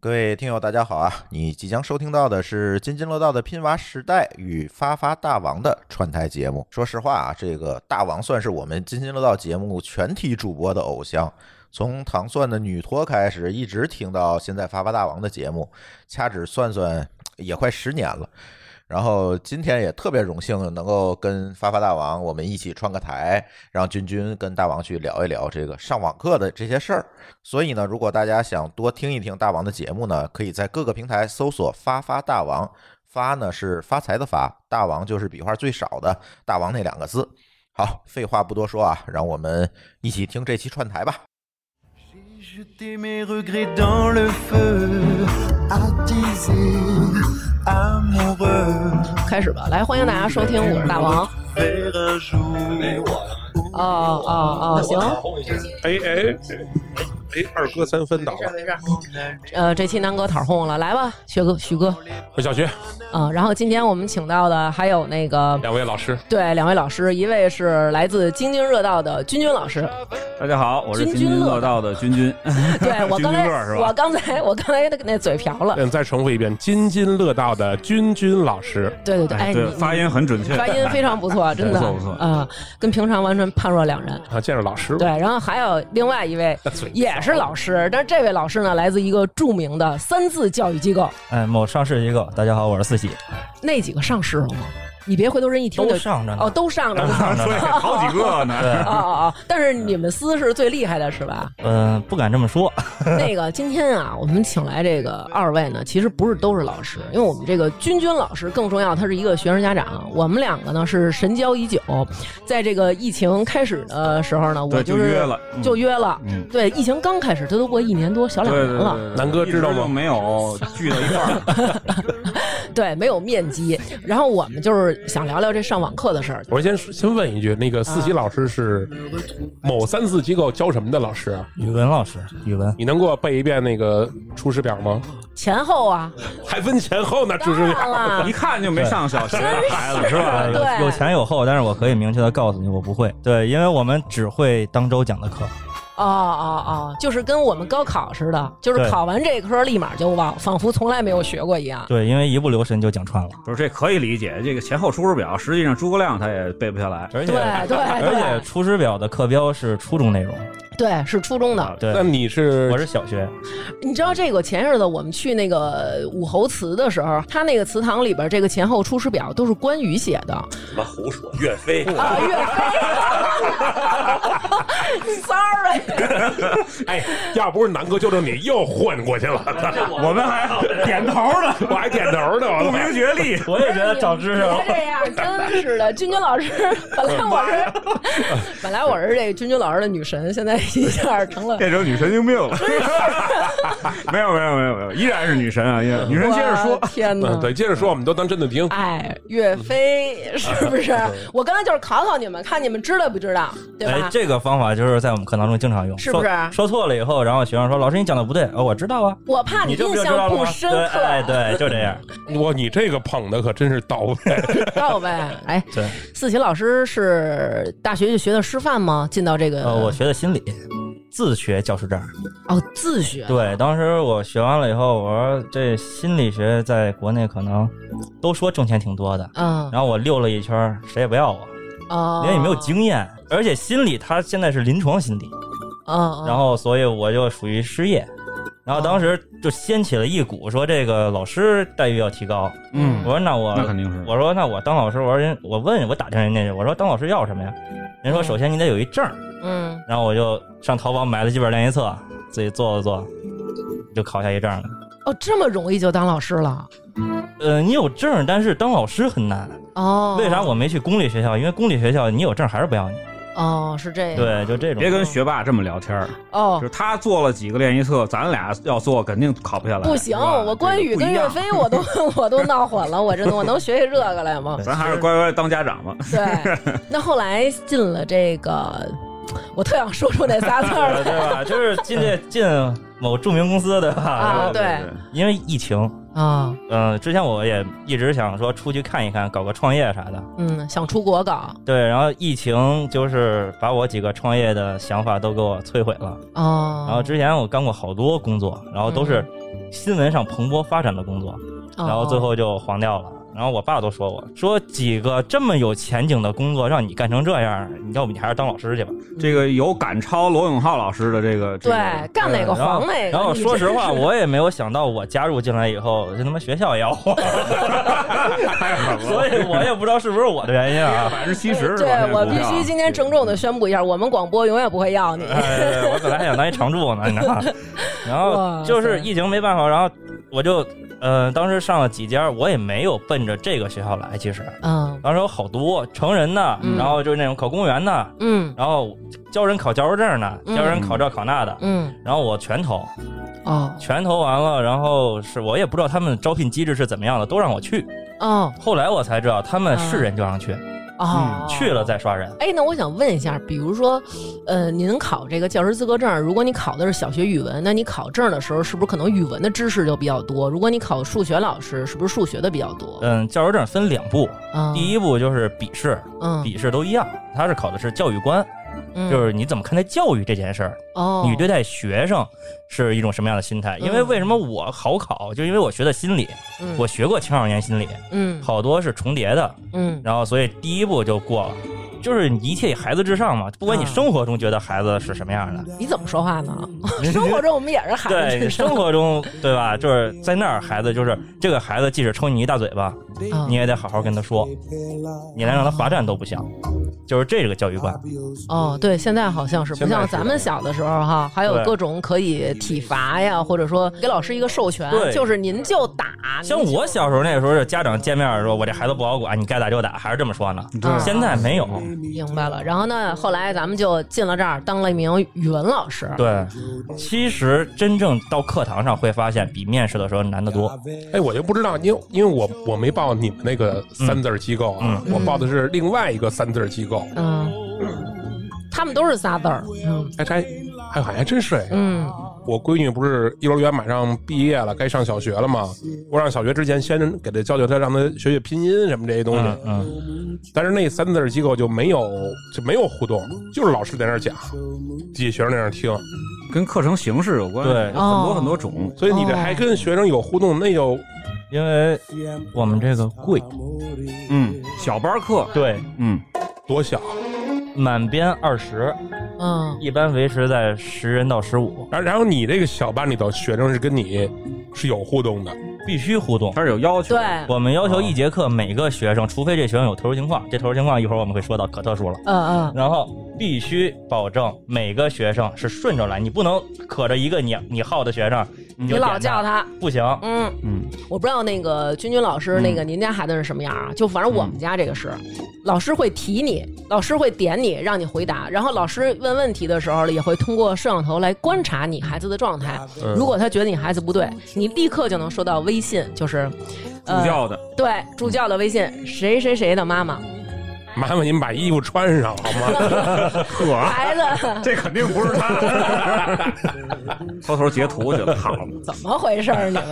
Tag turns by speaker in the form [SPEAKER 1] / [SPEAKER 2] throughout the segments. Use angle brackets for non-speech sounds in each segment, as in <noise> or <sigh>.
[SPEAKER 1] 各位听友，大家好啊！你即将收听到的是津津乐道的拼娃时代与发发大王的串台节目。说实话啊，这个大王算是我们津津乐道节目全体主播的偶像，从糖蒜的女托开始，一直听到现在发发大王的节目，掐指算算也快十年了。然后今天也特别荣幸能够跟发发大王我们一起串个台，让君君跟大王去聊一聊这个上网课的这些事儿。所以呢，如果大家想多听一听大王的节目呢，可以在各个平台搜索“发发大王”，发呢是发财的发，大王就是笔画最少的大王那两个字。好，废话不多说啊，让我们一起听这期串台吧。
[SPEAKER 2] J'ai jeté mes regrets dans le feu, attisé, amoureux,
[SPEAKER 3] 开始吧，来欢迎大家收听，我是大王。
[SPEAKER 2] vers un jour.
[SPEAKER 3] 哦哦哦，行，
[SPEAKER 4] 哎哎哎，二哥三分倒了，
[SPEAKER 3] 呃，这期南哥讨红了，来吧，薛哥，徐哥，
[SPEAKER 4] 我小学
[SPEAKER 3] 啊、然后今天我们请到的还有那个
[SPEAKER 4] 两位老师，
[SPEAKER 3] 对两位老师，一位是来自津津热道的君君老
[SPEAKER 5] <laughs>
[SPEAKER 3] 师，
[SPEAKER 5] 大家好，我是津津乐道的
[SPEAKER 3] <laughs>
[SPEAKER 5] 君君。
[SPEAKER 3] 对我刚
[SPEAKER 5] 君
[SPEAKER 3] 才
[SPEAKER 5] 乐是吧
[SPEAKER 3] 我刚才 <laughs> 我刚才那个那嘴瓢了，
[SPEAKER 4] 嗯，再重复一遍，津津乐道的君君老师，
[SPEAKER 3] 对对对，哎，
[SPEAKER 5] 对
[SPEAKER 3] 你，
[SPEAKER 5] 发音很准确。
[SPEAKER 3] 发音非常不
[SPEAKER 5] <laughs>
[SPEAKER 3] 错，真的
[SPEAKER 5] 不错不错
[SPEAKER 3] 啊、跟平常完全判若两人。
[SPEAKER 4] 啊，见着老师
[SPEAKER 3] 对
[SPEAKER 4] 了，，
[SPEAKER 3] 然后还有另外一位也是老师，但是这位老师呢，来自一个著名的三字教育机构，
[SPEAKER 6] 哎，某上市机构，大家好，我是四喜， <laughs>
[SPEAKER 3] 那几个上市了吗？你别回头人一听就
[SPEAKER 6] 都上着呢
[SPEAKER 3] 哦，都上着呢。
[SPEAKER 6] <laughs> 上着
[SPEAKER 5] 对，
[SPEAKER 6] 呢。
[SPEAKER 5] 好几个 <laughs> 呢。
[SPEAKER 3] 哦哦哦！但是你们司是最厉害的，是吧？
[SPEAKER 6] 嗯、不敢这么说，
[SPEAKER 3] 那个今天啊，我们请来这个二位呢，其实不是都是老师，因为我们这个君君老师更重要，他是一个学生家长。我们两个呢是神交已久，在这个疫情开始的时候呢，我
[SPEAKER 5] 对
[SPEAKER 3] 是
[SPEAKER 5] 就约了嗯
[SPEAKER 3] 就约了
[SPEAKER 5] 嗯
[SPEAKER 3] 对，疫情刚开始，这都过一年多，小
[SPEAKER 5] 对
[SPEAKER 3] 两年
[SPEAKER 5] 对
[SPEAKER 3] 了。
[SPEAKER 5] 对，
[SPEAKER 4] 南哥知道吗
[SPEAKER 5] 一直就没有聚到一块儿。
[SPEAKER 3] <laughs> 对，没有面基。然后我们就是想聊聊这上网课的事儿。
[SPEAKER 4] 我先先问一句，那个
[SPEAKER 3] 啊
[SPEAKER 4] 四级老师是某三四机构教什么的老师啊？
[SPEAKER 6] 语文老师，语文
[SPEAKER 4] 你能给我背一遍那个出师表吗？
[SPEAKER 3] 前后
[SPEAKER 5] <laughs>
[SPEAKER 3] 啊，
[SPEAKER 4] 还分前后呢，出
[SPEAKER 3] 当
[SPEAKER 4] 师
[SPEAKER 3] 然
[SPEAKER 4] 表。
[SPEAKER 3] 了
[SPEAKER 5] 一，看就没上小学的孩子是吧？
[SPEAKER 3] 对
[SPEAKER 6] 有有前有后，但是我可以明确的告诉你，我不会。对，因为我们只会当周讲的课，
[SPEAKER 3] 哦哦哦，就是跟我们高考似的，就是
[SPEAKER 6] 对
[SPEAKER 3] 考完这科立马就忘，仿佛从来没有学过一样。
[SPEAKER 6] 对，因为一不留神就讲串了。
[SPEAKER 5] 不是这可以理解，这个前后出师表，实际上诸葛亮他也背不下来。
[SPEAKER 6] 而
[SPEAKER 3] 对啊哎对
[SPEAKER 6] 而且
[SPEAKER 3] 对
[SPEAKER 6] 出师表的课标是初中内容，
[SPEAKER 3] 对，是初中的。
[SPEAKER 4] 那
[SPEAKER 6] 对，
[SPEAKER 4] 你是
[SPEAKER 6] 我是小学，
[SPEAKER 3] 你知道这个前日子我们去那个武侯祠的时候，他那个祠堂里边这个前后出师表都是关羽写的。什么胡说？岳飞啊，岳飞。Sorry，
[SPEAKER 4] 哎，要不是南哥纠正你，又混过去了，
[SPEAKER 5] <laughs> 我们还
[SPEAKER 6] <laughs>
[SPEAKER 5] 点头呢，
[SPEAKER 4] 我还点头呢，我
[SPEAKER 5] 不
[SPEAKER 4] 都
[SPEAKER 5] 明觉厉。
[SPEAKER 6] 我也觉得长知识了
[SPEAKER 3] 别。这样，真是的。君君老师，本来我是本来我是这个君君老师的女神，现在一下成了。
[SPEAKER 5] 变成女神经病了。 <laughs> 没有没有没有没有，依然是女神啊！依然女神接着
[SPEAKER 3] 我
[SPEAKER 5] 说
[SPEAKER 3] 的，天哪！
[SPEAKER 4] 嗯，对，接着说，我们都当真的听。
[SPEAKER 3] 哎，岳飞
[SPEAKER 6] 嗯
[SPEAKER 3] 是不是？我刚才就是考考你们，看你们知道不知道， <laughs> 对
[SPEAKER 6] 哎
[SPEAKER 3] 吧？，
[SPEAKER 6] 这个方法就是在我们课当中经常用，
[SPEAKER 3] 是不是啊
[SPEAKER 6] 说说错了以后，然后学生说：“老师，你讲的不对。”哦，我知道啊，
[SPEAKER 3] 我怕
[SPEAKER 6] 你这
[SPEAKER 3] 印
[SPEAKER 6] 就知道
[SPEAKER 3] 象
[SPEAKER 6] 了
[SPEAKER 3] 不
[SPEAKER 6] 吗？
[SPEAKER 3] 深
[SPEAKER 6] 对，
[SPEAKER 3] 刻，
[SPEAKER 6] 哎，对，就这样。
[SPEAKER 4] 哇，你这个捧的可真是到位。
[SPEAKER 3] 到呗。
[SPEAKER 6] <laughs>
[SPEAKER 3] 哎，
[SPEAKER 6] 对，
[SPEAKER 3] 四喜老师是大学就学的师范吗？进到这个
[SPEAKER 6] 呃，我学的心理，自学教师证。
[SPEAKER 3] 哦自学，
[SPEAKER 6] 对，当时我学完了以后，我说这心理学在国内可能都说挣钱挺多的，
[SPEAKER 3] 嗯
[SPEAKER 6] 然后我溜了一圈儿，谁也不要我，
[SPEAKER 3] 哦，
[SPEAKER 6] 因为也没有经验，而且心理它现在是临床心理，
[SPEAKER 3] 嗯，嗯，哦
[SPEAKER 6] 然后所以我就属于失业。然后当时就掀起了一股说这个老师待遇要提高，
[SPEAKER 5] 嗯
[SPEAKER 6] 我说那我
[SPEAKER 5] 那肯定是
[SPEAKER 6] 我说那我当老师，我说人我问我打听人家去，我说当老师要什么呀？人说
[SPEAKER 3] 嗯
[SPEAKER 6] 首先你得有一证儿，
[SPEAKER 3] 嗯，
[SPEAKER 6] 然后我就上淘宝买了几本练习册，自己做了做，就考下一证了。
[SPEAKER 3] 哦，这么容易就当老师了？
[SPEAKER 6] 呃，你有证儿，但是当老师很难。
[SPEAKER 3] 哦，
[SPEAKER 6] 为啥我没去公立学校？因为公立学校你有证儿还是不要你。
[SPEAKER 3] 哦是这样，
[SPEAKER 6] 对，就这种。嗯
[SPEAKER 5] 别跟学霸这么聊天儿。
[SPEAKER 3] 哦
[SPEAKER 5] 就是他做了几个练习册，咱俩要做肯定考不下来。
[SPEAKER 3] 不行，
[SPEAKER 5] 是吧
[SPEAKER 3] 我关羽
[SPEAKER 5] 这个
[SPEAKER 3] 跟
[SPEAKER 5] 不一样
[SPEAKER 3] 岳飞我都 <laughs> 我都闹混了，我真的我能学学这个来吗？
[SPEAKER 5] 咱还是乖乖当家长吧。
[SPEAKER 3] <laughs> 对，那后来进了这个，我特想说出那仨字
[SPEAKER 6] <laughs>
[SPEAKER 3] 儿
[SPEAKER 6] 呃
[SPEAKER 3] 了
[SPEAKER 6] <laughs> 对吧？就是进这进某著名公司，对吧？
[SPEAKER 3] 啊，对，
[SPEAKER 6] 因为疫情，
[SPEAKER 3] 啊，
[SPEAKER 6] 嗯、之前我也一直想说出去看一看，搞个创业啥的。
[SPEAKER 3] 嗯，想出国搞
[SPEAKER 6] 对，然后疫情就是把我几个创业的想法都给我摧毁了。
[SPEAKER 3] 哦，
[SPEAKER 6] 然后之前我干过好多工作，然后都是新闻上蓬勃发展的工作，
[SPEAKER 3] 嗯哦，
[SPEAKER 6] 然后最后就黄掉了。然后我爸都说我说几个这么有前景的工作让你干成这样，你要不你还是当老师去吧。
[SPEAKER 5] 这个有赶超罗永浩老师的这个这
[SPEAKER 3] 对
[SPEAKER 5] 个 <laughs>
[SPEAKER 3] 干哪个
[SPEAKER 6] 然后
[SPEAKER 3] 黄哪个，
[SPEAKER 6] 然后
[SPEAKER 3] 你
[SPEAKER 6] 说实
[SPEAKER 3] 真
[SPEAKER 6] 话，
[SPEAKER 3] 是
[SPEAKER 6] 我也没有想到我加入进来以后，这他妈学校也要黄，
[SPEAKER 3] <laughs>
[SPEAKER 5] 太狠了，
[SPEAKER 6] 所以我也不知道是不是我的原因啊。
[SPEAKER 5] 百分之七十是
[SPEAKER 3] 对
[SPEAKER 5] 吧？
[SPEAKER 3] 我必须今天郑重的宣布一下，我们广播永远不会要你。
[SPEAKER 6] 哎，我本来还想当一常驻呢，你知
[SPEAKER 3] <laughs>
[SPEAKER 6] 道吗。然后就是疫情没办法，然后我就呃，当时上了几家，我也没有奔着这个学校来，其实
[SPEAKER 3] 嗯
[SPEAKER 6] 当时有好多成人的，
[SPEAKER 3] 嗯
[SPEAKER 6] 然后就是那种考公务员的，
[SPEAKER 3] 嗯
[SPEAKER 6] 然后教人考教师证的，
[SPEAKER 3] 嗯
[SPEAKER 6] 教人考这考那的，
[SPEAKER 3] 嗯，
[SPEAKER 6] 然后我全投，
[SPEAKER 3] 哦
[SPEAKER 6] 全投完了，然后是我也不知道他们招聘机制是怎么样的，都让我去。
[SPEAKER 3] 哦
[SPEAKER 6] 后来我才知道，他们是人就让去，
[SPEAKER 3] 哦，
[SPEAKER 6] 嗯去了。再刷人。
[SPEAKER 3] 哎，那我想问一下，比如说，呃，您考这个教师资格证，如果你考的是小学语文，那你考证的时候是不是可能语文的知识就比较多？如果你考数学老师，是不是数学的比较多？
[SPEAKER 6] 嗯，教师证分两步，
[SPEAKER 3] 嗯，
[SPEAKER 6] 第一步就是笔试，
[SPEAKER 3] 嗯，
[SPEAKER 6] 笔试都一样，他是考的是教育观，
[SPEAKER 3] 嗯
[SPEAKER 6] 就是你怎么看待教育这件事儿，
[SPEAKER 3] 哦，
[SPEAKER 6] 你对待学生是一种什么样的心态？因为
[SPEAKER 3] 嗯
[SPEAKER 6] 为什么我好考，就因为我学的心理，
[SPEAKER 3] 嗯
[SPEAKER 6] 我学过青少年心理，
[SPEAKER 3] 嗯
[SPEAKER 6] 好多是重叠的，
[SPEAKER 3] 嗯
[SPEAKER 6] 然后所以第一步就过了，就是你一切以孩子至上嘛，不管你
[SPEAKER 3] 嗯
[SPEAKER 6] 生活中觉得孩子是什么样的，
[SPEAKER 3] 你怎么说话呢？生活中我们也是孩
[SPEAKER 6] 对
[SPEAKER 3] 子
[SPEAKER 6] 你
[SPEAKER 3] 智商
[SPEAKER 6] 生活中对吧？就是在那儿，孩子就是这个孩子，即使抽你一大嘴巴，
[SPEAKER 3] 啊
[SPEAKER 6] 你也得好好跟他说，你连让他罚站都不行，就是这个教育观。
[SPEAKER 3] 哦，对，现在好像是不
[SPEAKER 4] 现在
[SPEAKER 3] 像
[SPEAKER 4] 是
[SPEAKER 3] 咱们小的时候哈，还有
[SPEAKER 6] 对
[SPEAKER 3] 各种可以体罚呀，或者说给老师一个授权，
[SPEAKER 6] 对
[SPEAKER 3] 就是您就打。
[SPEAKER 6] 像
[SPEAKER 3] 您就
[SPEAKER 6] 我小时候那时候，家长见面说：“我这孩子不好管，你该打就打。”还是这么说呢。
[SPEAKER 3] 对
[SPEAKER 6] 现在没有，
[SPEAKER 3] 明白了，然后呢，后来咱们就进了这儿，当了一名语文老师。
[SPEAKER 6] 对。其实真正到课堂上会发现，比面试的时候难得多。
[SPEAKER 4] 哎，我就不知道，因为因为我我没报你们那个三字儿机构啊，
[SPEAKER 3] 嗯
[SPEAKER 4] 我报的是另外一个三字儿机构。
[SPEAKER 3] 嗯，他们都是仨字儿。嗯
[SPEAKER 4] 哎，这还哎，好像还真是哎。
[SPEAKER 3] 嗯
[SPEAKER 4] 我闺女不是幼儿园马上毕业了，该上小学了吗？我上小学之前先给她教教她，让她学学拼音什么这些东西。
[SPEAKER 6] 嗯嗯，
[SPEAKER 4] 但是那三字儿机构就没有就没有互动，就是老师在那儿讲，底下学生在那儿听，
[SPEAKER 5] 跟课程形式有关，
[SPEAKER 6] 对
[SPEAKER 3] 嗯
[SPEAKER 5] 有很多很多种。
[SPEAKER 4] 所以你这
[SPEAKER 3] 哦
[SPEAKER 4] 还跟学生有互动，那就
[SPEAKER 6] 因为我们这个贵，
[SPEAKER 5] 嗯，小班课，
[SPEAKER 6] 对，
[SPEAKER 5] 嗯，
[SPEAKER 4] 多小。啊
[SPEAKER 6] 满编二十，
[SPEAKER 3] 嗯，
[SPEAKER 6] 一般维持在十人到十五，
[SPEAKER 4] 然然后你这个小班里头学生是跟你是有互动的，
[SPEAKER 6] 必须互动。
[SPEAKER 5] 它是有要求
[SPEAKER 3] 对嗯
[SPEAKER 5] 的。，
[SPEAKER 6] 我们要求一节课每个学生，除非这学生有特殊情况，这特殊情况一会儿我们会说到，可特殊了。
[SPEAKER 3] 嗯
[SPEAKER 6] 然后必须保证每个学生是顺着来，你不能可着一个你你好的学生，你
[SPEAKER 3] 嗯，
[SPEAKER 6] 就
[SPEAKER 3] 你老
[SPEAKER 6] 点
[SPEAKER 3] 叫他。
[SPEAKER 6] 不行。
[SPEAKER 3] 嗯
[SPEAKER 5] 嗯，
[SPEAKER 3] 我不知道那个君君老师，那个您家孩子是什么样啊？就反正我们
[SPEAKER 5] 嗯
[SPEAKER 3] 家这个是，老师会提你，老师会点你，让你回答，然后老师问问题的时候也会通过摄像头来观察你孩子的状态。
[SPEAKER 5] 嗯
[SPEAKER 3] 如果他觉得你孩子不对，你立刻就能收到微信，就是呃
[SPEAKER 5] 助教的，
[SPEAKER 3] 对嗯助教的微信，谁谁谁的妈妈，
[SPEAKER 4] 麻烦您把衣服穿上好吗？ <laughs>
[SPEAKER 5] 呵啊，
[SPEAKER 3] 孩子
[SPEAKER 5] <laughs> 这肯定不是他， <laughs> 偷偷截图去了，好嘛，
[SPEAKER 3] 怎么回事儿？你们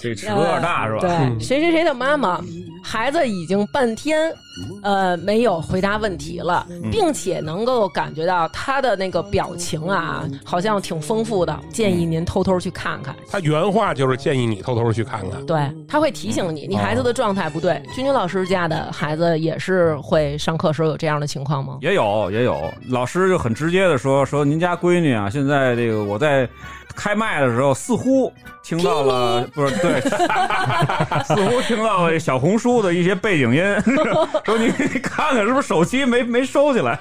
[SPEAKER 5] 这尺度有点大是吧？嗯
[SPEAKER 3] 对，谁谁谁的妈妈，孩子已经半天，呃，没有回答问题了，
[SPEAKER 5] 嗯
[SPEAKER 3] 并且能够感觉到他的那个表情啊，好像挺丰富的。建议您偷偷去看看。
[SPEAKER 4] 他原话就是建议你偷偷去看看。
[SPEAKER 3] 对，他会提醒
[SPEAKER 5] 嗯
[SPEAKER 3] 你，你孩子的状态不
[SPEAKER 5] 哦
[SPEAKER 3] 对。君君老师家的孩子也是会上课时候有这样的情况吗？
[SPEAKER 5] <laughs> 也有也有，老师就很直接的说说您家闺女啊，现在这个我在开麦的时候似乎听到了，不是对， <laughs> 似乎听到了小红书的一些背景音， <laughs> 说你看看是不是手机没没收起来？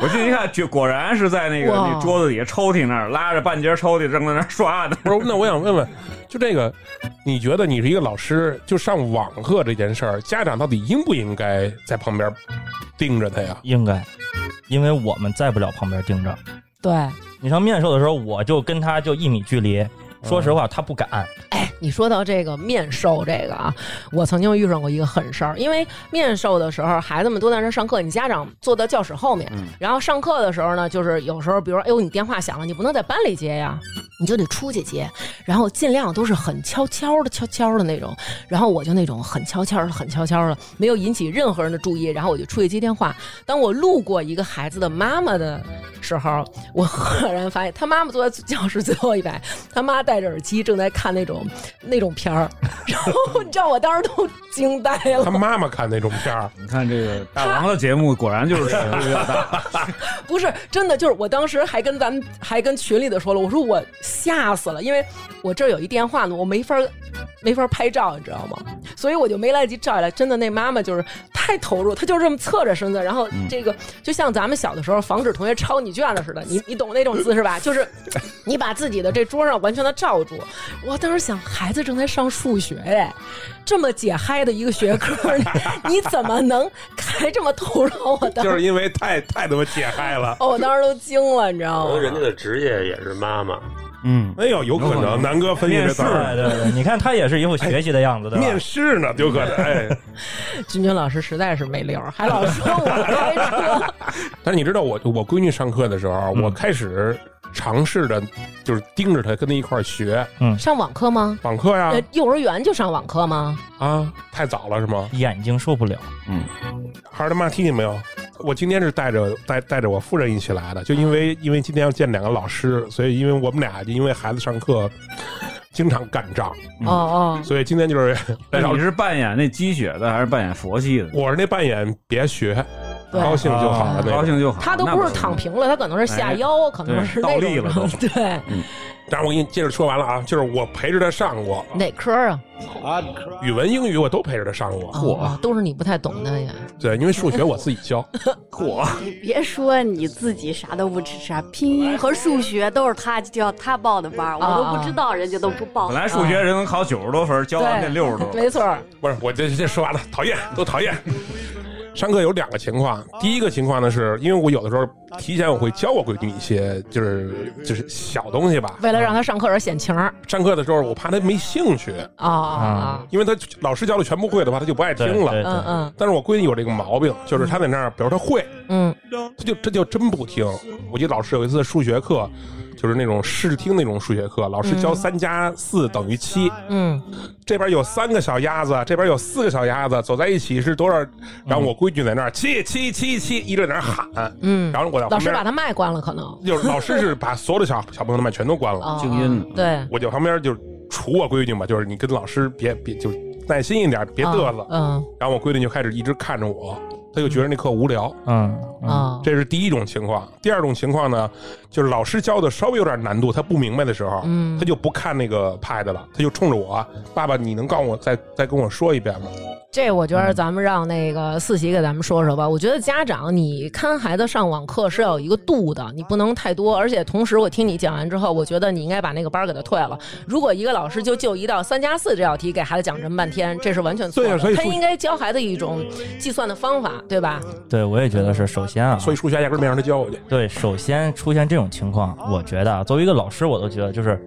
[SPEAKER 5] 我进去一看，就果然是在那个
[SPEAKER 3] 哇
[SPEAKER 5] 那桌子底下抽屉那儿拉着半截抽屉正在那儿刷呢。
[SPEAKER 4] 不是，那我想问问，就这个，你觉得你是一个老师，就上网课这件事儿，家长到底应不应该在旁边盯着他呀？
[SPEAKER 6] 应该，因为我们在不了旁边盯着。
[SPEAKER 3] 对，
[SPEAKER 6] 你上面授的时候，我就跟他就一米距离。说实话，他不敢。
[SPEAKER 3] 你说到这个面授这个啊，我曾经遇上过一个狠事儿，因为面授的时候，孩子们都在那儿上课，你家长坐到教室后面，然后上课的时候呢，就是有时候，比如说，哎呦，你电话响了，你不能在班里接呀，你就得出去接，然后尽量都是很悄悄的、悄悄的那种。然后我就那种很悄悄的、很悄悄的，没有引起任何人的注意。然后我就出去接电话。当我路过一个孩子的妈妈的时候，我赫然发现他妈妈坐在教室最后一排，他妈戴着耳机正在看那种那种片儿。然后你知道我当时都惊呆
[SPEAKER 4] 他
[SPEAKER 3] 了，
[SPEAKER 4] 妈妈看那种片儿，
[SPEAKER 5] 你看这个大王的节目，果然就是尺度比 <laughs> 较大。
[SPEAKER 3] 不是真的，就是我当时还跟咱们还跟群里的说了，我说我吓死了，因为我这儿有一电话呢，我没法没法拍照，你知道吗？所以我就没来得及照下来。真的，那妈妈就是太投入，她就这么侧着身子，然后这个、就像咱们小的时候防止同学抄你卷子似的，你你懂那种姿势吧？就是你把自己的这桌上完全的罩住。我当时想，孩子正在上数学哎，这么解嗨的一个学科， <laughs> 你你怎么能还这么投入？我当时
[SPEAKER 4] 就是因为太太他妈解嗨了。
[SPEAKER 3] 哦，我当时都惊了，你知道
[SPEAKER 7] 可能
[SPEAKER 3] 吗？
[SPEAKER 7] 人家的职业也是妈妈，
[SPEAKER 5] 嗯，
[SPEAKER 4] 哎呦，有可
[SPEAKER 5] 有可
[SPEAKER 4] 能，
[SPEAKER 5] 能
[SPEAKER 4] 南哥分析这词
[SPEAKER 6] 对
[SPEAKER 4] 儿，哎
[SPEAKER 6] 对对，你看他也是一副学习的样子，对吧？
[SPEAKER 4] 面试呢，有可能。哎，
[SPEAKER 3] 君君老师实在是没溜儿，还老说我开车。
[SPEAKER 4] 但是你知道我，我闺女上课的时候，啊
[SPEAKER 5] 嗯
[SPEAKER 4] 我开始尝试着就是盯着她，跟她一块儿学
[SPEAKER 3] <laughs> 上网课吗？
[SPEAKER 4] 网课呀
[SPEAKER 3] 呃，幼儿园就上网课吗？
[SPEAKER 4] 啊，太早了是吗？
[SPEAKER 6] 眼睛受不了，
[SPEAKER 4] 孩儿他妈听见没有？我今天是带着带带着我夫人一起来的，就因
[SPEAKER 3] 嗯
[SPEAKER 4] 为因为今天要见两个老师，所以因为我们俩因为孩子上课经常干仗，
[SPEAKER 5] 嗯
[SPEAKER 3] 哦哦，
[SPEAKER 4] 所以今天就是
[SPEAKER 5] <laughs>
[SPEAKER 4] 来
[SPEAKER 5] 那
[SPEAKER 4] 找
[SPEAKER 5] 你是扮演那鸡血的，还是扮演佛系的？啊
[SPEAKER 4] 我是那扮演别学，
[SPEAKER 3] 对
[SPEAKER 4] 高兴就好了那
[SPEAKER 5] 高
[SPEAKER 4] 种。
[SPEAKER 5] 兴就好。
[SPEAKER 3] 他都啊不是哎躺平了，他可能是下腰，啊可能是那
[SPEAKER 5] 倒立
[SPEAKER 3] 种
[SPEAKER 5] 了都
[SPEAKER 3] <laughs> 对，
[SPEAKER 4] 但是我给你接着说完了啊，就是我陪着他上过
[SPEAKER 3] 哪科 <laughs> 啊？
[SPEAKER 4] 语文、英语，我都陪着他上过。
[SPEAKER 3] 哦，都是你不太懂的呀。
[SPEAKER 4] 对，因为数学我自己教，
[SPEAKER 8] 别说你自己啥都不知啥，拼音和数学都是他教他报的班儿，我都不知道，人家都不报
[SPEAKER 5] 啊本。来数学人能考九十多分，教完
[SPEAKER 3] 对
[SPEAKER 5] 变六十多。
[SPEAKER 3] 没错儿，
[SPEAKER 4] 不是我这这说完了，讨厌，都讨厌。上课有两个情况，第一个情况呢是，因为我有的时候提前我会教我闺女一些就是就是小东西吧，
[SPEAKER 3] 为了让他上课时显情儿
[SPEAKER 4] 上课的时候，我怕他没兴趣，
[SPEAKER 3] 啊啊，
[SPEAKER 4] 因为他老师教的全不会的话，他就不爱
[SPEAKER 6] 对
[SPEAKER 4] 听
[SPEAKER 6] 对
[SPEAKER 4] 了。
[SPEAKER 6] 对
[SPEAKER 3] 嗯嗯
[SPEAKER 4] 但是我闺女有这个毛病，就是她在那儿，比如她会，
[SPEAKER 3] 嗯
[SPEAKER 4] 她就她就真不听。我记得老师有一次数学课，就是那种试听那种数学课，老师
[SPEAKER 6] 嗯
[SPEAKER 4] 教三加四等于七，
[SPEAKER 3] 嗯，
[SPEAKER 4] 这边有三个小鸭子，这边有四个小鸭子，走在一起是多少？然后我闺女在那儿七七七七，一直在那儿喊，
[SPEAKER 3] 嗯
[SPEAKER 4] 然后我在
[SPEAKER 3] 老
[SPEAKER 4] 旁
[SPEAKER 3] 师
[SPEAKER 4] 边
[SPEAKER 3] 把，他麦关了，可能。
[SPEAKER 4] 就是老师是把所有的小小朋友们全都关了。
[SPEAKER 3] 哦
[SPEAKER 5] 静音呢
[SPEAKER 3] 对，
[SPEAKER 4] 我就旁边就是杵我闺女嘛，就是你跟老师别别就是耐心一点，别嘚瑟。
[SPEAKER 3] 嗯
[SPEAKER 4] 然后我闺女就开始一直看着我，她就觉得那课无聊，
[SPEAKER 6] 嗯
[SPEAKER 3] 嗯啊，
[SPEAKER 4] 这是第一种情况。第二种情况呢，就是老师教的稍微有点难度，她不明白的时候，
[SPEAKER 3] 嗯
[SPEAKER 4] 她就不看那个 pad 了，她就冲着我爸爸，你能告诉我再再跟我说一遍吗？
[SPEAKER 3] 这我觉
[SPEAKER 4] 嗯
[SPEAKER 3] 得咱们让那个四喜给咱们说说吧。我觉得家长你看孩子上网课是要有一个度的，你不能太多。而且同时，我听你讲完之后，我觉得你应该把那个班儿给他退了。如果一个老师就就一道三加四这道题给孩子讲这么半天，这是完全错
[SPEAKER 4] 对
[SPEAKER 3] 的。
[SPEAKER 4] 呀所以
[SPEAKER 3] 他
[SPEAKER 4] 说
[SPEAKER 3] 应该教孩子一种计算的方法，对吧？
[SPEAKER 6] 对，我也觉得是。首先啊，
[SPEAKER 4] 所以数学压根儿没让她教我去。
[SPEAKER 6] 对，首先出现这种情况，我觉得啊，作为一个老师，我都觉得就是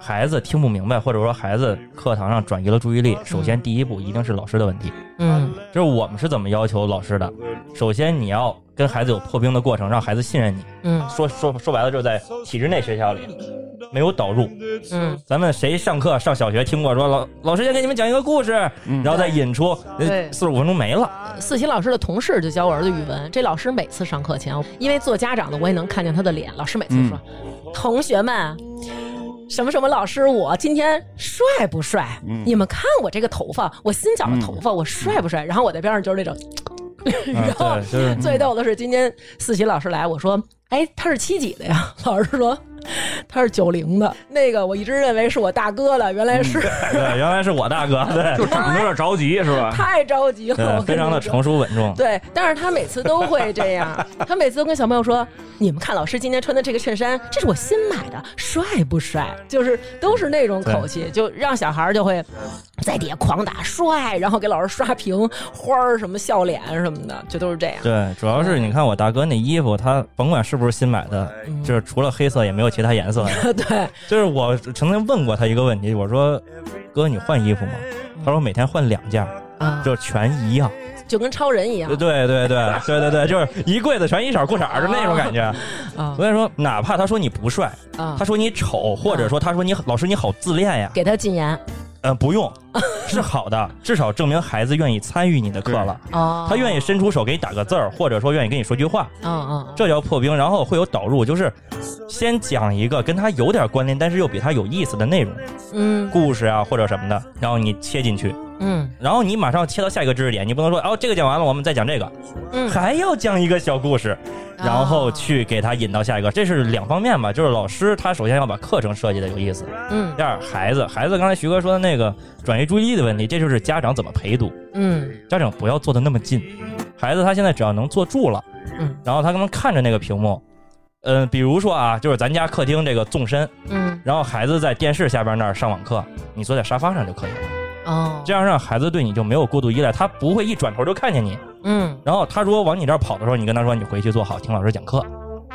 [SPEAKER 6] 孩子听不明白，或者说孩子课堂上转移了注意力，首
[SPEAKER 4] 嗯
[SPEAKER 6] 先第一步一定是老师的问题。
[SPEAKER 3] 嗯
[SPEAKER 6] 就是我们是怎么要求老师的？首先你要跟孩子有破冰的过程，让孩子信任你。
[SPEAKER 3] 嗯
[SPEAKER 6] 说说说白了，就是在体制内学校里没有导入。
[SPEAKER 3] 嗯，
[SPEAKER 6] 咱们谁上课上小学听过说老老师先给你们讲一个故事，然后再引出哎
[SPEAKER 3] 对
[SPEAKER 6] 四十五分钟没了。
[SPEAKER 3] 四喜老师的同事就教我儿子语文，这老师每次上课前，因为做家长的我也能看见他的脸，老师每次说：“
[SPEAKER 6] 嗯
[SPEAKER 3] 同学们。”什么什么老师，我今天帅不帅？
[SPEAKER 6] 嗯
[SPEAKER 3] 你们看我这个头发，我新绞的头发，我帅不帅？然后我在边上就是那种， <laughs> 然后
[SPEAKER 6] 啊对，嗯就是
[SPEAKER 3] 最逗的是，今天四喜老师来，我说：“哎，他是七几的呀？” <laughs> 老师说：“他是九零的。”那个我一直认为是我大哥了，原
[SPEAKER 6] 嗯
[SPEAKER 3] 来
[SPEAKER 6] <laughs>
[SPEAKER 3] 是
[SPEAKER 6] 对，原来是我大
[SPEAKER 3] <laughs>
[SPEAKER 6] 哥，对
[SPEAKER 5] 就长得有点着急是吧？
[SPEAKER 3] 太着急了，
[SPEAKER 6] 对，
[SPEAKER 3] 我跟
[SPEAKER 6] 非常
[SPEAKER 3] 你
[SPEAKER 6] 的
[SPEAKER 3] 说
[SPEAKER 6] 成熟稳重。
[SPEAKER 3] 对，但是他每次都会这样，他每次都跟小朋友说：“你们看老师今天穿的这个衬衫，这是我新买的，帅不帅？”就是都是那种口气，就让小孩儿就会在底下狂打帅，然后给老师刷屏花儿什么笑脸什么的，就都是这样。
[SPEAKER 6] 对，主要是你看我大哥那衣服，他甭管是不是新买的，
[SPEAKER 3] 嗯
[SPEAKER 6] 就是除了黑色也没有其他颜色
[SPEAKER 3] <laughs>
[SPEAKER 6] 的。
[SPEAKER 3] 对，
[SPEAKER 6] 就是我曾经问过他一个问题，我说：“哥，你换衣服吗？”他说：“每天换两件儿，
[SPEAKER 3] 嗯啊，
[SPEAKER 6] 就全一样。”
[SPEAKER 3] 就跟超人一样
[SPEAKER 6] 对对对对对对对，就是一柜子全一色裤衩儿，就那种感觉。
[SPEAKER 3] 啊
[SPEAKER 6] 所以说，哪怕他说你不帅，
[SPEAKER 3] 啊
[SPEAKER 6] 他，说你丑，或者说他说你老师你好自恋呀，
[SPEAKER 3] 给他禁言
[SPEAKER 6] 呃，不用，是好的，至少证明孩子愿意参与你的课了，
[SPEAKER 3] 哦，
[SPEAKER 6] 他愿意伸出手给你打个字儿，或者说愿意跟你说句话，
[SPEAKER 3] 嗯，嗯嗯，
[SPEAKER 6] 这叫破冰。然后会有导入，就是先讲一个跟他有点关联，但是又比他有意思的内容，
[SPEAKER 3] 嗯
[SPEAKER 6] 故事啊或者什么的，然后你切进去，
[SPEAKER 3] 嗯
[SPEAKER 6] 然后你马上切到下一个知识点，你不能说哦这个讲完了我们再讲这个，
[SPEAKER 3] 嗯，
[SPEAKER 6] 还要讲一个小故事，
[SPEAKER 3] 哦
[SPEAKER 6] 然后去给他引到下一个，这是两方面吧，就是老师他首先要把课程设计的有意思。
[SPEAKER 3] 嗯
[SPEAKER 6] 第二，孩子，孩子刚才徐哥说的那个转移注意力的问题，这就是家长怎么陪读。
[SPEAKER 3] 嗯
[SPEAKER 6] 家长不要坐的那么近，孩子他现在只要能坐住了，
[SPEAKER 3] 嗯，
[SPEAKER 6] 然后他能看着那个屏幕，嗯、比如说啊，就是咱家客厅这个纵深，
[SPEAKER 3] 嗯
[SPEAKER 6] 然后孩子在电视下边那儿上网课，你坐在沙发上就可以了，
[SPEAKER 3] 哦，
[SPEAKER 6] 这样让孩子对你就没有过度依赖，他不会一转头就看见你，
[SPEAKER 3] 嗯
[SPEAKER 6] 然后他如果往你这儿跑的时候，你跟他说你回去坐好，听老师讲课，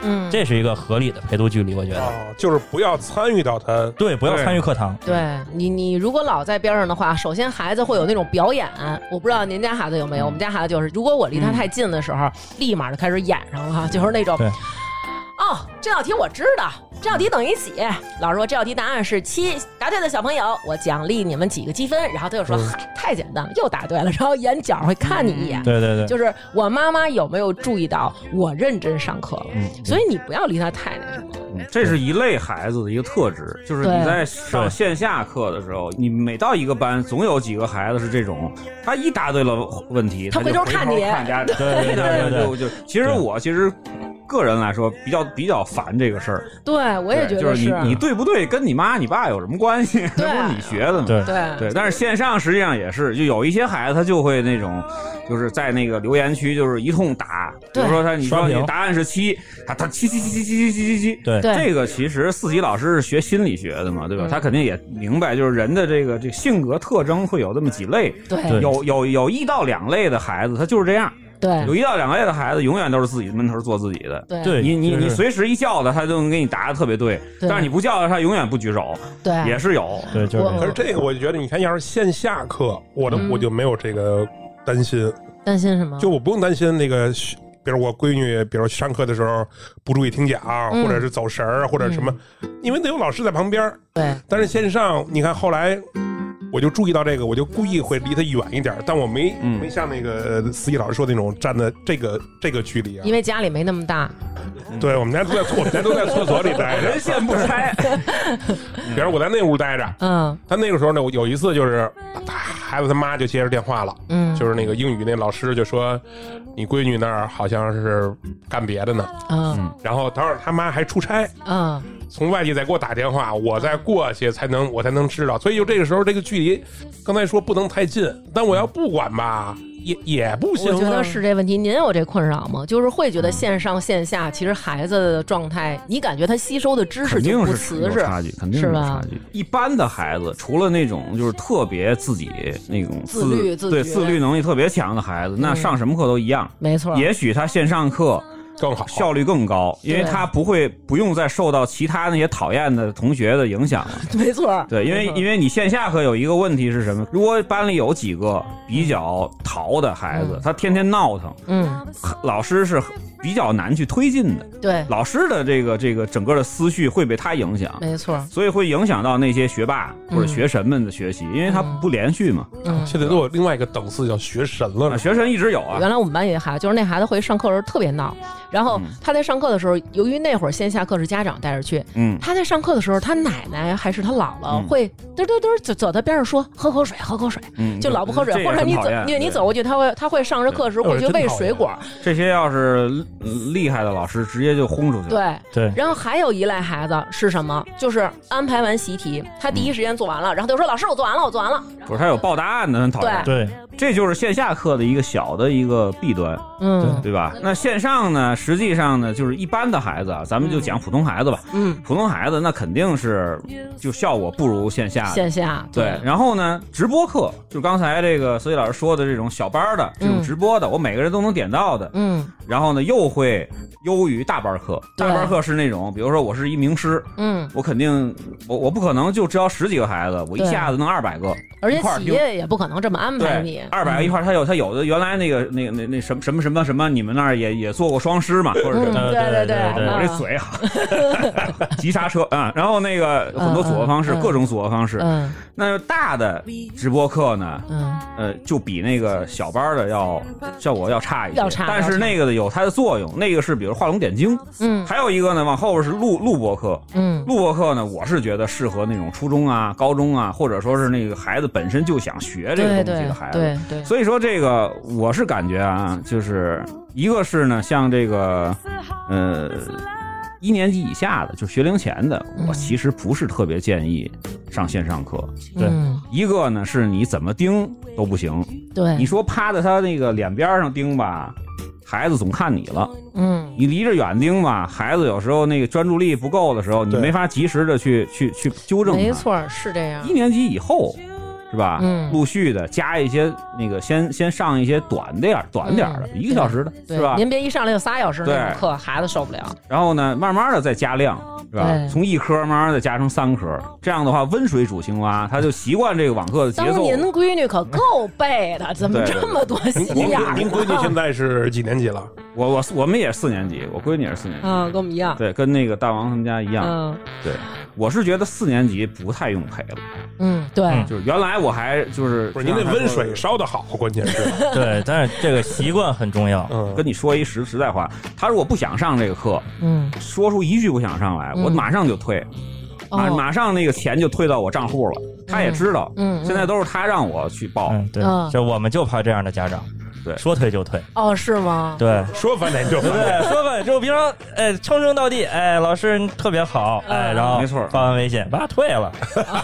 [SPEAKER 3] 嗯
[SPEAKER 6] 这是一个合理的陪读距离，我觉得。
[SPEAKER 4] 哦，就是不要参与到他
[SPEAKER 6] 对，不要
[SPEAKER 5] 对
[SPEAKER 6] 参与课堂。
[SPEAKER 3] 对你，你如果老在边上的话，首先孩子会有那种表演，我不知道您家孩子有没有，我们家孩子就是，如果我离他太近的时候，立马就开始演上了，就是那种
[SPEAKER 6] 对，
[SPEAKER 3] 哦，这道题我知道，这道题等于几？老师说这道题答案是七，答对的小朋友，我奖励你们几个积分，然后他就说、嗨，太简单了，又答对了，然后眼角会看你一眼。
[SPEAKER 6] 嗯对对对，
[SPEAKER 3] 就是我妈妈有没有注意到我认真上课了？
[SPEAKER 6] 嗯
[SPEAKER 3] 所以你不要离他太那什么。
[SPEAKER 5] 这是一类孩子的一个特质，就是
[SPEAKER 3] 对
[SPEAKER 5] 你在上线下课的时候，你每到一个班，总有几个孩子是这种，他一答对了问题，
[SPEAKER 3] 他
[SPEAKER 5] 他
[SPEAKER 3] 回
[SPEAKER 5] 就
[SPEAKER 3] 头
[SPEAKER 5] 回头
[SPEAKER 3] 看你 <laughs>
[SPEAKER 5] 看家长，
[SPEAKER 6] 对对对对
[SPEAKER 5] 就
[SPEAKER 6] 对
[SPEAKER 5] 就其实
[SPEAKER 6] 对
[SPEAKER 5] 我其实。个人来说，比较比较烦这个事儿。
[SPEAKER 3] 对，我也觉
[SPEAKER 5] 对就
[SPEAKER 3] 得啊
[SPEAKER 5] 是你你对不对，跟你妈你爸有什么关系？
[SPEAKER 3] 对
[SPEAKER 5] 那 <laughs> 不是你学的吗？
[SPEAKER 6] 对
[SPEAKER 3] 对
[SPEAKER 5] 对，但是线上实际上也是，就有一些孩子他就会那种，就是在那个留言区就是一通打，比如
[SPEAKER 3] 对
[SPEAKER 5] 说他你
[SPEAKER 6] 刷
[SPEAKER 5] 说
[SPEAKER 6] 屏
[SPEAKER 5] 你答案是七，他他七七七七七七七七七。
[SPEAKER 6] 对
[SPEAKER 3] 对
[SPEAKER 5] 这个其实四级老师是学心理学的嘛，对吧？
[SPEAKER 3] 嗯
[SPEAKER 5] 他肯定也明白，就是人的这个这性格特征会有这么几类，
[SPEAKER 3] 对
[SPEAKER 5] 有有有一到两类的孩子他就是这样，
[SPEAKER 3] 对
[SPEAKER 5] 有一到两类的孩子永远都是自己闷头做自己的。
[SPEAKER 3] 对
[SPEAKER 6] 对，
[SPEAKER 5] 你你
[SPEAKER 6] 就是
[SPEAKER 5] 你随时一叫他，他就能给你答的特别对；
[SPEAKER 3] 对
[SPEAKER 5] 但是你不叫他，他永远不举手，
[SPEAKER 3] 对
[SPEAKER 5] 也是有。
[SPEAKER 6] 对就是这
[SPEAKER 3] 我
[SPEAKER 6] 样
[SPEAKER 4] 可是这个，我就觉得，你看，要是线下课，我的、
[SPEAKER 3] 嗯
[SPEAKER 4] 我就没有这个担心，
[SPEAKER 3] 担心什么？
[SPEAKER 4] 就我不用担心那个学，比如我闺女，比如上课的时候不注意听讲，
[SPEAKER 3] 嗯
[SPEAKER 4] 或者是走神儿，啊或者什么，因为得有老师在旁边儿。
[SPEAKER 3] 对，
[SPEAKER 5] 嗯
[SPEAKER 4] 但是线上，你看后来。我就注意到这个，我就故意会离她远一点儿，但我没、
[SPEAKER 5] 嗯
[SPEAKER 4] 没像那个呃司仪老师说的那种站的这个这个距离啊
[SPEAKER 3] 因。为家里没那么大。
[SPEAKER 4] 对，我们家都在厕，我们家都在厕所里待着
[SPEAKER 5] 人，线不拆，
[SPEAKER 4] 比如我在那屋待着，
[SPEAKER 3] 嗯
[SPEAKER 4] 他那个时候呢，我有一次就是他孩子他妈就接着电话了，
[SPEAKER 3] 嗯，
[SPEAKER 4] 就是那个英语那老师就说你闺女那儿好像是干别的呢，
[SPEAKER 3] 嗯
[SPEAKER 4] 然后当时他妈还出差，
[SPEAKER 3] 嗯
[SPEAKER 4] 从外地再给我打电话，我再过去才能我才能知道，所以就这个时候这个距离，刚才说不能太近，但我要不管吧也也不行、
[SPEAKER 3] 我
[SPEAKER 4] 啊，
[SPEAKER 3] 觉得是这问题。您有这困扰吗？就是会觉得
[SPEAKER 5] 嗯
[SPEAKER 3] 线上线下其实孩子的状态，你感觉他吸收的知识
[SPEAKER 5] 肯
[SPEAKER 3] 就
[SPEAKER 5] 定
[SPEAKER 3] 不
[SPEAKER 5] 是
[SPEAKER 3] 瓷
[SPEAKER 5] 有
[SPEAKER 3] 实。
[SPEAKER 5] 差距，肯定是
[SPEAKER 3] 是
[SPEAKER 5] 有
[SPEAKER 3] 吧
[SPEAKER 5] 差距。一般的孩子，除了那种就是特别自己那种
[SPEAKER 3] 自律自
[SPEAKER 5] 对
[SPEAKER 3] 觉
[SPEAKER 5] 自律能力特别强的孩子，那
[SPEAKER 3] 嗯
[SPEAKER 5] 上什么课都一样。
[SPEAKER 3] 没错，
[SPEAKER 5] 也许他线上课
[SPEAKER 4] 更好。
[SPEAKER 5] 效率更高，因为
[SPEAKER 3] 对
[SPEAKER 5] 他不会不用再受到其他那些讨厌的同学的影响了。
[SPEAKER 3] <laughs> 没错，嗯
[SPEAKER 5] 对，因为因为你线下课有一个问题是什么？如果班里有几个比较淘的孩子
[SPEAKER 3] 嗯，
[SPEAKER 5] 他天天闹腾，
[SPEAKER 3] 嗯，
[SPEAKER 5] 老师是比较难去推进的。
[SPEAKER 3] 对，
[SPEAKER 5] 老师的这个这个整个的思绪会被他影响，
[SPEAKER 3] 没错，
[SPEAKER 5] 所以会影响到那些学霸或者学神们的学习，因为他不连续嘛。
[SPEAKER 3] 嗯。
[SPEAKER 4] 现在都有另外一个等次叫学神了
[SPEAKER 5] 啊，，学神一直有啊
[SPEAKER 3] 原，来我们班有一孩子，就是那孩子回去上课的时候特别闹，然
[SPEAKER 5] 嗯
[SPEAKER 3] 后他在上课的时候，由于那会儿线下课是家长带着去，
[SPEAKER 5] 嗯，
[SPEAKER 3] 他在上课的时候，他奶奶还是他姥姥
[SPEAKER 5] 嗯
[SPEAKER 3] 会嘚嘚嘚走走到边上说喝口水，喝口水，
[SPEAKER 5] 嗯
[SPEAKER 3] <laughs> 就老不喝水
[SPEAKER 5] 这，也
[SPEAKER 3] 或者
[SPEAKER 5] 很
[SPEAKER 3] 你
[SPEAKER 5] 讨
[SPEAKER 3] 走
[SPEAKER 5] 厌
[SPEAKER 3] 你你
[SPEAKER 5] 对
[SPEAKER 3] 走过去，他会他会上着课时
[SPEAKER 4] 哎我
[SPEAKER 3] 过去
[SPEAKER 4] 真
[SPEAKER 3] 喂
[SPEAKER 4] 讨厌
[SPEAKER 3] 水果，
[SPEAKER 5] 这些要是嗯厉害的老师，直接就轰出去了。
[SPEAKER 3] 对。
[SPEAKER 6] 对
[SPEAKER 3] 然后还有一类孩子是什么？就是安排完习题，他第一
[SPEAKER 5] 嗯
[SPEAKER 3] 时间做完了，然后他就说：“老师，我做完了，我做完了。
[SPEAKER 5] 不是他有报答案的，很讨厌。
[SPEAKER 6] 对
[SPEAKER 5] 这就是线下课的一个小的一个弊端，”
[SPEAKER 3] 嗯
[SPEAKER 5] 对吧？那线上呢，实际上呢，就是一般的孩子啊，咱们就讲普通孩子吧。
[SPEAKER 3] 嗯，
[SPEAKER 5] 普通孩子那肯定是就效果不如线下的。
[SPEAKER 3] 线下
[SPEAKER 5] 啊对，然后呢，直播课就刚才这个所以老师说的这种小班儿的这种直播的，我每个人都能点到的，
[SPEAKER 3] 嗯
[SPEAKER 5] 然后呢又会优于大班儿课。
[SPEAKER 3] 对
[SPEAKER 5] 大班儿课是那种，比如说我是一名师，
[SPEAKER 3] 嗯，
[SPEAKER 5] 我肯定我我不可能就教十几个孩子，我一
[SPEAKER 3] 对
[SPEAKER 5] 下子弄二百个，
[SPEAKER 3] 而且
[SPEAKER 5] 一块儿
[SPEAKER 3] 企
[SPEAKER 5] 听。
[SPEAKER 3] 业也不可能这么安排嗯你
[SPEAKER 5] 对，。二百个一块儿，他有他有的原来那个那个那那什么什么什么什么，你们那儿也也做过双师嘛，或者什么
[SPEAKER 3] 嗯，
[SPEAKER 5] 的。
[SPEAKER 6] 呃
[SPEAKER 3] 对
[SPEAKER 6] 对
[SPEAKER 3] 对
[SPEAKER 6] 对对
[SPEAKER 5] 我这嘴啊，急刹车啊！然后那个很多组合方式，
[SPEAKER 3] 嗯嗯
[SPEAKER 5] 各种组合方式。
[SPEAKER 3] 嗯
[SPEAKER 5] 那大的直播课呢，
[SPEAKER 3] 嗯
[SPEAKER 5] 呃，就比那个小班的要效果要差一些，
[SPEAKER 3] 要差
[SPEAKER 5] 但
[SPEAKER 3] 要
[SPEAKER 5] 是
[SPEAKER 3] 差
[SPEAKER 5] 那个的有它的作用，那个是比如画龙点睛，
[SPEAKER 3] 嗯
[SPEAKER 5] 还有一个呢，往后是录录播课，
[SPEAKER 3] 嗯
[SPEAKER 5] 录播课呢，我是觉得适合那种初中啊、高中啊，或者说是那个孩子本身就想学这
[SPEAKER 3] 对
[SPEAKER 5] 个东西
[SPEAKER 3] 对
[SPEAKER 5] 的孩子，
[SPEAKER 3] 对对，
[SPEAKER 5] 所以说这个我是感觉啊，就是一个是呢，像这个呃一年级以下的，就学龄前的，
[SPEAKER 3] 嗯
[SPEAKER 5] 我其实不是特别建议上线上课。
[SPEAKER 6] 对
[SPEAKER 3] 嗯
[SPEAKER 5] 一个呢是你怎么盯都不行，
[SPEAKER 3] 对，
[SPEAKER 5] 你说趴在他那个脸边上盯吧，孩子总看你了；
[SPEAKER 3] 嗯
[SPEAKER 5] 你离着远盯吧，孩子有时候那个专注力不够的时候，你
[SPEAKER 4] 对
[SPEAKER 5] 没法及时的去去去纠正他。
[SPEAKER 3] 没错儿是这样
[SPEAKER 5] 一，年级以后，是吧？
[SPEAKER 3] 嗯
[SPEAKER 5] 陆续的加一些那个，先先上一些短点儿、短点儿的，
[SPEAKER 3] 嗯
[SPEAKER 5] 一个小时的，
[SPEAKER 3] 对
[SPEAKER 5] 是吧？
[SPEAKER 3] 您别一上来就仨小时那
[SPEAKER 5] 对
[SPEAKER 3] 种课，孩子受不了。
[SPEAKER 5] 然后呢，慢慢的再加量，是吧
[SPEAKER 3] 对？
[SPEAKER 5] 从一颗慢慢的加成三颗，这样的话，温水煮青蛙，他就习惯这个网课的节
[SPEAKER 3] 当
[SPEAKER 5] 奏
[SPEAKER 3] 您。闺女可够背的，怎么
[SPEAKER 5] 对对
[SPEAKER 3] 这么多
[SPEAKER 4] 您
[SPEAKER 3] 心
[SPEAKER 4] 您
[SPEAKER 3] 眼儿？啊
[SPEAKER 4] 您闺女现在是几年级了？
[SPEAKER 5] 我我我们也四年级，我闺女也是四年级，
[SPEAKER 3] 啊，跟我们一样。
[SPEAKER 5] 对，跟那个大王他们家一样。
[SPEAKER 3] 嗯
[SPEAKER 5] 对，我是觉得四年级不太用陪了，
[SPEAKER 3] 嗯，对
[SPEAKER 6] 嗯
[SPEAKER 5] 就是原来我还就是
[SPEAKER 4] 不是您
[SPEAKER 5] 前
[SPEAKER 4] 那
[SPEAKER 5] 两天
[SPEAKER 4] 温
[SPEAKER 5] 说
[SPEAKER 4] 水烧的好，关键是，
[SPEAKER 5] <laughs>
[SPEAKER 6] 对，但是这个习惯很重要。
[SPEAKER 4] 嗯，
[SPEAKER 5] 跟你说一实实在话，他如果不想上这个课，
[SPEAKER 3] 嗯，
[SPEAKER 5] 说出一句不想上来，
[SPEAKER 3] 嗯
[SPEAKER 5] 我马上就退，
[SPEAKER 4] 嗯
[SPEAKER 5] 马
[SPEAKER 3] 哦
[SPEAKER 5] 马上那个钱就退到我账户了。他也知道，
[SPEAKER 3] 嗯嗯
[SPEAKER 5] 现在都是他让我去报，
[SPEAKER 6] 嗯，对
[SPEAKER 3] 嗯，
[SPEAKER 6] 就我们就怕这样的家长，
[SPEAKER 5] 对
[SPEAKER 6] 说退就退，
[SPEAKER 3] 哦，是吗？
[SPEAKER 6] 对。
[SPEAKER 4] 说翻脸就
[SPEAKER 6] 对
[SPEAKER 4] 翻
[SPEAKER 6] 不
[SPEAKER 4] 脸。
[SPEAKER 6] 对？说反就平常，哎，称兄道弟，哎，老师你特别好，
[SPEAKER 3] 嗯
[SPEAKER 6] 哎，然后
[SPEAKER 5] 没错
[SPEAKER 6] 发完微信，爸
[SPEAKER 3] <laughs>
[SPEAKER 6] 退了。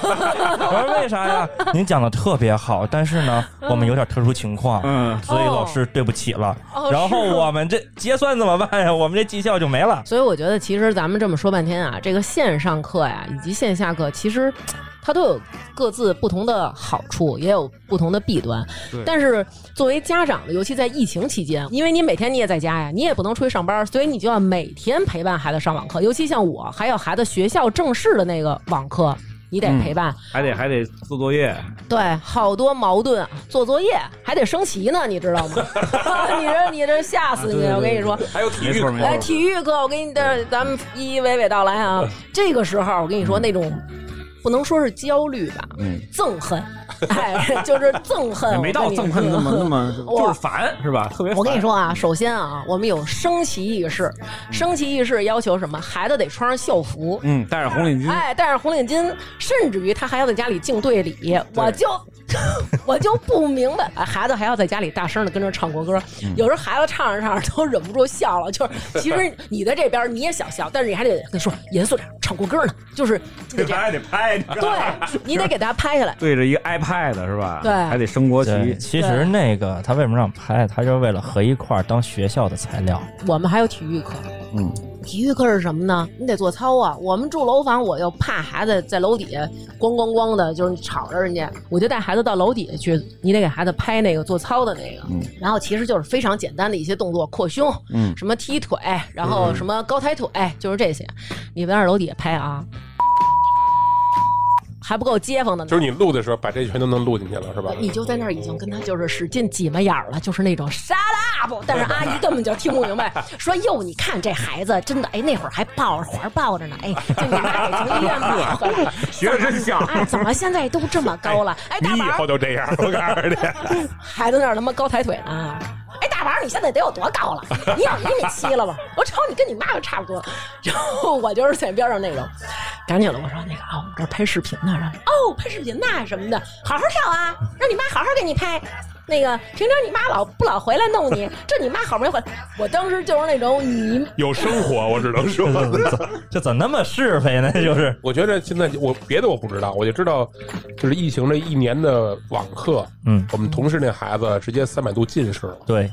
[SPEAKER 6] 我说为啥呀？您讲的特别好，但是呢，
[SPEAKER 3] 嗯
[SPEAKER 6] 我们有点特殊情况，
[SPEAKER 5] 嗯
[SPEAKER 6] 所以老师对不起了。
[SPEAKER 3] 哦
[SPEAKER 6] 然后
[SPEAKER 3] 是
[SPEAKER 6] 我们这结算怎么办呀？我们这绩效就没了。
[SPEAKER 3] 所以我觉得，其实咱们这么说半天啊，这个线上课呀，以及线下课，其实它都有各自不同的好处，也有不同的弊端。但是作为家长的，尤其在疫情期间，因为你每天你也在家呀，你也不能出去上班，所以你就要每天陪伴孩子上网课。尤其像我，还有孩子学校正式的那个网课，你得陪伴。
[SPEAKER 5] 还得还得做作业，
[SPEAKER 3] 对，好多矛盾，做作业还得升旗呢，你知道吗？ <laughs> 你这你这吓死
[SPEAKER 5] 啊
[SPEAKER 3] 你！我跟你说，
[SPEAKER 5] 还有体育，
[SPEAKER 3] 哎，体育课，我给你的，咱们一一娓娓道来啊。
[SPEAKER 5] 嗯
[SPEAKER 3] 这个时候，我跟你说，那种不能说是焦虑吧，
[SPEAKER 5] 嗯，
[SPEAKER 3] 憎恨，哎， <laughs> 就是憎
[SPEAKER 5] 也
[SPEAKER 3] 恨，
[SPEAKER 5] 没到
[SPEAKER 3] 我跟
[SPEAKER 5] 憎
[SPEAKER 3] 你
[SPEAKER 5] 恨那么那
[SPEAKER 3] 说。 <laughs>
[SPEAKER 5] 么，
[SPEAKER 3] 我
[SPEAKER 5] 就是烦是吧？特别烦
[SPEAKER 3] 我跟你，说啊，首先啊，我们有升旗仪式，升旗仪式要求什么？孩子得穿上校服，
[SPEAKER 5] 嗯，戴上红
[SPEAKER 3] <laughs>
[SPEAKER 5] 领巾，
[SPEAKER 3] 哎，戴上红领巾，甚至于他还要在家里敬队礼，我就 <laughs> 我就不明白，哎孩子还要在家里大声的跟着唱国歌，有时候孩子唱着唱着都忍不住笑了，就是 <laughs> 其实你在这边你也想笑，但是你还得跟你说严肃点，唱国歌呢，就是就得这
[SPEAKER 5] <laughs>
[SPEAKER 3] 样，
[SPEAKER 5] 还得拍，你知道吗
[SPEAKER 3] 对你得给他拍下来，
[SPEAKER 5] 对着一个 iPad 是吧？
[SPEAKER 3] 对
[SPEAKER 5] 还得升国
[SPEAKER 6] 对，
[SPEAKER 5] 旗，
[SPEAKER 6] 其实那个他为什么让拍？他就是为了合一块儿当学校的材料。
[SPEAKER 3] 我们还有体育课，
[SPEAKER 5] 嗯，
[SPEAKER 3] 体育课是什么呢？你得做操啊。我们住楼房，我又怕孩子在楼底下咣咣咣的，就是吵着人家，我就带孩子到楼底下去，你得给孩子拍那个做操的那个。
[SPEAKER 5] 嗯
[SPEAKER 3] 然后其实就是非常简单的一些动作，扩胸，
[SPEAKER 5] 嗯
[SPEAKER 3] 什么踢腿，然后什么高抬腿，就是这些。你在那楼底下拍啊，还不够街坊的呢。
[SPEAKER 4] 就是你录的时候，把这全都能录进去了，是吧？
[SPEAKER 3] 你就在那儿已经跟他就是使劲挤眉眼儿了，就是那种 shut up，但是阿姨根本就听不明白，说哟，你看这孩子真的，哎，那会儿还抱着环儿抱着呢，哎，就你妈给从医院买回
[SPEAKER 4] <laughs>
[SPEAKER 3] 来，
[SPEAKER 5] 学着真像。
[SPEAKER 3] 哎，怎么现在都这么高了？哎，大
[SPEAKER 4] 你
[SPEAKER 3] 宝
[SPEAKER 4] 以
[SPEAKER 3] 儿
[SPEAKER 4] 后就这样，我告诉你。
[SPEAKER 3] 孩子那儿他妈高抬腿呢。哎，大宝，你现在得有多高了？你有一米七了吧？我瞅你跟你妈妈差不多。然后我就是在边上那种，赶紧了，我说那个啊，我们这儿拍视频呢，然后哦，拍视频呐什么的，好好跳啊，让你妈好好给你拍。那个平常你妈老不老回来弄你，这你妈好不容易回来，我当时就是那种你
[SPEAKER 4] 有生活，我只能说。
[SPEAKER 6] <laughs> 这怎么那么是非呢？
[SPEAKER 3] 嗯
[SPEAKER 6] 就是，
[SPEAKER 4] 我觉得现在我别的我不知道，我就知道，就是疫情这一年的网课，
[SPEAKER 6] 嗯，
[SPEAKER 4] 我们同事那孩子直接三百度近视了。
[SPEAKER 6] 对，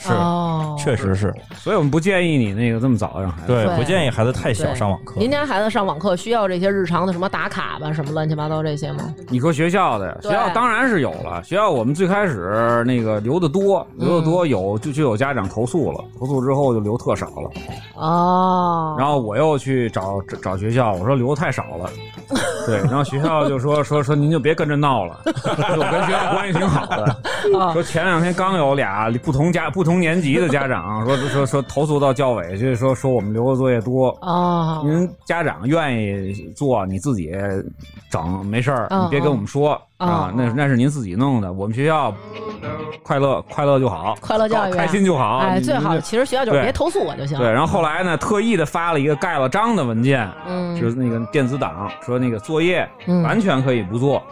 [SPEAKER 3] 是哦
[SPEAKER 6] 确实是，
[SPEAKER 5] 所以我们不建议你那个这么早让孩子。
[SPEAKER 6] 对，
[SPEAKER 3] 对
[SPEAKER 6] 不建议孩子太小
[SPEAKER 3] 对
[SPEAKER 6] 上网课。
[SPEAKER 3] 您家孩子上网课需要这些日常的什么打卡吧，什么乱七八糟这些吗？
[SPEAKER 5] 你说学校的，
[SPEAKER 3] 嗯对
[SPEAKER 5] 学校当然是有了。学校我们最开始儿那个留的多，
[SPEAKER 3] 嗯
[SPEAKER 5] 留的多有就就有家长投诉了，投诉之后就留特少了。
[SPEAKER 3] 哦，
[SPEAKER 5] 然后我又去找找找学校，我说留的太少
[SPEAKER 3] <laughs>
[SPEAKER 5] 了，对，然后学校就说说说您就别跟着闹了，我跟学校关系挺好
[SPEAKER 3] <laughs>
[SPEAKER 5] 的，
[SPEAKER 3] 哦
[SPEAKER 5] 说前两天刚有俩不同家不同年级的家长说说说投诉到教委去，说说我们留的作业多。
[SPEAKER 3] 哦，
[SPEAKER 5] 您家长愿意做，你自己整没事儿，
[SPEAKER 3] 嗯
[SPEAKER 5] 你别跟我们说、
[SPEAKER 3] 嗯
[SPEAKER 5] 啊
[SPEAKER 3] 嗯，
[SPEAKER 5] 那那是您自己弄的。我们学校快乐快乐就好，
[SPEAKER 3] 快乐教育啊
[SPEAKER 5] 开心就好，
[SPEAKER 3] 哎，
[SPEAKER 5] 你
[SPEAKER 3] 最好
[SPEAKER 5] 你
[SPEAKER 3] 其实学校就是
[SPEAKER 5] 对
[SPEAKER 3] 别投诉我就行。
[SPEAKER 5] 对，然后后来呢，特意的发了一个盖了章的文件，
[SPEAKER 3] 嗯
[SPEAKER 5] 就是那个电子档，说那个作业
[SPEAKER 3] 嗯
[SPEAKER 5] 完全可以不做。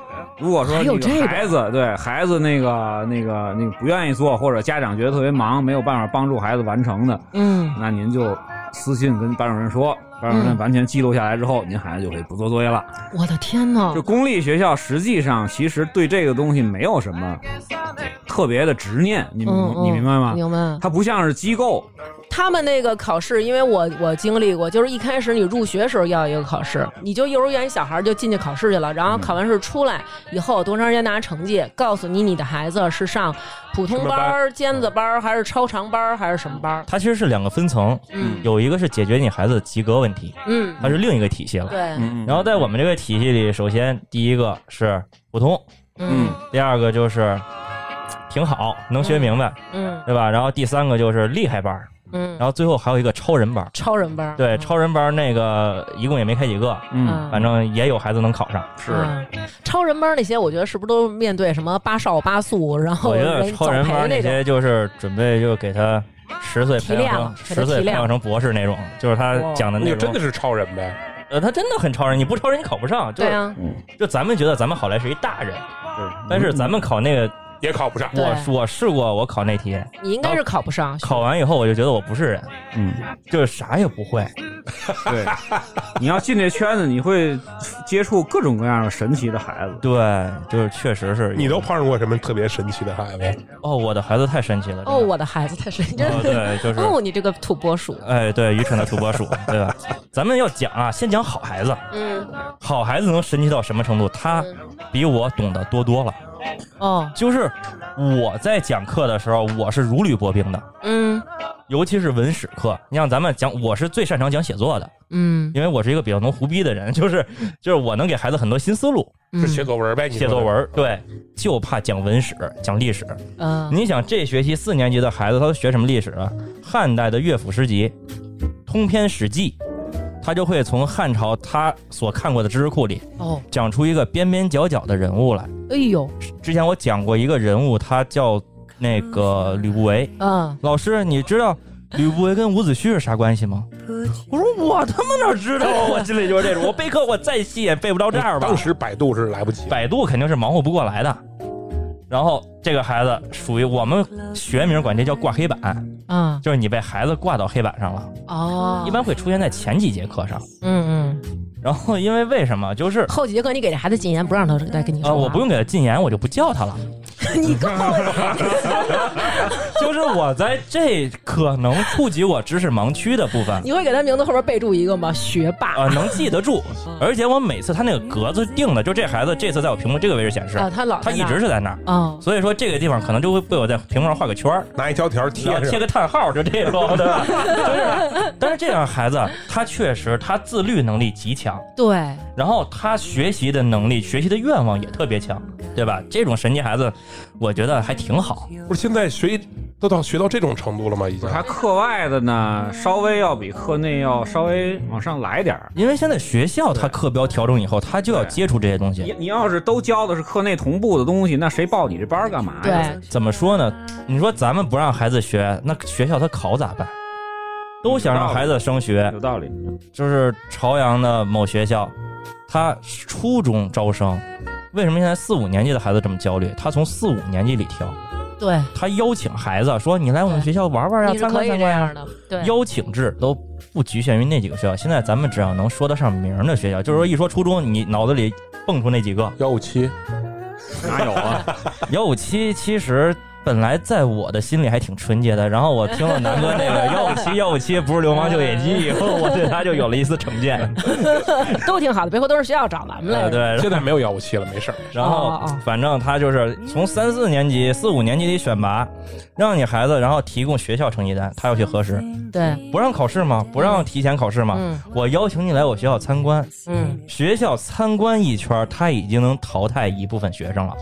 [SPEAKER 5] 如果说
[SPEAKER 3] 还有
[SPEAKER 5] 那
[SPEAKER 3] 这个
[SPEAKER 5] 个孩子对孩子那个那个那个不愿意做，或者家长觉得特别忙，没有办法帮助孩子完成的，
[SPEAKER 3] 嗯，
[SPEAKER 5] 那您就私信跟班主任说，班主任
[SPEAKER 3] 嗯
[SPEAKER 5] 完全记录下来之后，您孩子就可以不做作业了。
[SPEAKER 3] 我的天呐
[SPEAKER 5] 就，公立学校实际上其实对这个东西没有什么特别的执念，你明
[SPEAKER 3] 嗯，
[SPEAKER 5] 你明白吗？
[SPEAKER 3] 明白。
[SPEAKER 5] 它不像是机构，
[SPEAKER 3] 他们那个考试，因为我我经历过，就是一开始你入学时候要一个考试，你就幼儿园小孩就进去考试去了，然后考完试出来以后多长时间拿成绩，告诉你你的孩子是上普通班儿、尖子班儿还是超长班儿还是什么班儿。
[SPEAKER 6] 它其实是两个分层，
[SPEAKER 3] 嗯
[SPEAKER 6] 有一个是解决你孩子的及格问题，
[SPEAKER 3] 嗯，
[SPEAKER 6] 它是另一个体系了。
[SPEAKER 3] 对，
[SPEAKER 5] 嗯
[SPEAKER 6] 然后在我们这个体系里，首先第一个是普通，
[SPEAKER 3] 嗯
[SPEAKER 6] 第二个就是挺好，能学明白，
[SPEAKER 3] 嗯
[SPEAKER 6] 对吧？然后第三个就是厉害班儿，
[SPEAKER 3] 嗯
[SPEAKER 6] 然，后最后还有一个超人班儿。
[SPEAKER 3] 超人班儿。
[SPEAKER 6] 对，
[SPEAKER 3] 嗯
[SPEAKER 6] 超人班儿那个一共也没开几个，
[SPEAKER 5] 嗯，
[SPEAKER 6] 反正也有孩子能考上。
[SPEAKER 5] 是
[SPEAKER 3] 嗯超人班儿那些，我觉得是不是都面对什么八少八速，然 <laughs> 后
[SPEAKER 6] 我觉得
[SPEAKER 3] 人
[SPEAKER 6] 超人
[SPEAKER 3] 早
[SPEAKER 6] 班
[SPEAKER 3] 培
[SPEAKER 6] 儿那
[SPEAKER 3] 那种
[SPEAKER 6] 些就是准备就给他十岁培
[SPEAKER 3] 提炼
[SPEAKER 6] 养
[SPEAKER 3] 了给
[SPEAKER 6] 成
[SPEAKER 3] 他
[SPEAKER 6] 十岁
[SPEAKER 3] 提
[SPEAKER 6] 培
[SPEAKER 3] 炼
[SPEAKER 6] 养成博士那种，就是他
[SPEAKER 3] 哇
[SPEAKER 6] 讲的
[SPEAKER 4] 那
[SPEAKER 6] 内
[SPEAKER 4] 就真
[SPEAKER 6] 容
[SPEAKER 4] 的。是超人呗，
[SPEAKER 6] 呃，他真的很超人，你不超人你考不上。就
[SPEAKER 3] 对
[SPEAKER 6] 是
[SPEAKER 3] 啊，
[SPEAKER 6] 就咱们觉得咱们好赖是一大人，
[SPEAKER 4] 嗯
[SPEAKER 6] 但是咱们考那个，
[SPEAKER 4] 也考不上。
[SPEAKER 3] 对
[SPEAKER 6] 我我试过我考那题，
[SPEAKER 3] 你应该是考不上。
[SPEAKER 6] 考完以后我就觉得我不是人，
[SPEAKER 5] 嗯。
[SPEAKER 6] 就是啥也不会。
[SPEAKER 5] 对，你要进这圈子，你会接触各种各样的神奇的孩子。
[SPEAKER 6] 对，就是确实是有。
[SPEAKER 4] 你都碰上过什么特别神奇的孩子？
[SPEAKER 6] 哦，我的孩子太神奇了。
[SPEAKER 3] 哦，
[SPEAKER 6] 真的
[SPEAKER 3] 我的孩子太神真
[SPEAKER 6] 哦对，就是
[SPEAKER 3] 哦，你这个土拨鼠。
[SPEAKER 6] 哎，对，愚蠢的土拨 <laughs> 鼠，对吧？咱们要讲啊，先讲好孩子，
[SPEAKER 3] 嗯，
[SPEAKER 6] 好孩子能神奇到什么程度？他比我懂得多多了。
[SPEAKER 3] 哦，
[SPEAKER 6] 就是我在讲课的时候，我是如履薄冰的，
[SPEAKER 3] 嗯
[SPEAKER 6] 尤其是文史课。你像咱们讲，我是最擅长讲写作的，
[SPEAKER 3] 嗯，
[SPEAKER 6] 因为我是一个比较能胡逼的人， <laughs> 就是就是我能给孩子很多新思路，
[SPEAKER 3] 嗯
[SPEAKER 4] 是写作文呗？你
[SPEAKER 6] 写
[SPEAKER 4] 说的
[SPEAKER 6] 作文儿。对，就怕讲文史、讲历史。
[SPEAKER 3] 嗯
[SPEAKER 6] 你想，这学期四年级的孩子，他都学什么历史啊？汉代的乐府诗集，通篇《史记》，他就会从汉朝他所看过的知识库里
[SPEAKER 3] 哦，
[SPEAKER 6] 讲出一个边边角角的人物来。
[SPEAKER 3] 哎呦，
[SPEAKER 6] 之前我讲过一个人物，他叫那个吕不韦。
[SPEAKER 3] 嗯，
[SPEAKER 6] 老师，你知道吕不韦跟伍子胥是啥关系吗？我说我他妈哪知道啊！我心里就是这种，我备课我再细也背不到这儿吧。
[SPEAKER 4] 当时百度是来不及，
[SPEAKER 6] 百度肯定是忙活不过来的。然后这个孩子属于我们学名管这叫挂黑板，
[SPEAKER 3] 嗯，
[SPEAKER 6] 就是你被孩子挂到黑板上了，
[SPEAKER 3] 哦，
[SPEAKER 6] 一般会出现在前几节课上。
[SPEAKER 3] 嗯嗯，
[SPEAKER 6] 然后因为为什么
[SPEAKER 3] <laughs>
[SPEAKER 6] 就是。
[SPEAKER 3] 后几节课你给这孩子禁言，不让他再跟你说
[SPEAKER 6] 呃，
[SPEAKER 3] 话。
[SPEAKER 6] 我不用给他禁言，我就不叫他了。
[SPEAKER 3] <laughs> 你够了，
[SPEAKER 6] 就是我在这可能触及我知识盲区的部分，
[SPEAKER 3] 你会给他名字后边备注一个吗？学霸
[SPEAKER 6] 呃，能记得住。
[SPEAKER 3] 嗯
[SPEAKER 6] 而且我每次他那个格子定的，就这孩子这次在我屏幕这个位置显示，
[SPEAKER 3] 啊，他老
[SPEAKER 6] 他一直是在那儿。
[SPEAKER 3] 哦，
[SPEAKER 6] 所以说这个地方可能就会被我在屏幕上画个圈儿，
[SPEAKER 4] 拿一胶条贴
[SPEAKER 6] 然后贴
[SPEAKER 4] 上。
[SPEAKER 6] 个叹号，就这 <laughs> 种，对吧？就是，但是这样孩子，他确实他自律能力极强，
[SPEAKER 3] 对，
[SPEAKER 6] 然后他学习的能力、学习的愿望也特别强，对吧？这种神奇孩子，我觉得还挺好。
[SPEAKER 4] 不是现在学都到学到这种程度了吗？已经
[SPEAKER 5] 他课外的呢，稍微要比课内要稍微往上来点儿。
[SPEAKER 6] 因为现在学校他课标调整以后，他就要
[SPEAKER 5] 对
[SPEAKER 6] 接触这些东
[SPEAKER 5] 你
[SPEAKER 6] 西。
[SPEAKER 5] 你要是都教的是课内同步的东西，那谁报你这班儿干嘛呀？
[SPEAKER 3] 对，
[SPEAKER 6] 怎么说呢？你说咱们不让孩子学，那学校他考咋办？都想让孩子升学，
[SPEAKER 5] 有道理。
[SPEAKER 6] 就是朝阳的某学校，他初中招生，为什么现在四五年级的孩子这么焦虑？他从四五年级里挑，
[SPEAKER 3] 对，
[SPEAKER 6] 他邀请孩子说：“你来我们学校玩玩呀，
[SPEAKER 3] 你是
[SPEAKER 6] 参
[SPEAKER 3] 可
[SPEAKER 6] 观
[SPEAKER 3] 以这
[SPEAKER 6] 参观
[SPEAKER 3] 样
[SPEAKER 6] 呀。
[SPEAKER 3] 的，对”，
[SPEAKER 6] 邀请制都不局限于那几个学校，现在咱们只要能说得上名儿的学校，就是说一说初中，你脑子里
[SPEAKER 3] <laughs>
[SPEAKER 6] 蹦出那几个
[SPEAKER 4] 幺五七
[SPEAKER 5] 哪有啊？
[SPEAKER 6] 幺五七，其实本来在我的心里还挺纯洁的，然后我听了南哥那个幺五七幺五七不是流氓就野鸡以后，我对他就有了一丝成见。
[SPEAKER 3] 都挺好的，别回都是学校找咱们来
[SPEAKER 6] 呃
[SPEAKER 3] 的。
[SPEAKER 6] 对，
[SPEAKER 4] 现在没有幺五七了，没事儿。
[SPEAKER 6] 然后
[SPEAKER 3] 哦哦哦
[SPEAKER 6] 反正他就是从三四年级、四五年级里选拔，让你孩子然后提供学校成绩单，他要去核实，
[SPEAKER 3] 对，
[SPEAKER 6] 不让考试吗？不让提前考试吗？
[SPEAKER 3] 嗯
[SPEAKER 6] 我邀请你来我学校参观，
[SPEAKER 3] 嗯，
[SPEAKER 6] 学校参观一圈，他已经能淘汰一部分学生了。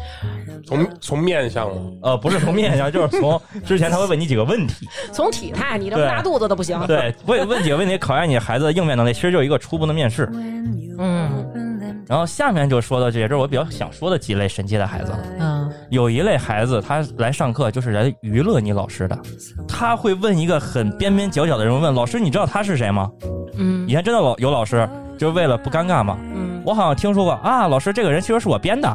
[SPEAKER 4] 从从面相嘛，
[SPEAKER 6] 呃，不是从面相，就是从之前他会问你几个
[SPEAKER 3] <laughs>
[SPEAKER 6] 问题，
[SPEAKER 3] 从体态，你这
[SPEAKER 6] 对
[SPEAKER 3] 么大肚子都不行。
[SPEAKER 6] 对，问问几个问题考验你孩子的应变能力，其实就是一个初步的面试。
[SPEAKER 3] 嗯
[SPEAKER 6] 然后下面就说到这些，这是我比较想说的几类神奇的孩子。
[SPEAKER 3] 嗯，
[SPEAKER 6] 有一类孩子，他来上课就是来娱乐你老师的，他会问一个很边边角角的人问老师，你知道他是谁吗？
[SPEAKER 3] 嗯
[SPEAKER 6] 以前真的老有老师，就是为了不尴尬嘛。
[SPEAKER 3] 嗯，
[SPEAKER 6] 我好像听说过啊，老师这个人其实是我编的，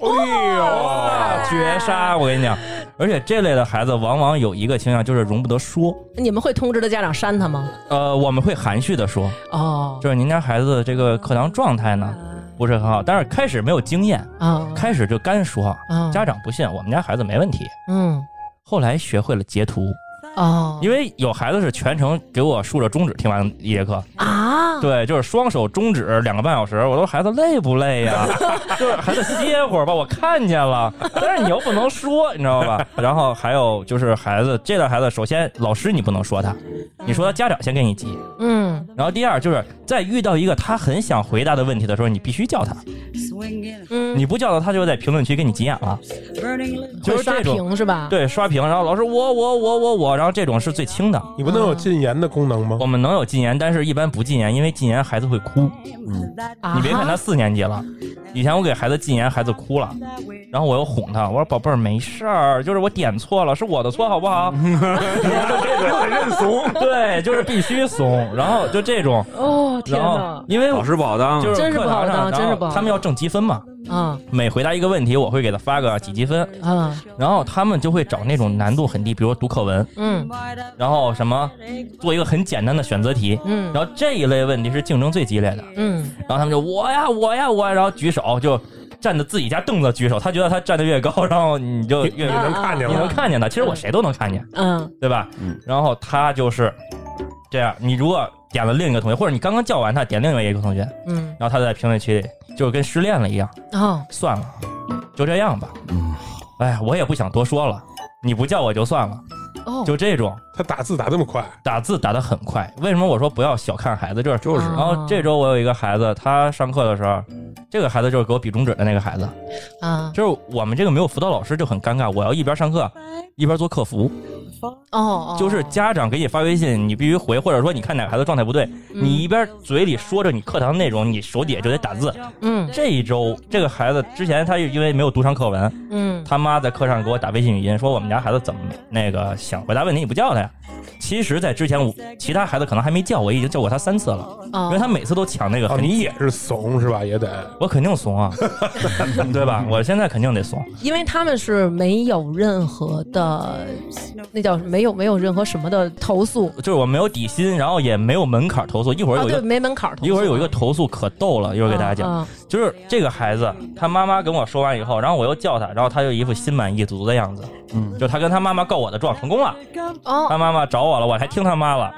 [SPEAKER 4] 哎
[SPEAKER 6] 啊，绝杀！我跟你讲，而且这类的孩子往往有一个倾向，就是容不得说。
[SPEAKER 3] 你们会通知的家长删他吗？
[SPEAKER 6] 呃，我们会含蓄的说，
[SPEAKER 3] 哦，
[SPEAKER 6] 就是您家孩子这个课堂状态呢不是很好，但是开始没有经验，
[SPEAKER 3] 啊，
[SPEAKER 6] 开始就干说，
[SPEAKER 3] 嗯
[SPEAKER 6] 家长不信，我们家孩子没问题。
[SPEAKER 3] 嗯
[SPEAKER 6] 后来学会了截图，
[SPEAKER 3] 哦，
[SPEAKER 6] 因为有孩子是全程给我竖着中指听完一节课，
[SPEAKER 3] 啊，
[SPEAKER 6] 对，就是双手中指两个半小时，我说孩子累不累
[SPEAKER 3] <laughs>
[SPEAKER 6] 呀？就是孩子歇会儿吧，我看见了，但是你又不能说，你知道吧？然后还有就是孩子这类孩子，首先老师你不能说他，你说他家长先跟你急，
[SPEAKER 3] 嗯
[SPEAKER 6] 然后第二就是在遇到一个他很想回答的问题的时候，你必须叫他，
[SPEAKER 3] 嗯，
[SPEAKER 6] 你不叫他，他就在评论区跟你急眼了，就
[SPEAKER 3] 会
[SPEAKER 6] 是
[SPEAKER 3] 刷
[SPEAKER 6] 这种。
[SPEAKER 3] 屏是吧？，
[SPEAKER 6] 对，刷屏，然后老师我
[SPEAKER 3] 嗯
[SPEAKER 6] 我我我我，然后这种是最轻的，
[SPEAKER 4] 你不能有禁言的功能吗
[SPEAKER 6] 我？们能有禁言，但是一般不禁言，因为禁言孩子会哭。
[SPEAKER 3] 啊
[SPEAKER 6] 你别看他，四年级了，以前我给孩子禁言，孩子哭了，然后我又哄他，我说宝贝儿没事儿，就是我点错了，是我的错，好
[SPEAKER 3] <laughs>
[SPEAKER 6] 不好？
[SPEAKER 5] 认怂，
[SPEAKER 6] 对，就是必须怂，然后就这种，
[SPEAKER 3] <laughs> 哦天
[SPEAKER 6] 然后
[SPEAKER 3] 哪，
[SPEAKER 6] 因为
[SPEAKER 5] <laughs> 老师不好当，啊
[SPEAKER 6] 就是
[SPEAKER 3] 真是
[SPEAKER 6] 课
[SPEAKER 3] 不好
[SPEAKER 6] 堂
[SPEAKER 3] 当
[SPEAKER 6] 上，
[SPEAKER 3] 真是
[SPEAKER 6] 然
[SPEAKER 3] 不好
[SPEAKER 6] 后他们要挣积分嘛，
[SPEAKER 3] 啊
[SPEAKER 6] 每回答一个问题，我会给他发个几积分，
[SPEAKER 3] 啊
[SPEAKER 6] 然后他们就会找那种难度很低，比如读课文，
[SPEAKER 3] 嗯
[SPEAKER 6] 然后什么做一个很简单的选择题，
[SPEAKER 3] 嗯
[SPEAKER 6] 然后这一类问题是竞争最激烈的。
[SPEAKER 3] 嗯
[SPEAKER 6] 然后他们就我呀我呀我呀，然后举手就站着自己家凳子举手，他觉得他站得越高， <laughs> 然后你就越
[SPEAKER 4] 你能看见
[SPEAKER 6] 你能
[SPEAKER 4] 了，
[SPEAKER 6] 看见他。其实我谁都能看见，
[SPEAKER 3] 嗯
[SPEAKER 6] 对吧？
[SPEAKER 5] 嗯
[SPEAKER 6] 然后他就是这样，你如果点了另一个同学，或者你刚刚叫完他点另外一个同学，
[SPEAKER 3] 嗯，
[SPEAKER 6] 然后他就在评论区里就跟失恋了一样，
[SPEAKER 3] 哦
[SPEAKER 6] 算了，就这样吧。
[SPEAKER 5] 嗯
[SPEAKER 6] 哎呀，我也不想多说了，你不叫我就算了，
[SPEAKER 3] 哦，
[SPEAKER 6] 就这种。
[SPEAKER 4] 他打字打这么快，
[SPEAKER 6] 打字打得很快，为什么我说不要小看孩子？就是
[SPEAKER 5] 就是
[SPEAKER 6] 然
[SPEAKER 3] 哦
[SPEAKER 6] 后这周我有一个孩子，他上课的时候，这个孩子就是给我比中指的那个孩子，
[SPEAKER 3] 啊
[SPEAKER 6] 就是我们这个没有辅导老师就很尴尬，我要一边上课一边做客服，
[SPEAKER 3] 哦，哦
[SPEAKER 6] 就是家长给你发微信，你必须回，或者说你看哪个孩子状态不对，
[SPEAKER 3] 嗯
[SPEAKER 6] 你一边嘴里说着你课堂内容，你手底下就得打字。
[SPEAKER 3] 嗯
[SPEAKER 6] 这一周这个孩子之前他就因为没有读上课文，
[SPEAKER 3] 嗯
[SPEAKER 6] 他妈在课上给我打微信语音说我们家孩子怎么那个想回答问题你不叫他呀？其实，在之前我其他孩子可能还没叫我，已经叫过他三次了，因为
[SPEAKER 3] 哦
[SPEAKER 6] 他每次都抢那个
[SPEAKER 4] 哦，
[SPEAKER 6] 很。
[SPEAKER 4] 你也是怂是吧？也得
[SPEAKER 6] 我肯定
[SPEAKER 4] <laughs>
[SPEAKER 6] 怂啊，对吧？我现在肯定得怂。
[SPEAKER 3] 因为他们是没有任何的，那叫没有没有任何什么的投诉
[SPEAKER 6] 就是我没有底薪，然后也没有门槛投诉。一会儿
[SPEAKER 3] 啊，
[SPEAKER 6] 有一
[SPEAKER 3] 对，
[SPEAKER 6] 个、
[SPEAKER 3] 没门槛儿投诉。啊
[SPEAKER 6] 一会儿有一个投诉可逗了，一会儿给大家讲，
[SPEAKER 3] 嗯，嗯
[SPEAKER 6] 就是这个孩子，他妈妈跟我说完以后，然后我又叫他，然后他就一副心满意足的样子，
[SPEAKER 5] 嗯，
[SPEAKER 6] 就他跟他妈妈告我的状成功了，他
[SPEAKER 3] 哦，
[SPEAKER 6] 妈妈找我了，我还听他妈了，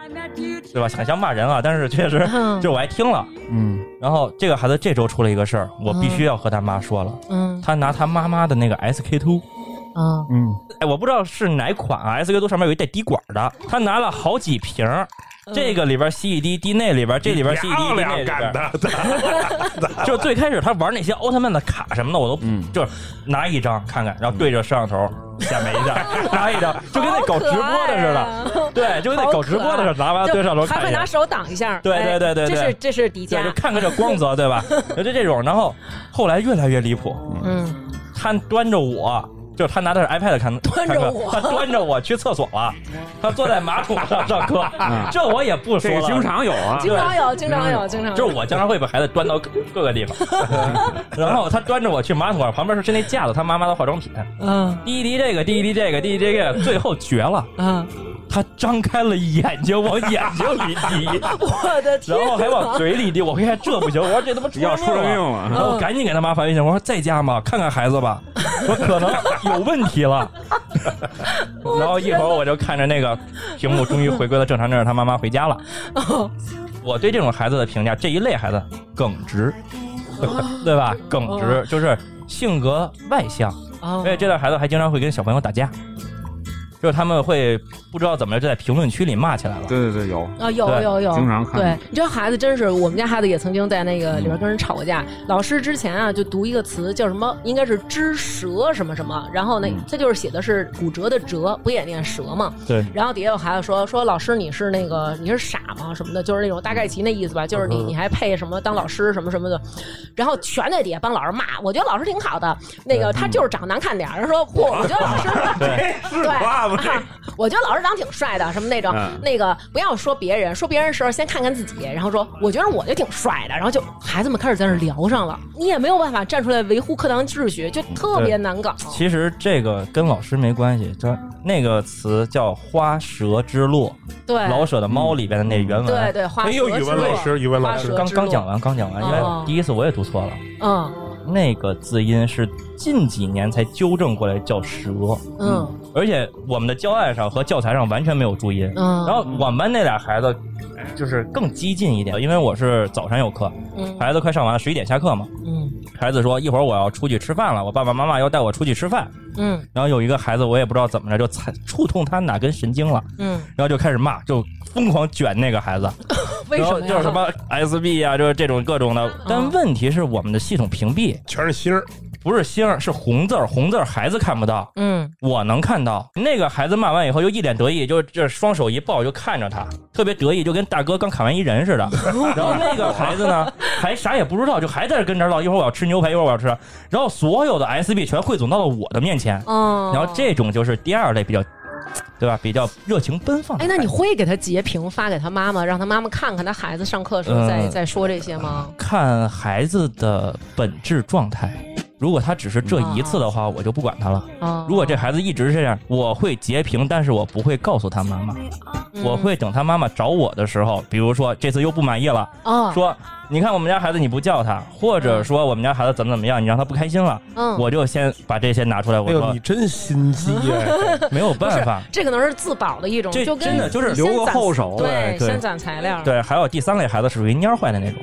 [SPEAKER 6] 对吧？很像骂人啊，但是确实
[SPEAKER 3] 嗯
[SPEAKER 6] 就我还听了。
[SPEAKER 5] 嗯，
[SPEAKER 6] 然后这个孩子这周出了一个事儿，我必须要和他妈说了。
[SPEAKER 3] 嗯
[SPEAKER 6] 他拿他妈妈的那个 SK two，
[SPEAKER 3] 嗯
[SPEAKER 6] 哎，我不知道是哪款啊，SK two 上面有一带滴管的，他拿了好几瓶儿，
[SPEAKER 3] 嗯
[SPEAKER 6] 这个里边吸一滴，滴那里边，这里边吸一滴，
[SPEAKER 4] 漂
[SPEAKER 6] 滴那
[SPEAKER 4] 亮
[SPEAKER 6] 里
[SPEAKER 4] 感
[SPEAKER 6] 边。
[SPEAKER 4] 的，
[SPEAKER 6] 就最开始他玩那些奥特曼的卡什么的，我都、
[SPEAKER 5] 嗯
[SPEAKER 6] 就是拿一张看看，然后对着摄像头显摆一
[SPEAKER 3] <laughs>
[SPEAKER 6] 下，拿一张，就跟那搞直播的似的，
[SPEAKER 3] 的，
[SPEAKER 6] 对，就跟那搞直播的似的，拿完了对着摄像头
[SPEAKER 3] 还
[SPEAKER 6] 看
[SPEAKER 3] 会
[SPEAKER 6] 一下
[SPEAKER 3] 拿。手挡一下，
[SPEAKER 6] 对对对对
[SPEAKER 3] 哎
[SPEAKER 6] 对
[SPEAKER 3] 这是这是迪
[SPEAKER 6] 对，就
[SPEAKER 3] 迦，
[SPEAKER 6] 看看这
[SPEAKER 3] <laughs>
[SPEAKER 6] 光泽，对吧？就这种，然后后来越来越离谱，
[SPEAKER 3] 嗯，
[SPEAKER 6] 他端着我，就是他拿的是 iPad 看，
[SPEAKER 3] 端着
[SPEAKER 6] 看课
[SPEAKER 3] 我
[SPEAKER 6] 他端着我去厕所了，他坐在马桶上上课，
[SPEAKER 3] <laughs>
[SPEAKER 6] 这我也不说
[SPEAKER 5] 这
[SPEAKER 6] 了。
[SPEAKER 5] 个经常有啊，
[SPEAKER 3] 嗯经常有，经常有，经常有，
[SPEAKER 6] 就是我经常会把孩子端到各各个地方，
[SPEAKER 3] <laughs>
[SPEAKER 6] 然后他端着我去马桶旁边是是那架子，他妈妈的化妆品，
[SPEAKER 3] 嗯
[SPEAKER 6] 滴一滴这个，滴一滴这个，滴一滴这个，最后绝了，
[SPEAKER 3] 嗯
[SPEAKER 6] 他他张开了眼睛往眼睛
[SPEAKER 3] <laughs>
[SPEAKER 6] 里滴，
[SPEAKER 3] 我的天
[SPEAKER 6] 然
[SPEAKER 3] 哪！
[SPEAKER 6] 后还往嘴里滴。我看这不行，我说这他妈出
[SPEAKER 5] 要出人命
[SPEAKER 6] 了。
[SPEAKER 5] 了。
[SPEAKER 6] 然后我赶紧给他妈发微信，我说在家吗？看看孩子吧，我可能有问题了。然后一会儿我就看着那个屏幕，终于回归了正常，那是他妈妈回家了。我对这种孩子的评价，这一类孩子耿直，对吧？耿直就是性格外向，
[SPEAKER 3] 啊
[SPEAKER 6] 而哎且这类孩子还经常会跟小朋友打架，就是他们会不知道怎么着就在评论区里骂起来了。
[SPEAKER 5] 对对对，有
[SPEAKER 3] 啊，有
[SPEAKER 6] 对
[SPEAKER 3] 有有，
[SPEAKER 5] 经常看
[SPEAKER 3] 对，你知道孩子真是，我们家孩子也曾经在那个里边跟人吵过架。老师之前啊，就读一个词叫什么，应该是“之蛇”什么什么，然后呢，他就是写的是骨折的“折”，不也念蛇吗？
[SPEAKER 6] 对
[SPEAKER 3] 然后底下有孩子说说老师你是那个你是傻吗什么的，就是那种大概其那意思吧，就是
[SPEAKER 6] 嗯
[SPEAKER 3] 你你还配什么当老师什么什么的，然后全在底下帮老师骂。我觉得老师挺好的，那个他就是长得难看点儿。人说不，我觉得老师 <laughs>
[SPEAKER 6] 嗯对
[SPEAKER 3] 对啊，我觉得老师长挺帅的，什么那种、
[SPEAKER 5] 嗯
[SPEAKER 3] 那个不要说别人，说别人的时候先看看自己，然后说我觉得我就挺帅的，然后就孩子们开始在那儿聊上了，你也没有办法站出来维护课堂秩序，就特别难搞。
[SPEAKER 6] 其实这个跟老师没关系，这那个词叫“花蛇之路”，
[SPEAKER 3] 对嗯
[SPEAKER 6] 老舍的《猫》里边的那原文。
[SPEAKER 3] 对对，花
[SPEAKER 4] 哎呦
[SPEAKER 3] 蛇
[SPEAKER 4] 语
[SPEAKER 3] 之
[SPEAKER 4] 文
[SPEAKER 3] 路
[SPEAKER 4] 老师语文老
[SPEAKER 3] 花
[SPEAKER 4] 师
[SPEAKER 3] 蛇
[SPEAKER 6] 刚
[SPEAKER 3] 之
[SPEAKER 6] 刚
[SPEAKER 3] 路
[SPEAKER 6] 讲完，刚讲完，因
[SPEAKER 3] 哦
[SPEAKER 6] 为第一次我也读错了，
[SPEAKER 3] 嗯
[SPEAKER 6] 那个字音是近几年才纠正过来叫蛇，
[SPEAKER 3] 嗯
[SPEAKER 6] 而且我们的教案上和教材上完全没有注音。
[SPEAKER 3] 嗯，
[SPEAKER 6] 然后我们班那俩孩子就是更激进一点，因为我是早上有课，
[SPEAKER 3] 嗯
[SPEAKER 6] 孩子快上完了，十一点下课嘛。
[SPEAKER 3] 嗯
[SPEAKER 6] 孩子说一会儿我要出去吃饭了，我爸爸妈妈要带我出去吃饭。
[SPEAKER 3] 嗯
[SPEAKER 6] 然后有一个孩子，我也不知道怎么着，就踩触痛他哪根神经了，
[SPEAKER 3] 嗯，
[SPEAKER 6] 然后就开始骂，就疯狂卷那个孩子，
[SPEAKER 3] 为什
[SPEAKER 6] 然后
[SPEAKER 3] 么
[SPEAKER 6] 就是
[SPEAKER 3] 呀？嗯
[SPEAKER 6] 什么 SB 啊，就是这种各种的。但问题是，我们的系统屏蔽
[SPEAKER 4] <laughs> 全是星儿，
[SPEAKER 6] 不是星儿，是红字儿，红字儿孩子看不到，
[SPEAKER 3] 嗯
[SPEAKER 6] 我能看到。那个孩子骂完以后，就一脸得意，就这双手一抱，就看着他，特别得意，就跟大哥刚砍完一人似
[SPEAKER 3] <laughs>
[SPEAKER 6] 的。然后那个孩子呢，还啥也不知道，就还在这跟这儿唠，一会儿我要吃牛排，一会儿我要吃。然后所有的 SB 全汇总到了我的面前。
[SPEAKER 3] 嗯，
[SPEAKER 6] 然后这种就是第二类比较，对吧？比较热情奔放的
[SPEAKER 3] 哎，
[SPEAKER 6] 孩子。
[SPEAKER 3] 那你会给他截屏发给他妈妈，让他妈妈看看他孩子上课的时候在
[SPEAKER 6] 嗯
[SPEAKER 3] 在说这些吗？
[SPEAKER 6] 看孩子的本质状态。如果他只是这一次的
[SPEAKER 3] 嗯
[SPEAKER 6] 话，我就不管他了。
[SPEAKER 3] 啊，
[SPEAKER 6] 如果这孩子一直是这样，我会截屏，但是我不会告诉他妈妈，
[SPEAKER 3] 嗯
[SPEAKER 6] 我会等他妈妈找我的时候，比如说这次又不满意了，
[SPEAKER 3] 啊，
[SPEAKER 6] 说你看我们家孩子你不叫他，或者说我们家孩子怎么怎么样，你让他不开心了，
[SPEAKER 3] 嗯，
[SPEAKER 6] 我就先把这些拿出来，我
[SPEAKER 4] 哎呦，
[SPEAKER 6] 说
[SPEAKER 4] 你真心机
[SPEAKER 6] <laughs>
[SPEAKER 4] 耶！
[SPEAKER 6] 没有办法。
[SPEAKER 3] 这可能是自保的一种，
[SPEAKER 6] 这
[SPEAKER 3] 就跟
[SPEAKER 6] 真的就是
[SPEAKER 3] 你先
[SPEAKER 5] 留个
[SPEAKER 3] 攒
[SPEAKER 5] 后手
[SPEAKER 3] 对，
[SPEAKER 6] 对对
[SPEAKER 3] 先攒材料。，
[SPEAKER 6] 对，还有第三类孩子是属于蔫坏的那种，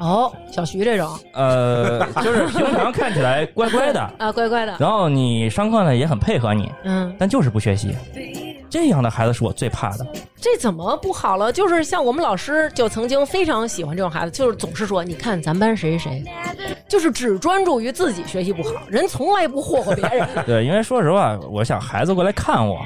[SPEAKER 3] 哦，小徐这种
[SPEAKER 6] 呃，就是平常看起来乖
[SPEAKER 3] <laughs>
[SPEAKER 6] 乖的，
[SPEAKER 3] 啊，乖乖的，
[SPEAKER 6] 然后你上课呢也很配合你，
[SPEAKER 3] 嗯，
[SPEAKER 6] 但就是不学习。这样的孩子是我最怕的。
[SPEAKER 3] 这怎么不好了？就是像我们老师就曾经非常喜欢这种孩子，就是总是说，你看咱班谁谁，就是只专注于自己学习不好，人从来不霍霍别人。
[SPEAKER 6] <laughs> 对，因为说实话，我想孩子过来看我，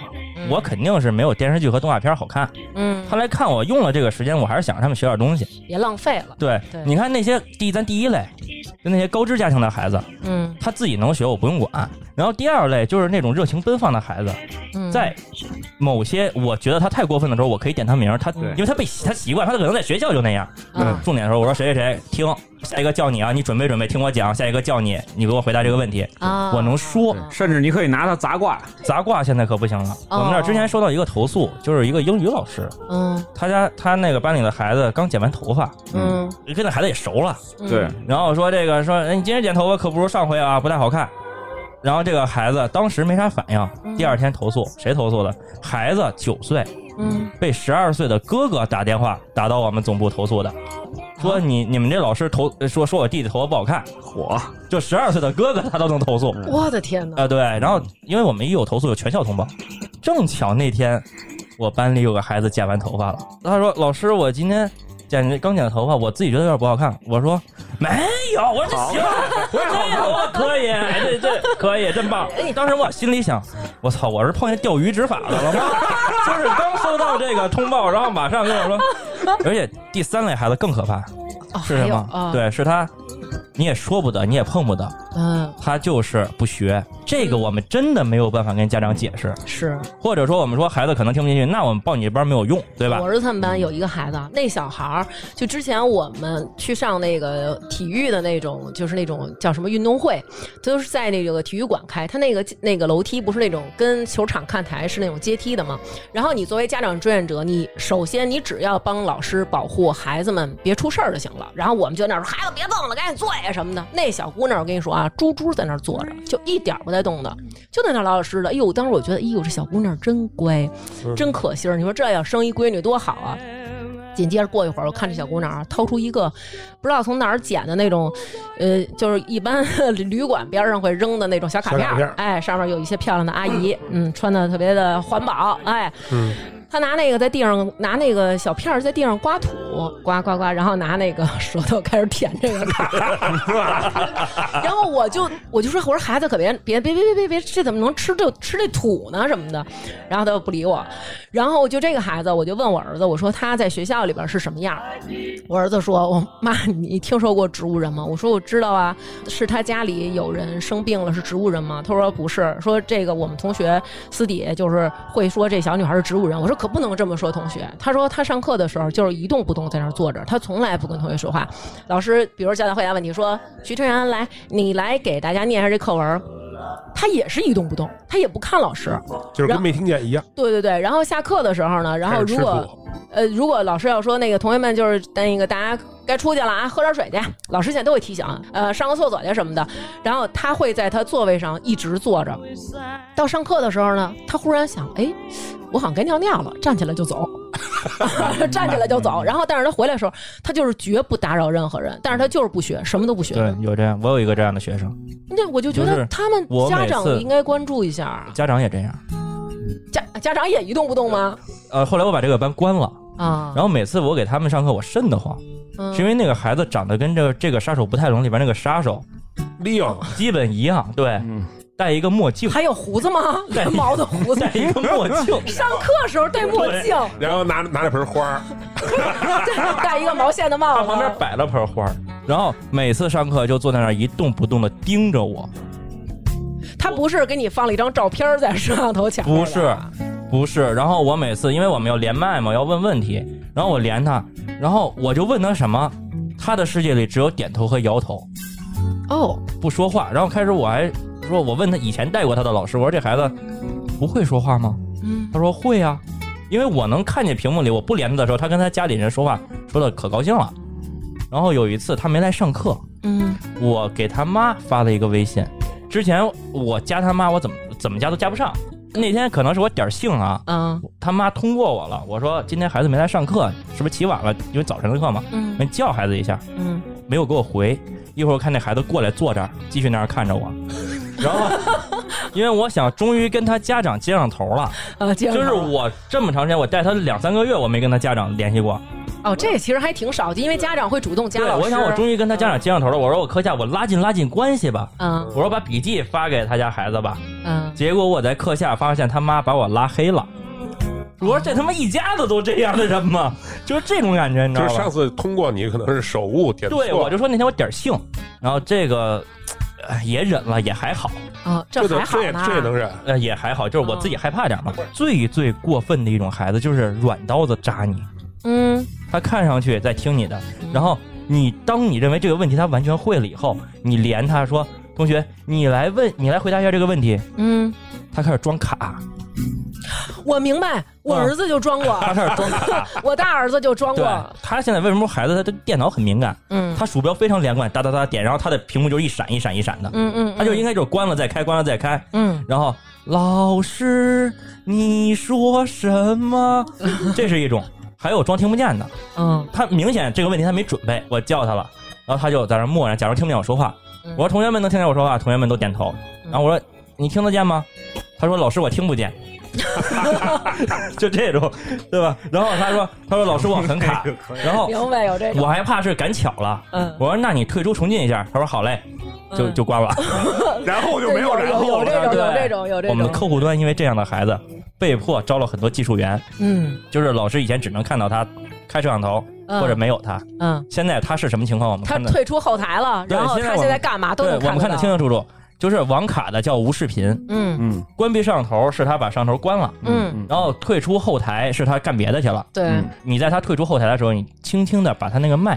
[SPEAKER 6] 我肯定是没有电视剧和动画片好看。
[SPEAKER 3] 嗯，
[SPEAKER 6] 他来看我，用了这个时间，我还是想让他们学点东西。
[SPEAKER 3] 别浪费了。
[SPEAKER 6] 对，
[SPEAKER 3] 对
[SPEAKER 6] 你看那些第咱第一类，就那些高知家庭的孩子，
[SPEAKER 3] 嗯，
[SPEAKER 6] 他自己能学，我不用管。然后第二类就是那种热情奔放的孩子，
[SPEAKER 3] 嗯
[SPEAKER 6] 在某些我觉得他太过分的时候，我可以点他名儿，他
[SPEAKER 5] 对
[SPEAKER 6] 因为他被他习惯，他可能在学校就那样。
[SPEAKER 3] 啊
[SPEAKER 6] 重点的时候，我说谁谁谁听，下一个叫你啊，你准备准备，听我讲，下一个叫你，你给我回答这个问题。
[SPEAKER 3] 啊，
[SPEAKER 6] 我能说
[SPEAKER 5] 甚至你可以拿它砸挂，
[SPEAKER 6] 杂挂现在可不行了，
[SPEAKER 3] 哦
[SPEAKER 6] 我们那儿之前收到一个投诉，就是一个英语老师，
[SPEAKER 3] 嗯
[SPEAKER 6] 他家他那个班里的孩子刚剪完头发，
[SPEAKER 3] 嗯，
[SPEAKER 6] 跟那孩子也熟了，
[SPEAKER 3] 嗯
[SPEAKER 5] 对，
[SPEAKER 6] 然后说这个说，哎，你今天剪头发可不如上回啊，不太好看。然后这个孩子当时没啥反应，第二天投诉，谁投诉的？孩子九岁，
[SPEAKER 3] 嗯
[SPEAKER 6] 被十二岁的哥哥打电话打到我们总部投诉的，说你你们这老师头说说我弟弟头发不好看，
[SPEAKER 5] 火
[SPEAKER 6] 就十二岁的哥哥他都能投诉
[SPEAKER 3] 我的天哪，
[SPEAKER 6] 啊，对。然
[SPEAKER 3] 嗯
[SPEAKER 6] 后因为我们一有投诉有全校通报，正巧那天我班里有个孩子剪完头发了，他说老师我今天。剪刚剪的头发，我自己觉得有点不好看。我说没有，我说这行，我说这头发可以，这这可以，真棒。
[SPEAKER 3] 哎
[SPEAKER 6] 当时我心里想，我操，我是碰见钓鱼执法的了吗？ <laughs> 就是刚收到这个通报，然后马上跟我说，而且第三类孩子更可怕，
[SPEAKER 3] 哦
[SPEAKER 6] 是什
[SPEAKER 3] 还有
[SPEAKER 6] 么？
[SPEAKER 3] 啊，
[SPEAKER 6] 对，是他，你也说不得，你也碰不得，
[SPEAKER 3] 嗯，
[SPEAKER 6] 他就是不学，这个我们真的没有办法跟家长解释，
[SPEAKER 3] 是
[SPEAKER 6] 或者说我们说孩子可能听不进去，那我们报你这班没有用，对吧
[SPEAKER 3] 我？儿子他们班有一个孩子，那小孩儿就之前我们去上那个体育的那种，就是那种叫什么运动会，都是在那个体育馆开。他那个那个楼梯不是那种跟球场看台是那种阶梯的吗？然后你作为家长志愿者，你首先你只要帮老师保护孩子们别出事儿就行了。然后我们就在那儿说孩子别动了，赶紧坐呀什么的。那小姑娘我跟你说啊，猪猪在那儿坐着，就一点儿不带动的，就在那儿老老实实的。哎呦，当时我觉得，哎呦这小姑娘真乖，真可心儿。你说这要生一闺女多好啊！紧接着过一会儿，我看这小姑娘啊，掏出一个不知道从哪儿捡的那种，呃，就是一般旅馆边上会扔的那种小卡片
[SPEAKER 4] 小卡片
[SPEAKER 3] 儿
[SPEAKER 4] 儿，
[SPEAKER 3] 哎，上面有一些漂亮的阿姨，嗯，穿的特别的环保，哎，
[SPEAKER 4] 嗯，
[SPEAKER 3] 她拿那个在地上拿那个小片儿在地上刮土，刮刮刮，然后拿那个舌头开始舔这个 <laughs> 卡，然后我就我就说，我说孩子可别别别别别别别，这怎么能吃这吃这土呢什么的，然后他又不理我，然后就这个孩子，我就问我儿子，我说他在学校里边是什么样儿？我儿子说：“我妈，你听说过植物人吗？”我说：“我知道啊，是他家里有人生病了，是植物人吗？”他说：“不是，说这个我们同学私底下就是会说这小女孩是植物人。”我说：“可不能这么说，同学。”他说：“他上课的时候就是一动不动在那儿坐着，他从来不跟同学说话。老师，比如教他回答问题，说徐晨然来，你来给大家念一下这课文。”他也是一动不动，他也不看老师。
[SPEAKER 4] 就是跟没听见一样。
[SPEAKER 3] 对对对，然后下课的时候呢，然后
[SPEAKER 4] 开始
[SPEAKER 3] 如
[SPEAKER 4] 吃
[SPEAKER 3] 果
[SPEAKER 4] 土
[SPEAKER 3] 呃，如果老师要说那个同学们就是那个大家该出去了啊，喝点水去，老师现在都会提醒，呃，上个厕所去什么的。然后他会在他座位上一直坐着，到上课的时候呢，他忽然想，哎，我好像该尿尿了，站起来就
[SPEAKER 6] <laughs>
[SPEAKER 3] 走。站起来就
[SPEAKER 6] 嗯
[SPEAKER 3] 走，然后但是他回来的时候，他就是绝不打扰任何人，但是他就是不学，什么都不学。
[SPEAKER 6] 对，有这样，我有一个这样的学生，
[SPEAKER 3] 那我就觉
[SPEAKER 6] 就
[SPEAKER 3] 得
[SPEAKER 6] 是
[SPEAKER 3] 他们
[SPEAKER 6] 我
[SPEAKER 3] 家
[SPEAKER 6] 每
[SPEAKER 3] 长
[SPEAKER 6] 次
[SPEAKER 3] 应该关注一下，啊
[SPEAKER 6] 家长也这样。
[SPEAKER 3] 家家长也一动不动吗？
[SPEAKER 6] 呃，后来我把这个班关了，
[SPEAKER 3] 啊，
[SPEAKER 6] 然后每次我给他们上课，我瘆得慌，
[SPEAKER 3] 嗯
[SPEAKER 6] 是因为那个孩子长得跟这这个杀手不太冷里边那个杀手
[SPEAKER 4] 利用
[SPEAKER 3] 嗯
[SPEAKER 6] 基本一样，对，戴一个墨
[SPEAKER 3] <laughs>
[SPEAKER 6] 镜，
[SPEAKER 3] 还有胡子
[SPEAKER 6] <laughs>
[SPEAKER 3] 吗？
[SPEAKER 6] 戴
[SPEAKER 3] 毛的胡子，
[SPEAKER 6] 戴一个墨镜，
[SPEAKER 3] <laughs> 上课时候戴墨镜，
[SPEAKER 4] 然后拿拿了盆花儿，
[SPEAKER 3] 戴一个毛线的帽
[SPEAKER 6] 他
[SPEAKER 3] 子，
[SPEAKER 6] 旁边摆了盆花儿，然后每次上课就坐在那儿一动不动的盯着我，
[SPEAKER 3] 他不是给你放了一张照片儿在摄像头前面
[SPEAKER 6] 不
[SPEAKER 3] 的，
[SPEAKER 6] 是，不是。然后我每次因为我们要连麦嘛，要问问题，然后我连他，然后我就问他什么，他的世界里只有点头和摇头，
[SPEAKER 3] 哦，
[SPEAKER 6] 不说话。然后开始我还说，我问他以前带过他的老师，我说这孩子不会说话吗？
[SPEAKER 3] 嗯，
[SPEAKER 6] 他说会啊，因为我能看见屏幕里我不连他的时候，他跟他家里人说话说的可高兴了。然后有一次他没来上课，
[SPEAKER 3] 嗯，
[SPEAKER 6] 我给他妈发了一个微信，之前我加他妈，我怎么怎么加都加不上。那天可能是我点儿性啊，
[SPEAKER 3] 啊，
[SPEAKER 6] 他妈通过我了。我说今天孩子没来上课，是不是起晚了？因为早晨的课嘛，
[SPEAKER 3] 嗯
[SPEAKER 6] 你叫孩子一下，
[SPEAKER 3] 嗯，
[SPEAKER 6] 没有给我回。一会儿我看那孩子过来坐这儿，继续那儿看着我。然后， <laughs> 因为我想终于跟他家长接上头了，
[SPEAKER 3] 啊，接着
[SPEAKER 6] 就是
[SPEAKER 3] 说
[SPEAKER 6] 我这么长时间，我带他两三个月，我没跟他家长联系过。
[SPEAKER 3] 哦，这其实还挺少的，因为家长会主动加
[SPEAKER 6] 对，
[SPEAKER 3] 老师。
[SPEAKER 6] 我想我终于跟他家长接上头了。我说我课下我拉近拉近关系吧，
[SPEAKER 3] 嗯
[SPEAKER 6] 我说把笔记发给他家孩子吧。
[SPEAKER 3] 嗯，
[SPEAKER 6] 结果我在课下发现他妈把我拉黑了。我说这他妈一家子都这样的人吗？ <laughs> 就是这种感觉，你知
[SPEAKER 4] 就是
[SPEAKER 6] 道
[SPEAKER 4] 上
[SPEAKER 6] 吧？
[SPEAKER 4] 次通过你可能是手误点错，
[SPEAKER 6] 对，我就说那天我点儿性，然后这个哎也忍了，也还好，
[SPEAKER 3] 啊，这
[SPEAKER 4] 这
[SPEAKER 3] 还
[SPEAKER 4] 能
[SPEAKER 3] 好
[SPEAKER 4] 这也
[SPEAKER 3] 呢，
[SPEAKER 4] 这也能忍。
[SPEAKER 6] 呃也还好，就是我自己害怕点儿嘛。
[SPEAKER 4] 嗯
[SPEAKER 6] 最最过分的一种孩子就是软刀子扎你，
[SPEAKER 3] 嗯，
[SPEAKER 6] 他看上去在听你的，然后你当你认为这个问题他完全会了以后，你连他说同学，你来问，你来回答一下这个问题，
[SPEAKER 3] 嗯，
[SPEAKER 6] 他开始装卡，
[SPEAKER 3] 我明白，我
[SPEAKER 6] 嗯
[SPEAKER 3] 儿子就装过，
[SPEAKER 6] 他开始装卡。
[SPEAKER 3] <laughs> 我大儿子就装
[SPEAKER 6] 对
[SPEAKER 3] 过，
[SPEAKER 6] 他现在为什么说孩子他对电脑很敏感？
[SPEAKER 3] 嗯
[SPEAKER 6] 他鼠标非常连贯，哒哒哒点，然后他的屏幕就是一闪一闪一闪的，
[SPEAKER 3] 嗯嗯，
[SPEAKER 6] 他就应
[SPEAKER 3] 该
[SPEAKER 6] 该就是关了再开，关了再开，
[SPEAKER 3] 嗯
[SPEAKER 6] 然后老师你说什么？
[SPEAKER 3] <laughs>
[SPEAKER 6] 这是一种，还有装听不见的，
[SPEAKER 3] 嗯
[SPEAKER 6] 他明显这个问题他没准备，我叫他了，然后他就在那儿默然，假装听不见我说话。
[SPEAKER 3] 嗯
[SPEAKER 6] 我说同学们能听见我说话，同学们都点头，然后我说你听得见吗？他说老师我听不见。 <laughs> 就这种，对吧？然后他说：“他说老师我很卡。”然后
[SPEAKER 3] 明白有这
[SPEAKER 6] 哦我
[SPEAKER 3] 种，
[SPEAKER 6] 还怕是赶巧了，
[SPEAKER 3] 嗯
[SPEAKER 6] 我说那你退出重进一下，他说好嘞，就
[SPEAKER 3] 嗯
[SPEAKER 6] 就关了。
[SPEAKER 4] 然后就
[SPEAKER 3] 对
[SPEAKER 4] 没
[SPEAKER 3] 有
[SPEAKER 4] 然后
[SPEAKER 3] 有
[SPEAKER 4] 了。
[SPEAKER 3] 这种有这
[SPEAKER 6] 对
[SPEAKER 3] 种有这种，
[SPEAKER 6] 我们的客户端因为这样的孩子，被迫招了很多技术员，
[SPEAKER 3] 嗯
[SPEAKER 6] 就是老师以前只能看到他开摄像头，
[SPEAKER 3] 嗯
[SPEAKER 6] 或者没有他。
[SPEAKER 3] 嗯，
[SPEAKER 6] 现在他是什么情况？我们
[SPEAKER 3] 他
[SPEAKER 6] 看的，
[SPEAKER 3] 退出后台了，
[SPEAKER 6] 对
[SPEAKER 3] 然后
[SPEAKER 6] 现在
[SPEAKER 3] 他
[SPEAKER 6] 我
[SPEAKER 3] 现
[SPEAKER 6] 们
[SPEAKER 3] 在干嘛都
[SPEAKER 6] 对，
[SPEAKER 3] 能
[SPEAKER 6] 我们看得
[SPEAKER 3] 到
[SPEAKER 6] 清清楚楚。就是网卡的叫无视频，
[SPEAKER 3] 嗯
[SPEAKER 5] 嗯
[SPEAKER 6] 关闭摄像头是他把摄像头关了，
[SPEAKER 3] 嗯，
[SPEAKER 6] 然后退出后台是他干别的去了。
[SPEAKER 3] 对，
[SPEAKER 6] 你在他退出后台的时候，你轻轻的把他那个麦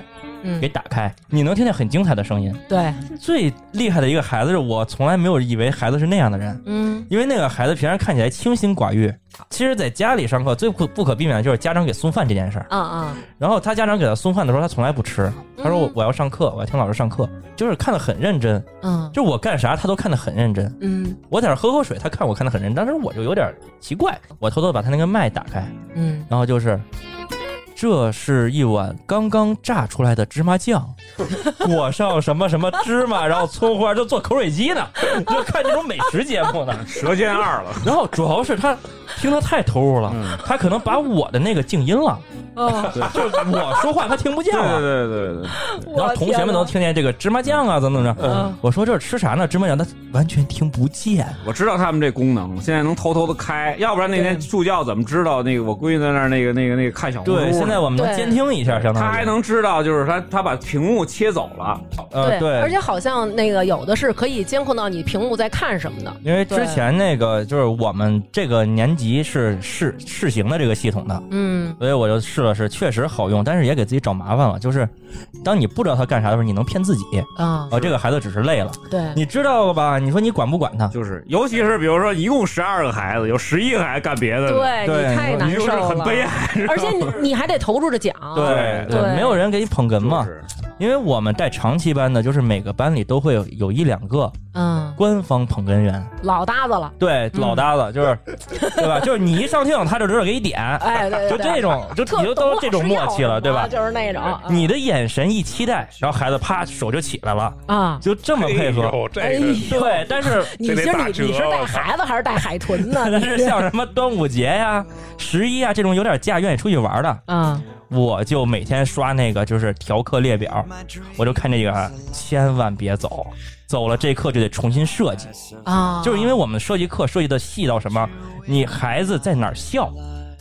[SPEAKER 6] 给
[SPEAKER 3] 嗯
[SPEAKER 6] 打开，你能听见很精彩的声音。
[SPEAKER 3] 对，
[SPEAKER 6] 最厉害的一个孩子是我从来没有以为孩子是那样的人，
[SPEAKER 3] 嗯
[SPEAKER 6] 因为那个孩子平常看起来清心寡欲。其实，在家里上课最不不可避免的就是家长给送饭这件事儿。
[SPEAKER 3] 啊啊，
[SPEAKER 6] 然后他家长给他送饭的时候，他从来不吃，他说我我要上课，我要听老师上课，就是看得很认真，
[SPEAKER 3] 嗯
[SPEAKER 6] 就是我干啥他都看得很认真。
[SPEAKER 3] 嗯
[SPEAKER 6] 我在那儿喝口水，他看我看得很认真，当时我就有点奇怪，我偷偷把他那个麦打开，
[SPEAKER 3] 嗯，
[SPEAKER 6] 然后就是，这是一碗刚刚榨出来的芝麻酱，裹上什么什么芝麻，然后葱花，就做口水鸡呢，就看这种美食节目呢。
[SPEAKER 5] 舌尖二了，
[SPEAKER 6] 然后主要是他听得太投入了，
[SPEAKER 5] 嗯
[SPEAKER 6] 他可能把我的那个静音了，
[SPEAKER 3] <laughs> 哦，
[SPEAKER 6] 就是我说话他听不见
[SPEAKER 5] 对
[SPEAKER 6] 了。
[SPEAKER 5] 对对对对，
[SPEAKER 6] 然后同学们能听见这个芝麻酱啊，怎么怎么着？
[SPEAKER 3] 嗯
[SPEAKER 6] 我说这是吃啥呢？芝麻酱他完全听不见。
[SPEAKER 5] 我知道他们这功能，现在能偷偷的开，要不然那天助教怎么知道那个我闺女在那儿那个那个那个看小红书呢？
[SPEAKER 6] 对，现在我们能
[SPEAKER 3] 对
[SPEAKER 6] 监听一下，相当于
[SPEAKER 5] 他还能知道，就是他他把屏幕切走了，
[SPEAKER 6] 呃对，
[SPEAKER 3] 而且好像那个有的是可以监控到你屏幕在看什么的，
[SPEAKER 6] 因为之前那个就是我们这个年级是试试行的这个系统的，
[SPEAKER 3] 嗯
[SPEAKER 6] 所以我就试了试，确实好用，但是也给自己找麻烦了。就是当你不知道他干啥的时候，你能骗自己
[SPEAKER 3] 啊，
[SPEAKER 6] 啊，这个孩子只是累了，
[SPEAKER 3] 对，
[SPEAKER 6] 你知道了吧？你说你管不管他？
[SPEAKER 5] 就是尤其是比如说一共十二个孩子，有十一个孩子干别的，，
[SPEAKER 3] 对
[SPEAKER 6] 对
[SPEAKER 3] 你太
[SPEAKER 5] 你
[SPEAKER 3] 难
[SPEAKER 5] 就
[SPEAKER 3] 受
[SPEAKER 5] 是
[SPEAKER 3] 了，
[SPEAKER 5] 很悲哀，
[SPEAKER 3] 而且你你还得投入着讲，
[SPEAKER 5] 对
[SPEAKER 3] <laughs>
[SPEAKER 6] 对，
[SPEAKER 3] 对
[SPEAKER 6] 没有人给你捧哏嘛
[SPEAKER 5] 就。是
[SPEAKER 6] 因为我们带长期班的，就是每个班里都会有有一两个
[SPEAKER 3] 嗯，
[SPEAKER 6] 官方捧哏员，
[SPEAKER 3] 老搭子了，
[SPEAKER 6] 对，
[SPEAKER 3] 嗯
[SPEAKER 6] 老搭子 <laughs> 就是，对吧？就是你一上镜，他就知道给你点，
[SPEAKER 3] 哎，对，
[SPEAKER 6] 就
[SPEAKER 3] 对
[SPEAKER 6] 这，种，就
[SPEAKER 3] 特
[SPEAKER 6] 你就都这种默契了，对吧？
[SPEAKER 3] 就是那种
[SPEAKER 6] 你的眼神一期待，然后孩子啪手就起来了，
[SPEAKER 3] 啊，
[SPEAKER 6] 就这么配合。
[SPEAKER 4] 哎呦，这个
[SPEAKER 6] 对，但 <laughs> 是
[SPEAKER 3] 你是
[SPEAKER 4] 这得打
[SPEAKER 3] 你
[SPEAKER 4] 折
[SPEAKER 3] 你是带
[SPEAKER 4] 我操
[SPEAKER 3] 孩子还是带海豚呢？
[SPEAKER 6] 但是
[SPEAKER 3] <laughs> 你
[SPEAKER 6] 像什么端午节呀、十一啊这种有点假愿意出去玩的，
[SPEAKER 3] 啊，
[SPEAKER 6] 我就每天刷那个就是调课列表，我就看这个，千万别走，走了这课就得重新设计，
[SPEAKER 3] 啊，
[SPEAKER 6] 就是因为我们设计课设计的细到什么，你孩子在哪儿笑，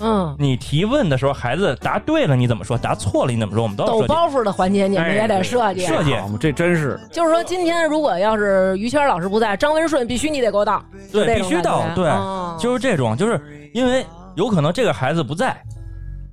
[SPEAKER 3] 嗯，
[SPEAKER 6] 你提问的时候孩子答对了你怎么说，答错了你怎么说，我们都要
[SPEAKER 3] 抖
[SPEAKER 6] 设计
[SPEAKER 3] 包袱的环节你们也得设计。
[SPEAKER 6] 哎
[SPEAKER 3] 啊
[SPEAKER 6] 设计
[SPEAKER 5] 好。嘛这真是
[SPEAKER 3] 就是说，今天如果要是于谦老师不在，张文顺必须你得给我到，就
[SPEAKER 6] 对，
[SPEAKER 3] 这
[SPEAKER 6] 必
[SPEAKER 3] 种
[SPEAKER 6] 须到
[SPEAKER 3] 感，觉
[SPEAKER 6] 对，
[SPEAKER 3] 哦
[SPEAKER 6] 就是这种，就是因为有可能这个孩子不在，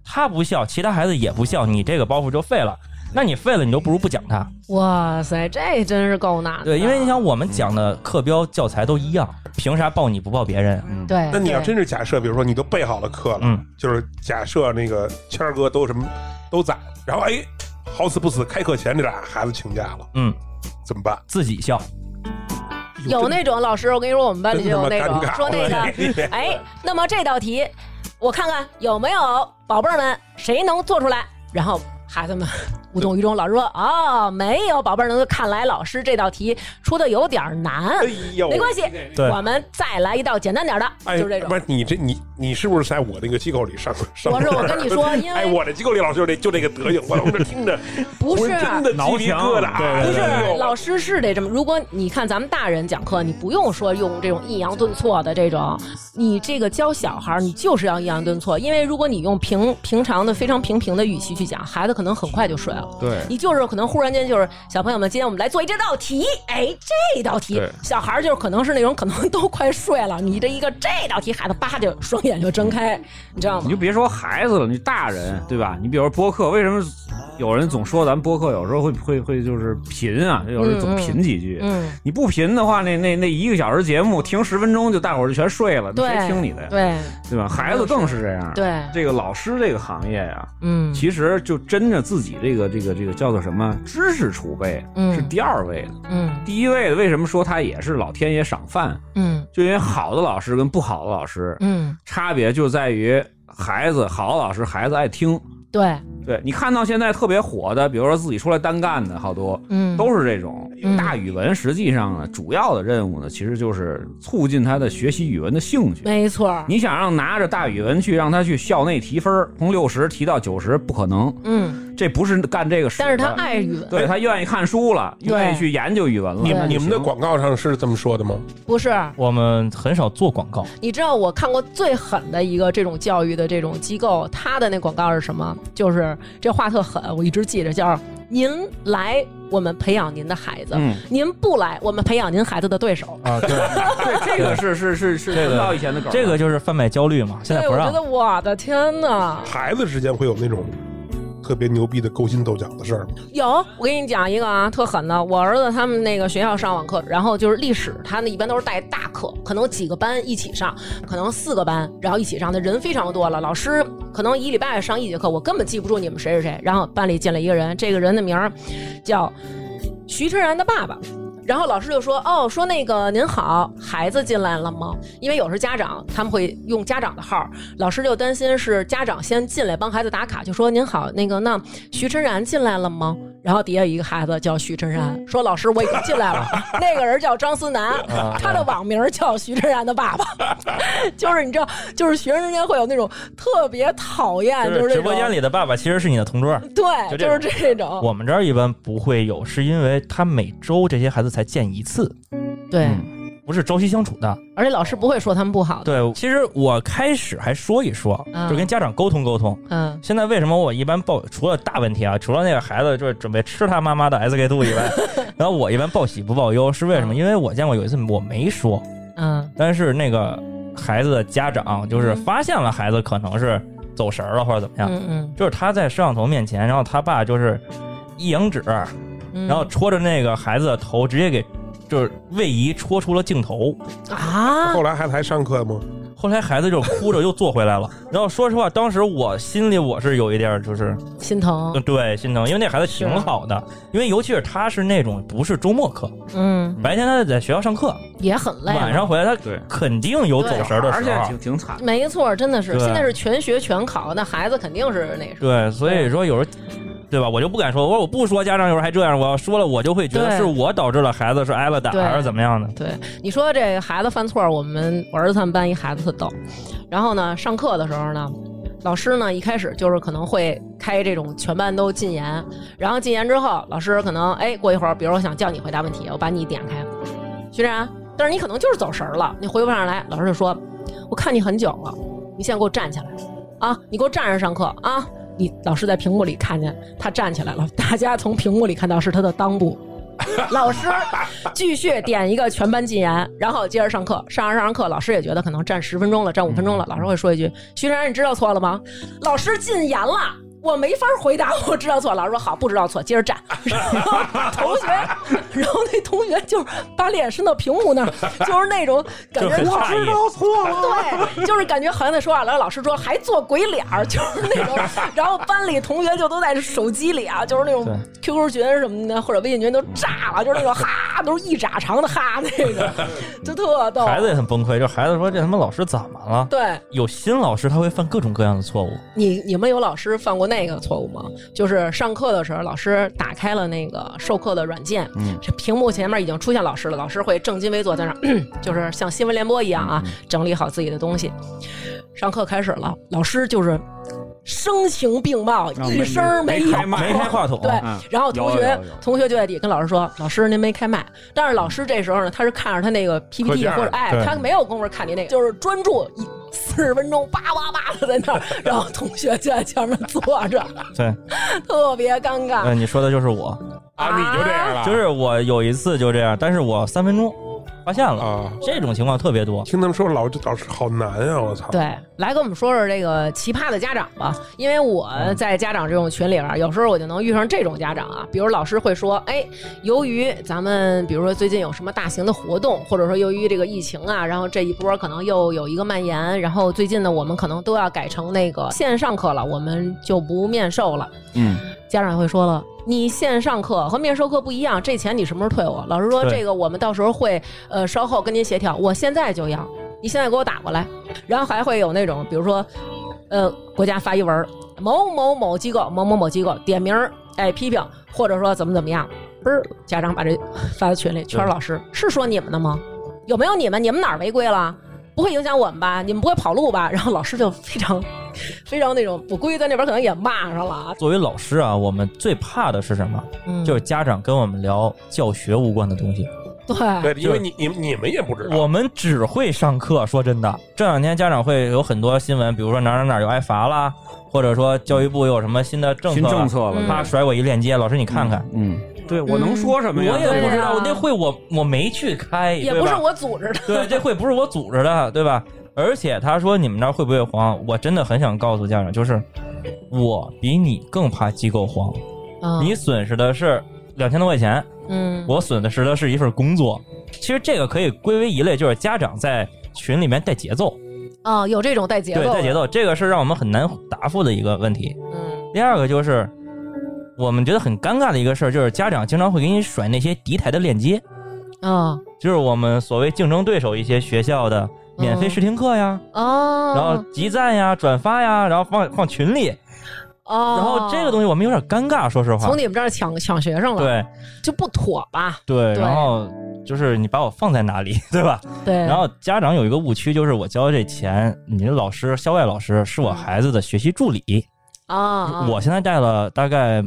[SPEAKER 6] 他不笑，其他孩子也不笑，你这个包袱就废
[SPEAKER 3] 嗯
[SPEAKER 6] 了。那你废了，你就不如不讲他。
[SPEAKER 3] 哇塞，这真是够难的。
[SPEAKER 6] 对，因为你想，我们讲的课标教材都一样，凭啥报你不报别人？
[SPEAKER 3] 对，
[SPEAKER 4] 那你要
[SPEAKER 3] 对
[SPEAKER 4] 真是假设，比如说你都备好了课了，
[SPEAKER 6] 嗯
[SPEAKER 4] 就是假设那个谦儿哥都什么都在，然后哎，好死不死，开课前这俩孩子请假了，
[SPEAKER 6] 嗯，
[SPEAKER 4] 怎么办？
[SPEAKER 6] 自己笑。
[SPEAKER 3] 有那种老师，我跟你说，我们班里就有那种
[SPEAKER 4] 真他妈尴尬
[SPEAKER 3] 说那
[SPEAKER 4] 我跟你
[SPEAKER 3] 个，哎，那么这道题，我看看有没有宝贝儿们谁能做出来，然后孩子们无动于衷。老师说啊、没有宝贝儿能做，看来老师这道题出的有点难
[SPEAKER 4] 哎，呦，
[SPEAKER 3] 没关系，
[SPEAKER 6] 对
[SPEAKER 3] 我们再来一道简单点的，
[SPEAKER 4] 哎，
[SPEAKER 3] 就是这种
[SPEAKER 4] 不。是你这你你是不是在我那个机构里上上？
[SPEAKER 3] 我是我跟你
[SPEAKER 4] <laughs>
[SPEAKER 3] 说因为
[SPEAKER 4] 哎，我这机构里老师就这就这个德行，我我这听着
[SPEAKER 3] <laughs> 不是
[SPEAKER 4] 浑身的鸡皮疙瘩，
[SPEAKER 5] 挠墙
[SPEAKER 3] 不
[SPEAKER 5] 对
[SPEAKER 3] 是
[SPEAKER 5] 对对
[SPEAKER 4] 哎呦
[SPEAKER 3] 老师是得这么。如果你看咱们大人讲课，你不用说用这种抑扬顿挫的这种，你这个教小孩儿，你就是要抑扬顿挫，因为如果你用平平常的非常平平的语气去讲，孩子可能很快就睡了。
[SPEAKER 5] 对
[SPEAKER 3] 你就是可能忽然间就是小朋友们，今天我们来做一这道题，哎，这道题
[SPEAKER 5] 对
[SPEAKER 3] 小孩儿就是可能是那种可能都快睡了，你这一个这道题，孩子叭就双眼就睁开，你知道
[SPEAKER 5] 你
[SPEAKER 3] 吗
[SPEAKER 5] 就？别说孩子了，你大人对吧？你比如说播客，为什么有人总说咱们播客有时候会会会就是贫啊？有时候总贫几句。
[SPEAKER 3] 嗯，
[SPEAKER 5] 你不贫的话，那那那一个小时节目听十分钟就大伙儿就全睡了，那
[SPEAKER 3] 对，
[SPEAKER 5] 谁听你的呀？
[SPEAKER 3] 对
[SPEAKER 5] 对吧？孩子更是这样。
[SPEAKER 3] 对，
[SPEAKER 5] 这个老师这个行业呀、
[SPEAKER 3] 嗯，
[SPEAKER 5] 其实就真的自己这个这个这个叫做什么知识储备
[SPEAKER 3] 嗯
[SPEAKER 5] 是第二位的，
[SPEAKER 3] 嗯
[SPEAKER 5] 第一位的为什么说他也是老天爷赏饭？
[SPEAKER 3] 嗯
[SPEAKER 5] 就因为好的老师跟不好的老师
[SPEAKER 3] 嗯，
[SPEAKER 5] 差别就在于孩子好的老师孩子爱听。
[SPEAKER 3] 对，
[SPEAKER 5] 对你看到现在特别火的，比如说自己出来单干的好多，
[SPEAKER 3] 嗯，
[SPEAKER 5] 都是这种
[SPEAKER 3] 嗯。
[SPEAKER 5] 大语文实际上呢，主要的任务呢，其实就是促进他的学习语文的兴趣。
[SPEAKER 3] 没错儿，
[SPEAKER 5] 你想让拿着大语文去让他去校内提分儿，从六十提到九十，不可能。
[SPEAKER 3] 嗯
[SPEAKER 5] 这不是干这个使的，
[SPEAKER 3] 但是他爱语文，
[SPEAKER 5] 对他愿意看书了，
[SPEAKER 3] 对
[SPEAKER 5] 愿意去研究语文了。
[SPEAKER 4] 你
[SPEAKER 3] 对
[SPEAKER 4] 们你们的
[SPEAKER 5] 广
[SPEAKER 4] 广告上是这么说的吗？
[SPEAKER 3] 不是？
[SPEAKER 6] 我们很少做广告，
[SPEAKER 3] 你知道我看过最狠的一个这种教育的这种机构，它的那广告是什么？就是这话特狠，我一直记着，叫“您来，我们培养您的孩子；
[SPEAKER 6] <laughs>
[SPEAKER 5] 嗯
[SPEAKER 3] 您不来，我们培养您孩子的对手。
[SPEAKER 6] 啊，对，
[SPEAKER 5] 对，这个是是是是
[SPEAKER 6] 这个
[SPEAKER 5] 很早以前的梗，
[SPEAKER 6] <laughs>
[SPEAKER 5] 嗯
[SPEAKER 6] 这个就是贩卖焦虑嘛，现在
[SPEAKER 3] 对，
[SPEAKER 6] 不
[SPEAKER 3] 哎我
[SPEAKER 6] 让
[SPEAKER 3] 觉得。我的天哪！
[SPEAKER 4] 孩子之间会有那种特别牛逼的勾心斗角的事儿吗？
[SPEAKER 3] 有，我跟你讲一个啊，特狠的。我儿子他们那个学校上网课，然后就是历史，他呢一般都是带大课，可能几个班一起上，可能四个班，然后一起上的人非常多了。老师可能一礼拜上一节课，我根本记不住你们谁是谁。然后班里进来一个人，这个人的名儿叫徐晨然的爸爸。然后老师就说：“哦，说那个您好，孩子进来了吗？因为有时候家长他们会用家长的号，老师就担心是家长先进来帮孩子打卡，就说您好，那个那徐晨然进来了吗？然后底下有一个孩子叫徐晨然，说老师我已经进来了， <laughs> 那个人叫张思南，他的网名叫徐晨然的爸爸， <laughs> 就是你知道，就是学生之间会有那种特别讨厌，
[SPEAKER 6] 就是
[SPEAKER 3] 是
[SPEAKER 6] 直
[SPEAKER 3] 那
[SPEAKER 6] 播间
[SPEAKER 3] 种嗯
[SPEAKER 6] 里的爸爸其实是你的同桌，
[SPEAKER 3] 对，
[SPEAKER 6] 就
[SPEAKER 3] 就是
[SPEAKER 6] 这
[SPEAKER 3] 这种，
[SPEAKER 6] 我们这儿一般不会有，是因为他每周这些孩子才见一次，
[SPEAKER 3] 对，
[SPEAKER 6] 嗯不是朝夕相处的。
[SPEAKER 3] 而且老师不会说他们不好的，
[SPEAKER 6] 对，其实我开始还说一说
[SPEAKER 3] 啊，
[SPEAKER 6] 就跟家长沟通沟通。
[SPEAKER 3] 嗯。”
[SPEAKER 6] 现在为什么我一般报除了大问题啊，除了那个孩子就是准备吃他妈妈的 SK
[SPEAKER 3] <laughs>
[SPEAKER 6] two 以外，然后我一般报喜不报忧，是为什么？
[SPEAKER 3] 嗯
[SPEAKER 6] 因为我见过有一次我没说，
[SPEAKER 3] 嗯
[SPEAKER 6] 但是那个孩子的家长就是
[SPEAKER 3] 嗯
[SPEAKER 6] 发现了孩子可能是走神儿了或者怎么样，
[SPEAKER 3] 嗯
[SPEAKER 6] 就是他在摄像头面前，然后他爸就是一扬指，
[SPEAKER 3] 嗯，
[SPEAKER 6] 然后戳着那个孩子的头，直接给就是位移戳出了镜头。
[SPEAKER 3] 啊，
[SPEAKER 4] 后来孩子还上课吗？
[SPEAKER 6] 后来孩子就哭着又坐回来
[SPEAKER 3] <laughs>
[SPEAKER 6] 了。然后说实话，当时我心里我是有一点儿就是
[SPEAKER 3] 心疼，
[SPEAKER 6] 对心疼，因为那孩子挺
[SPEAKER 3] 哦是啊
[SPEAKER 6] 好的，因为尤其是他是那种不是周末课，
[SPEAKER 3] 嗯，
[SPEAKER 6] 白天他在学校上课，
[SPEAKER 3] 也很累了。
[SPEAKER 6] 晚上回来他
[SPEAKER 5] 对
[SPEAKER 6] 肯定有走神儿的
[SPEAKER 5] 而
[SPEAKER 6] 时
[SPEAKER 5] 且
[SPEAKER 6] 候啊
[SPEAKER 5] 挺。挺惨。
[SPEAKER 3] 没错，真的是，
[SPEAKER 6] 对
[SPEAKER 3] 现在是全学全考，那孩子肯定是那什么。
[SPEAKER 6] 对，所以说有时候。对吧？我就不敢说，我说我不说，家长有时候还这样，我要说了，我就会觉得
[SPEAKER 3] 对
[SPEAKER 6] 是我导致了孩子是挨了打
[SPEAKER 3] 对
[SPEAKER 6] 还是怎么样的。
[SPEAKER 3] 对，你说这孩子犯错，我们我儿子他们班一孩子特逗，然后呢，上课的时候呢，老师呢一开始就是可能会开这种全班都禁言，然后禁言之后，老师可能哎过一会儿，比如我想叫你回答问题，我把你点开，徐然，但是你可能就是走神儿了，你回不上来，老师就说，我看你很久了，你现在给我站起来啊，你给我站着上课啊。你老师在屏幕里看见他站起来了，大家从屏幕里看到是他的裆部， <laughs> 老师 <laughs> 继续点一个全班禁言，然后接着上课。上着上着课，老师也觉得可能站十分钟了，站五分钟了，老师会说一句：“徐晨，你知道错了吗？老师禁言了。”我没法回答，我知道错了。老师说好，不知道错，接着站。 <laughs> 然后同学，然后那同学就是把脸伸到屏幕那儿，就是那种感觉
[SPEAKER 6] 就很
[SPEAKER 3] 老
[SPEAKER 6] 诧
[SPEAKER 3] 师
[SPEAKER 6] 异
[SPEAKER 3] 都错
[SPEAKER 6] <laughs>
[SPEAKER 3] 了，对，就是感觉好像在说话。然后老师说还做鬼脸儿，就是那种。然后班里同学就都在手机里啊，就是那种 QQ 群什么的或者微信群都炸了，就是那种哈，都是一拃长的哈那种，就特逗。
[SPEAKER 6] 孩子也很崩溃，就孩子说这他妈老师怎么了？
[SPEAKER 3] 哦对
[SPEAKER 6] 有新老师他会犯各种各样的错误，
[SPEAKER 3] 你你们有老师犯过那个错误吗？就是上课的时候，老师打开了那个授课的软件，
[SPEAKER 5] 嗯
[SPEAKER 3] 这屏幕前面已经出现老师了，老师会正襟危坐在那儿， <clears throat> 就是像新闻联播一样啊，
[SPEAKER 5] 嗯
[SPEAKER 3] 整理好自己的东西。上课开始了，老师就是声情并茂，
[SPEAKER 5] 啊没
[SPEAKER 3] 一声儿
[SPEAKER 5] 没
[SPEAKER 3] 有
[SPEAKER 5] 开，麦
[SPEAKER 6] 没开话筒。
[SPEAKER 3] 对
[SPEAKER 5] 嗯，
[SPEAKER 3] 然后同
[SPEAKER 5] 有有
[SPEAKER 3] 学
[SPEAKER 5] 有有
[SPEAKER 3] 同学就在底下跟老师说：“老师，您没开麦。”但是老师这时候呢，他是看着他那个 PPT
[SPEAKER 4] 件儿
[SPEAKER 3] 或者哎，
[SPEAKER 4] 对
[SPEAKER 3] 他没有功夫看你那个，就是专注一四十分钟，叭叭叭的在那儿，然后同学就在前面坐着， <laughs>
[SPEAKER 6] 对，
[SPEAKER 3] 特别尴尬
[SPEAKER 6] 呃，。你说的就是我，
[SPEAKER 4] 啊，你就这样了，
[SPEAKER 6] 就是我有一次就这样，但是我三分钟发现了，
[SPEAKER 4] 啊。
[SPEAKER 6] 这种情况特别多。
[SPEAKER 4] 听他们说老老师好难啊！我操，
[SPEAKER 3] 对，来跟我们说说这个奇葩的家长吧，因为我在家长这种群里边儿，有时候我就能遇上这种家长啊，比如老师会说，哎，由于咱们比如说最近有什么大型的活动，或者说由于这个疫情啊，然后这一波可能又有一个蔓延，然后最近呢，我们可能都要改成那个线上课了，我们就不面授了。
[SPEAKER 5] 嗯，
[SPEAKER 3] 家长会说了，你线上课和面授课不一样，这钱你什么时候退我？老师说
[SPEAKER 6] 对
[SPEAKER 3] 这个我们到时候会呃稍后跟您协调，我现在就要，你现在给我打过来。然后还会有那种，比如说，呃，国家发一文儿，某某某机构、某某某机构点名儿，哎，批评或者说怎么怎么样，不是家长把这 <laughs> 发到群里，圈儿老师是说你们的吗？ <laughs> 有没有你们？你们哪儿违规了？不会影响我们吧？你们不会跑路吧？然后老师就非常非常那种，我估计在那边可能也骂上了啊。
[SPEAKER 6] 作为老师啊，我们最怕的是什么？
[SPEAKER 3] 嗯
[SPEAKER 6] 就是家长跟我们聊教学无关的东西，
[SPEAKER 3] 对，
[SPEAKER 4] 对，因为你你你们也不知道，
[SPEAKER 6] 我们只会上课。说真的，这两天家长会有很多新闻，比如说哪哪哪又挨罚啦，或者说教育部又有什么新的政
[SPEAKER 5] 新
[SPEAKER 6] 策了，
[SPEAKER 5] 政策了，
[SPEAKER 3] 嗯
[SPEAKER 6] 啪甩我一链接，老师你看看。
[SPEAKER 5] 嗯，对我能说什
[SPEAKER 6] 我
[SPEAKER 5] 么呀？
[SPEAKER 6] 也不知
[SPEAKER 8] 对啊
[SPEAKER 6] 道，我那会我我没去开，
[SPEAKER 3] 也
[SPEAKER 6] 对
[SPEAKER 3] 不
[SPEAKER 6] 吧
[SPEAKER 3] 是我组织的。
[SPEAKER 6] 对，这会不是我组织的，对吧？而且他说你们那儿会不会黄？我真的很想告诉家长，就是我比你更怕机构黄。
[SPEAKER 3] 啊
[SPEAKER 6] 你损失的是两千多块钱，
[SPEAKER 3] 嗯，
[SPEAKER 6] 我损失的是一份工作。其实这个可以归为一类，就是家长在群里面带节奏，
[SPEAKER 3] 啊有这种带节奏，
[SPEAKER 6] 对，带节。奏，这个是让我们很难答复的一个问题。
[SPEAKER 3] 嗯，
[SPEAKER 6] 第二个就是我们觉得很尴尬的一个事儿，就是家长经常会给你甩那些敌台的链接，
[SPEAKER 3] 啊
[SPEAKER 6] 就是我们所谓竞争对手一些学校的免
[SPEAKER 3] 嗯
[SPEAKER 6] 费试听课呀。
[SPEAKER 3] 哦，
[SPEAKER 6] 然后集赞呀、转发呀，然后放放群里，
[SPEAKER 3] 哦，
[SPEAKER 6] 然后这个东西我们有点尴尬，说实话
[SPEAKER 3] 从。你们这儿抢抢学生了，，
[SPEAKER 6] 对
[SPEAKER 3] 就不妥吧？
[SPEAKER 6] 对，
[SPEAKER 3] 对
[SPEAKER 6] 然后就是你把我放在哪里， <laughs> 对吧？
[SPEAKER 3] 对，
[SPEAKER 6] 然后家长有一个误区，就是我交这钱，你的老师、校外老师是
[SPEAKER 3] 嗯
[SPEAKER 6] 我孩子的学习助理。
[SPEAKER 3] 啊，
[SPEAKER 6] 我现在带了大概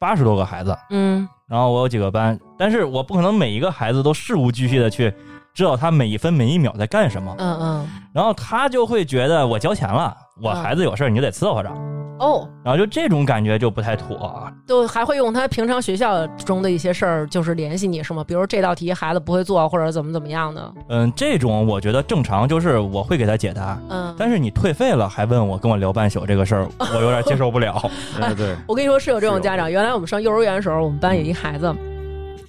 [SPEAKER 6] 八十多个孩子，
[SPEAKER 3] 嗯
[SPEAKER 6] 然后我有几个班，但是我不可能每一个孩子都事无巨细的去知道他每一分每一秒在干什么，
[SPEAKER 3] 嗯嗯，
[SPEAKER 6] 然后他就会觉得我交钱了，我孩子有事儿你就得伺候着。
[SPEAKER 3] 哦，
[SPEAKER 6] 然后就这种感觉就不太妥。
[SPEAKER 3] 就还会用他平常学校中的一些事儿，就是联系你是吗？比如这道题孩子不会做，或者怎么怎么样的，
[SPEAKER 6] 嗯，这种我觉得正常，就是我会给他解答。
[SPEAKER 3] 嗯。
[SPEAKER 6] 但是你退费了还问我跟我聊半宿这个事儿，我有点接受不了。
[SPEAKER 5] 对 <laughs> 对，
[SPEAKER 3] 我跟你说是有这种家长，原来我们上幼儿园的时候，我们班有一孩子。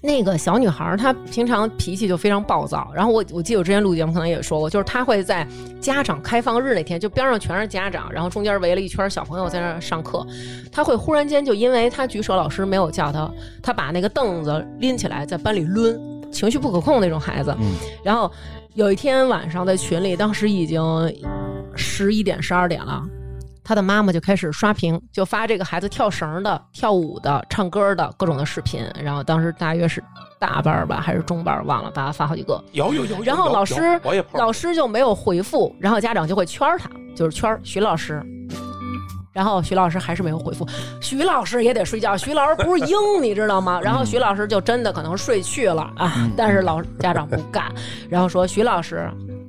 [SPEAKER 3] 那个小女孩儿，她平常脾气就非常暴躁。然后我我记得我之前录节目可能也说过，就是她会在家长开放日那天，就边上全是家长，然后中间围了一圈小朋友在那儿上课。她会忽然间就因为她举手，老师没有叫她，她把那个凳子拎起来在班里抡，情绪不可控那种孩子。
[SPEAKER 5] 嗯
[SPEAKER 3] 然后有一天晚上在群里，当时已经十一点十二点了，他的妈妈就开始刷屏，就发这个孩子跳绳的、跳舞的、唱歌的各种的视频。然后当时大约是大班儿吧，还是中班儿忘了，把他发好几个。
[SPEAKER 4] 有有有有。
[SPEAKER 3] 然后
[SPEAKER 4] 有
[SPEAKER 3] 老
[SPEAKER 4] 有
[SPEAKER 3] 师
[SPEAKER 4] 我也碰
[SPEAKER 3] 老师就没有回复，然后家长就会圈儿他，就是圈儿徐老师。然后徐老师还是没有回复，徐老师也得睡觉，徐老师不是鹰，你知道
[SPEAKER 6] 嗯
[SPEAKER 3] 吗？然后徐老师就真的可能睡去了啊，但是老家长不干，然后说徐老师，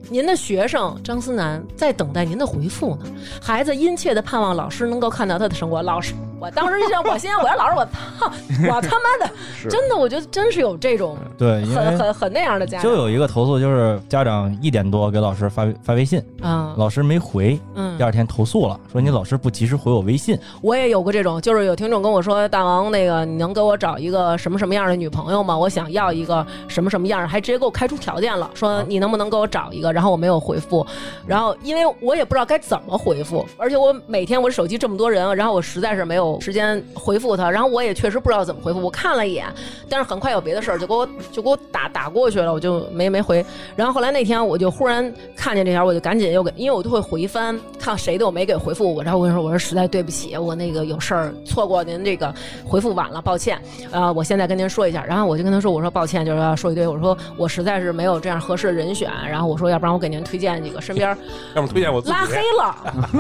[SPEAKER 3] 您的学生张思南在等待您的回复呢，孩子殷切的盼望老师能够看到他的成果。老师，我当时就想，我心想，我要老师，我操，我他妈
[SPEAKER 6] <laughs>
[SPEAKER 3] 的，真的，我觉得真是有这种
[SPEAKER 6] 对，
[SPEAKER 3] <laughs>
[SPEAKER 6] 因
[SPEAKER 3] 很
[SPEAKER 6] 为
[SPEAKER 3] 很很那样的家
[SPEAKER 6] 就
[SPEAKER 3] 长，
[SPEAKER 6] 有一个投诉，就是家长一点多给老师发发微信，
[SPEAKER 3] 嗯
[SPEAKER 6] 老师没回，
[SPEAKER 3] 嗯
[SPEAKER 6] 第。二天投诉了，说你老师不及时回我微信。
[SPEAKER 3] 我也有过这种，就是有听众跟我说，大王，那个你能给我找一个什么什么样的女朋友吗？我想要一个什么什么样的，还直接给我开出条件了，说你能不能给我找一个？然后我没有回复，然后因为我也不知道该怎么回复，而且我每天我手机这么多人，然后我实在是没有时间回复他，然后我也确实不知道怎么回复，我看了一眼，但是很快有别的事儿就给我就给我打打过去了，我就没没回。然后后来那天我就忽然看见这条，我就赶紧又给，因为我就会回翻看谁的我没给回复我，然后我跟你说我说实在对不起，我那个有事儿错过您这个回复晚了，抱歉，呃，我现在跟您说一下。然后我就跟他说，我说抱歉，就是要说一堆，我说我实在是没有这样合适的人选，然后我说要不然我给您推荐几个身边
[SPEAKER 4] 要么推荐我自己
[SPEAKER 3] 拉黑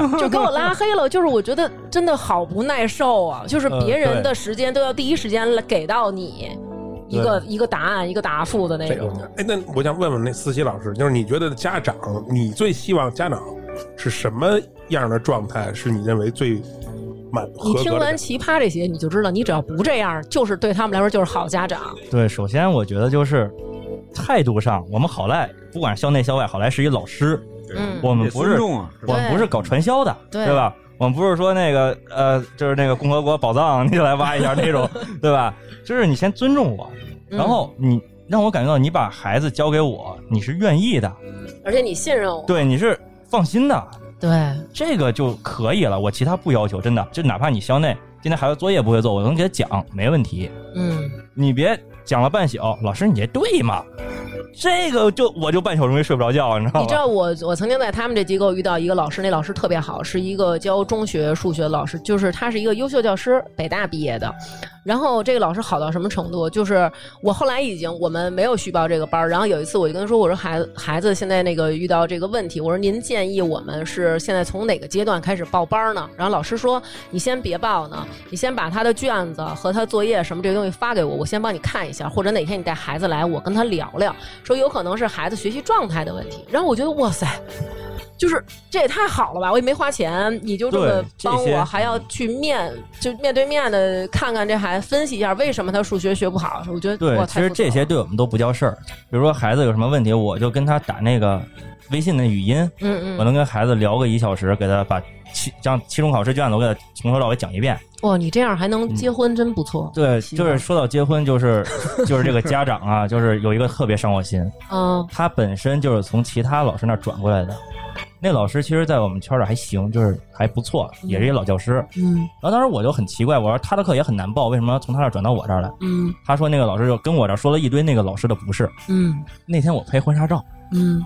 [SPEAKER 3] 了，就给我拉黑了。就是我觉得真的好不耐受啊！就是别人的时间都要第一时间给到你一个一个答案、一个答复的那
[SPEAKER 4] 这个
[SPEAKER 3] 种
[SPEAKER 4] 问。题。哎，那我想问问那思琪老师，就是你觉得家长，你最希望家长是什么样的状态？是你认为最满
[SPEAKER 3] 你
[SPEAKER 4] 合
[SPEAKER 3] 听
[SPEAKER 4] 格
[SPEAKER 3] 完
[SPEAKER 4] 的？
[SPEAKER 3] 奇葩这些，你就知道，你只要不这样，就是对他们来说就是好家长。
[SPEAKER 6] 对，首先我觉得就是态度上，我们好赖，不管校内校外，好赖是一老师，
[SPEAKER 3] 嗯，
[SPEAKER 6] 我们
[SPEAKER 5] 得
[SPEAKER 6] 不
[SPEAKER 5] 尊
[SPEAKER 6] 是
[SPEAKER 5] 重啊，
[SPEAKER 6] 我们不是搞传销的，
[SPEAKER 3] 对
[SPEAKER 6] 对吧？我们不是说那个呃，就是那个共和国宝藏，你来挖一下那种，对吧？ <laughs> 就是你先尊重我，
[SPEAKER 3] 嗯
[SPEAKER 6] 然后你让我感觉到你把孩子交给我，你是愿意的，
[SPEAKER 3] 而且你信任我，
[SPEAKER 6] 对，你是放心的，
[SPEAKER 3] 对，
[SPEAKER 6] 这个就可以了。我其他不要求，真的，就哪怕你校内今天孩子作业不会做，我能给他讲，没问题。
[SPEAKER 3] 嗯，
[SPEAKER 6] 你别讲了半宿，老师你这对吗？这个就我就半宿容易睡不着觉，你知道
[SPEAKER 3] 你知
[SPEAKER 6] 吗？
[SPEAKER 3] 道我我曾经在他们这机构遇到一个老师，那老师特别好，是一个教中学数学的老师，就是他是一个优秀教师，北大毕业的。然后这个老师好到什么程度？就是我后来已经我们没有续报这个班儿。然后有一次我就跟他说，我说孩子孩子现在那个遇到这个问题，我说您建议我们是现在从哪个阶段开始报班儿呢？然后老师说你先别报呢，你先把他的卷子和他作业什么这些东西发给我，我先帮你看一下，或者哪天你带孩子来，我跟他聊聊。说有可能是孩子学习状态的问题。然后我觉得哇塞，就是这也太好了吧！我也没花钱，你就这么
[SPEAKER 6] 对这
[SPEAKER 3] 帮
[SPEAKER 6] 些
[SPEAKER 3] 我，还要去面就面对面的看看这孩子，分析一下为什么他数学学不好。我觉得
[SPEAKER 6] 对
[SPEAKER 3] 哇，
[SPEAKER 6] 其
[SPEAKER 3] 太
[SPEAKER 6] 实
[SPEAKER 3] 负责
[SPEAKER 6] 这些
[SPEAKER 3] 了
[SPEAKER 6] 对我们都不叫事儿。比如说孩子有什么问题，我就跟他打那个微信的语音，
[SPEAKER 3] 嗯嗯，
[SPEAKER 6] 我能跟孩子聊个一小时，给他把期让期中考试卷子我给他从头到尾讲一遍。
[SPEAKER 3] 哇，你这样还能结婚，真不错。
[SPEAKER 6] 嗯对，
[SPEAKER 3] 希
[SPEAKER 6] 就
[SPEAKER 3] 望
[SPEAKER 6] 是说到结婚，就是 <laughs> 就是这个家长啊，就是有一个特别伤我心，
[SPEAKER 3] 嗯
[SPEAKER 6] 他本身就是从其他老师那儿转过来的。那老师其实，在我们圈儿里还行，就是还不错，也是一老教师。
[SPEAKER 3] 嗯
[SPEAKER 6] 然后当时我就很奇怪，我说他的课也很难报，为什么从他那儿转到我这儿来？
[SPEAKER 3] 嗯
[SPEAKER 6] 他说那个老师就跟我这儿说了一堆那个老师的不是。
[SPEAKER 3] 嗯
[SPEAKER 6] 那天我拍婚纱照，
[SPEAKER 3] 嗯，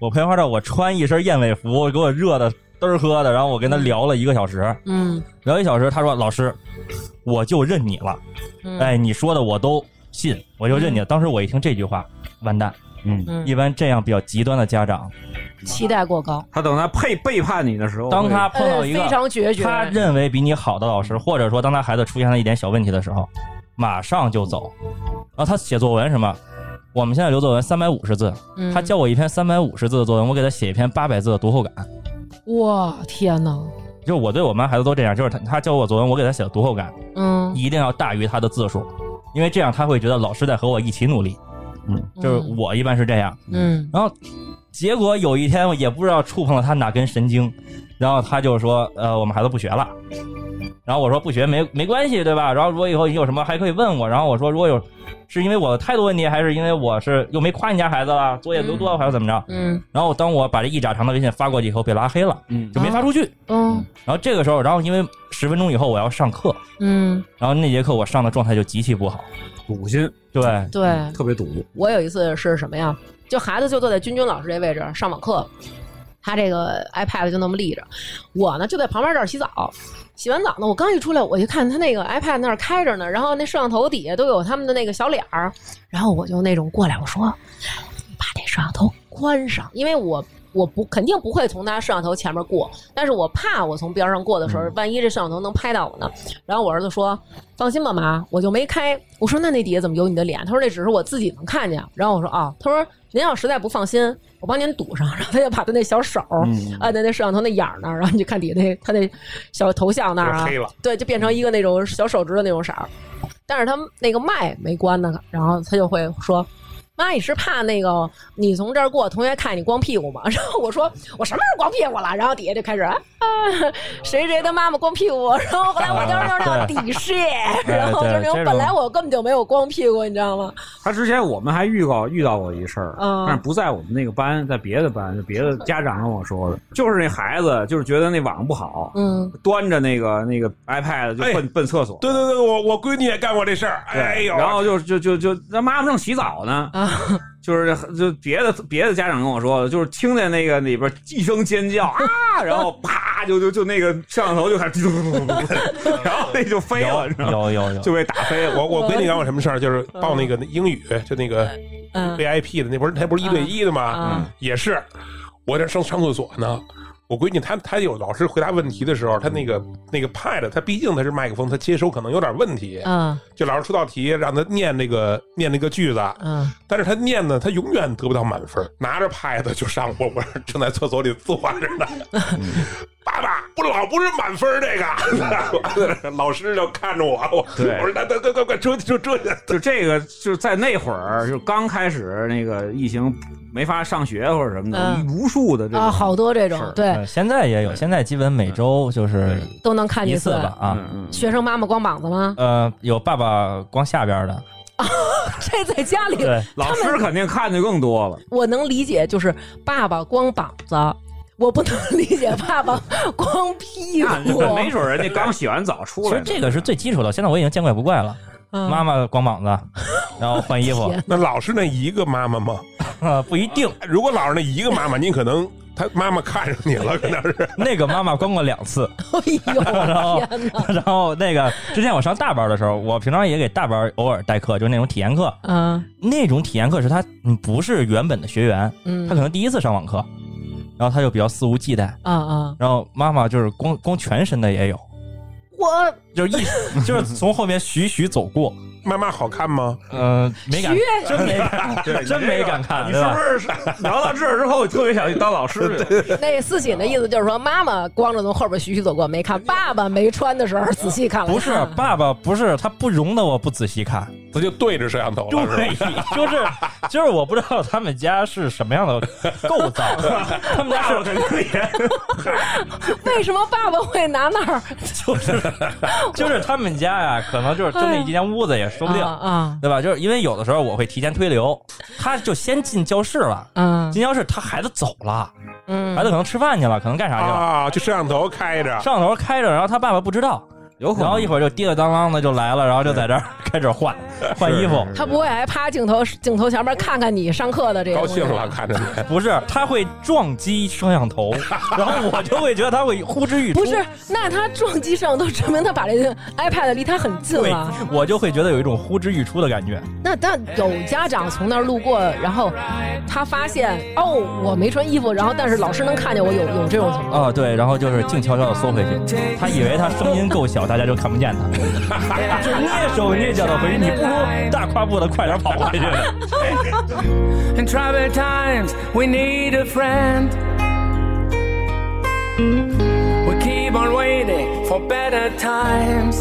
[SPEAKER 6] 我拍婚纱照，我穿一身燕尾服，给我热的嘚儿喝的，然后我跟他聊了一个小时，
[SPEAKER 3] 嗯
[SPEAKER 6] 聊一小时，他说老师，我就认你了，
[SPEAKER 3] 嗯，
[SPEAKER 6] 哎，你说的我都信，我就认你了。当时我一听这句话，完蛋，
[SPEAKER 5] 嗯，
[SPEAKER 3] 嗯，
[SPEAKER 6] 一般这样比较极端的家长，
[SPEAKER 3] 期待过高，
[SPEAKER 5] 他等他背背叛你的时候，
[SPEAKER 6] 当他碰到一个
[SPEAKER 3] 非常决绝，
[SPEAKER 6] 他认为比你好的老
[SPEAKER 3] 嗯
[SPEAKER 6] 师，或者说当他孩子出现了一点小问题的时候，马上就走。然后他写作文什么，我们现在留作文三百五十字，
[SPEAKER 3] 嗯
[SPEAKER 6] 他教我一篇三百五十字的作文，我给他写一篇八百字的读后感。
[SPEAKER 3] 哇天哪，
[SPEAKER 6] 就是我对我们孩子都这样，就是他他教我作文，我给他写的读后感
[SPEAKER 3] 嗯，
[SPEAKER 6] 一定要大于他的字数，因为这样他会觉得老师在和我一起努力。就是我一般是这样，
[SPEAKER 3] 嗯
[SPEAKER 6] 然后结果有一天我也不知道触碰了他哪根神经，然后他就说：“呃，我们孩子不学了。”然后我说：“不学没没关系，对吧？然后如果以后你有什么还可以问我。”然后我说：“如果有是因为我的态度问题，还是因为我是又没夸你家孩子了，作业留多了还是怎么着
[SPEAKER 3] 嗯？”
[SPEAKER 6] 然后当我把这一扎长的微信发过去以后，被拉黑了，
[SPEAKER 5] 嗯
[SPEAKER 6] 就没发出去。
[SPEAKER 3] 嗯
[SPEAKER 6] 然后这个时候，然后因为十分钟以后我要上课，
[SPEAKER 3] 嗯，
[SPEAKER 6] 然后那节课我上的状态就极其不好。
[SPEAKER 5] 堵心，
[SPEAKER 6] 对，
[SPEAKER 3] 对。
[SPEAKER 5] 特别堵。
[SPEAKER 3] 我有一次是什么呀？就孩子就坐在君君老师这位置上网课，他这个 iPad 就那么立着，我呢就在旁边这儿洗澡。洗完澡呢，我刚一出来，我就看他那个 iPad 那儿开着呢，然后那摄像头底下都有他们的那个小脸儿，然后我就那种过来，我说把这摄像头关上，因为我我不肯定不会从他摄像头前面过，但是我怕我从边上过的时候，万一这摄像头能拍到我呢。然后我儿子说：“放心吧，妈，我就没开。”我说：“那那底下怎么有你的脸？”他说：“那只是我自己能看见。”然后我说：“啊。”他说：“您要实在不放心，我帮您堵上。”然后他就把他那小手
[SPEAKER 4] 嗯
[SPEAKER 3] 按在那摄像头那眼儿那儿，然后你就看底下那他那小头像那儿啊，
[SPEAKER 4] 黑了，
[SPEAKER 3] 对，就变成一个那种小手指的那种色儿。但是他那个麦没关呢，然后他就会说：“妈，你是怕那个你从这儿过，同学看你光屁股吗？” <laughs> 然后我说：“我什么时候光屁股了？”然后底下就开始 <laughs> 啊，谁谁的妈妈光屁股。然后后来我就是那种底屑，然后就是那种
[SPEAKER 6] 对
[SPEAKER 3] 本来我根本就没有光屁股，你知道吗？
[SPEAKER 5] 他之前我们还预告遇到过一事儿，
[SPEAKER 3] 嗯
[SPEAKER 5] 但是不在我们那个班，在别的班，就别的家长跟我说的，就是那孩子就是觉得那网不好，
[SPEAKER 3] 嗯，
[SPEAKER 5] 端着那个那个 iPad 就奔、
[SPEAKER 4] 哎
[SPEAKER 5] 奔厕所。
[SPEAKER 4] 对对对，我我闺女也干过这事儿，
[SPEAKER 5] 对
[SPEAKER 4] 哎呦，
[SPEAKER 5] 然后就就就就他妈妈正洗澡呢，
[SPEAKER 3] 啊
[SPEAKER 5] <laughs> 就是就别的别的家长跟我说的，就是听见那个里边一声尖叫啊，然
[SPEAKER 3] <laughs>
[SPEAKER 5] 后啪就就就那个摄像头就开始，
[SPEAKER 3] <laughs>
[SPEAKER 5] 然后那就飞了，你知道吗？
[SPEAKER 6] 有有有，
[SPEAKER 5] 就被打飞了。
[SPEAKER 4] 我我闺女干过什么事儿？就是报那个英语，就那个
[SPEAKER 3] 嗯
[SPEAKER 4] VIP 的，那不是那不是一对一的吗？
[SPEAKER 5] 嗯
[SPEAKER 3] 啊
[SPEAKER 4] 也是，我这上上厕所呢。我闺女她她有老师回答问题的时候，她那个那个 pad，她毕竟她是麦克风，她接收可能有点问题。
[SPEAKER 3] 嗯
[SPEAKER 4] 就老师出道题，让她念那个念那个句子，
[SPEAKER 3] 嗯，
[SPEAKER 4] 但是她念呢，她永远得不到满分。拿着 pad 就上我我正在厕所里坐着呢，爸爸，我老不是满分这
[SPEAKER 5] <laughs>
[SPEAKER 4] 个，老师就看着我，我
[SPEAKER 5] 对
[SPEAKER 4] 我说那那快快快出去出出去，
[SPEAKER 5] 就这个，就是在那会儿，就刚开始那个疫情没法上学或者什么的，
[SPEAKER 3] 嗯
[SPEAKER 5] 无数的这
[SPEAKER 3] 啊，
[SPEAKER 5] 种
[SPEAKER 3] 好多这种
[SPEAKER 5] 事儿
[SPEAKER 3] 对
[SPEAKER 6] 呃现在也有，现在基本每周就是
[SPEAKER 3] 都能看
[SPEAKER 6] 一
[SPEAKER 3] 见
[SPEAKER 6] 次吧啊。
[SPEAKER 5] 嗯嗯，
[SPEAKER 3] 学生妈妈光膀子吗？ <laughs>
[SPEAKER 6] 呃，有爸爸光下边儿的，
[SPEAKER 3] 这在家里
[SPEAKER 6] 对，
[SPEAKER 5] 老师肯定看的更多了。
[SPEAKER 3] 我能理解，就是爸爸光膀子，我不能理解爸爸光屁
[SPEAKER 5] 那
[SPEAKER 3] 股。
[SPEAKER 5] 没准人家刚洗完澡出
[SPEAKER 6] 其
[SPEAKER 5] 来呢，
[SPEAKER 6] 实这个是最基础的，现在我已经见怪不怪了。
[SPEAKER 3] 嗯
[SPEAKER 6] 妈妈光膀子，然后换衣服，
[SPEAKER 3] 天
[SPEAKER 4] 那老师那一个妈妈吗？
[SPEAKER 6] 啊，不一定。
[SPEAKER 4] 如果老是那一个妈妈，你可能他妈妈看上你了，可能是
[SPEAKER 6] 那个妈妈关过两
[SPEAKER 3] <laughs>
[SPEAKER 6] 次，
[SPEAKER 3] <laughs> 哎呦，
[SPEAKER 6] 然后
[SPEAKER 3] 天哪！
[SPEAKER 6] <laughs> 然后那个之前我上大班的时候，我平常也给大班偶尔代课，就是那种体验课。
[SPEAKER 3] 嗯
[SPEAKER 6] 那种体验课是他嗯不是原本的学员，
[SPEAKER 3] 嗯，
[SPEAKER 6] 他可能第一次上网课，然后他就比较肆无忌惮，
[SPEAKER 3] 啊啊，
[SPEAKER 6] 然后妈妈就是光光全身的也有，
[SPEAKER 3] 我
[SPEAKER 6] 就是一就是从后面徐徐走过，
[SPEAKER 4] 妈妈好看吗？
[SPEAKER 6] 嗯、没敢
[SPEAKER 3] 徐
[SPEAKER 6] 真没 <laughs> 敢真没敢看，
[SPEAKER 5] 你
[SPEAKER 6] 对
[SPEAKER 5] 是
[SPEAKER 6] 吧？
[SPEAKER 5] 不是聊到这儿之后，特别想去当
[SPEAKER 3] <laughs>
[SPEAKER 5] 老师去？
[SPEAKER 3] 那四喜的意思就是说，妈妈光着从后边徐徐走过没看，爸爸没穿的时候仔细看了看。
[SPEAKER 6] 不是爸爸，不是他不容得我不仔细看，
[SPEAKER 4] 他就对着摄像头了，
[SPEAKER 6] 对
[SPEAKER 4] 哦是吧？，
[SPEAKER 6] <laughs> 就是就是我不知道他们家是什么样的构造， <laughs> 他们家
[SPEAKER 5] 那我
[SPEAKER 6] 是
[SPEAKER 5] 肯定也
[SPEAKER 3] 为什么爸爸会拿那儿？
[SPEAKER 6] 就是就是他们家呀，可能就是就那一间屋子也说不定，
[SPEAKER 3] 啊
[SPEAKER 6] 对吧？就是因为有的时候我会提前推流，他就先进教室了。
[SPEAKER 3] 啊
[SPEAKER 6] 进教室，他孩子走了，
[SPEAKER 3] 嗯
[SPEAKER 6] 孩子可能吃饭去了，可能干啥去了。
[SPEAKER 4] 啊，就摄像头开着，
[SPEAKER 6] 摄像头开着，然后他爸爸不知道，
[SPEAKER 5] 有可
[SPEAKER 6] 然后
[SPEAKER 5] 能
[SPEAKER 6] 一会儿就滴了当啷的就来了，然后就在这儿开始 <laughs> 换换衣服。
[SPEAKER 3] 他不会还趴镜头镜头前面看看你上课的这个
[SPEAKER 4] 高
[SPEAKER 3] 东西
[SPEAKER 4] 兴
[SPEAKER 3] 吧
[SPEAKER 4] 了，看着你。
[SPEAKER 6] 不是，他会撞击摄像头，然 <laughs> 后我就会觉得他会呼之欲出。
[SPEAKER 3] 不是，那他撞击上都证明他把这个 iPad 离他很近
[SPEAKER 6] 对
[SPEAKER 3] 了。，
[SPEAKER 6] 我就会觉得有一种呼之欲出的感觉。
[SPEAKER 3] 那但有家长从那儿路过，然后他发现哦，我没穿衣服，然后但是老师能看见我，有有这种情况。
[SPEAKER 6] 啊、对，然后就是静悄悄的缩回去。他以为他声音够小，大家就看不见
[SPEAKER 3] <laughs>
[SPEAKER 6] 他，就蹑手蹑脚的回去。你不如大跨步的快点跑回去。 <laughs>
[SPEAKER 9] In troubled times, we need a friend. We keep on waiting for better times.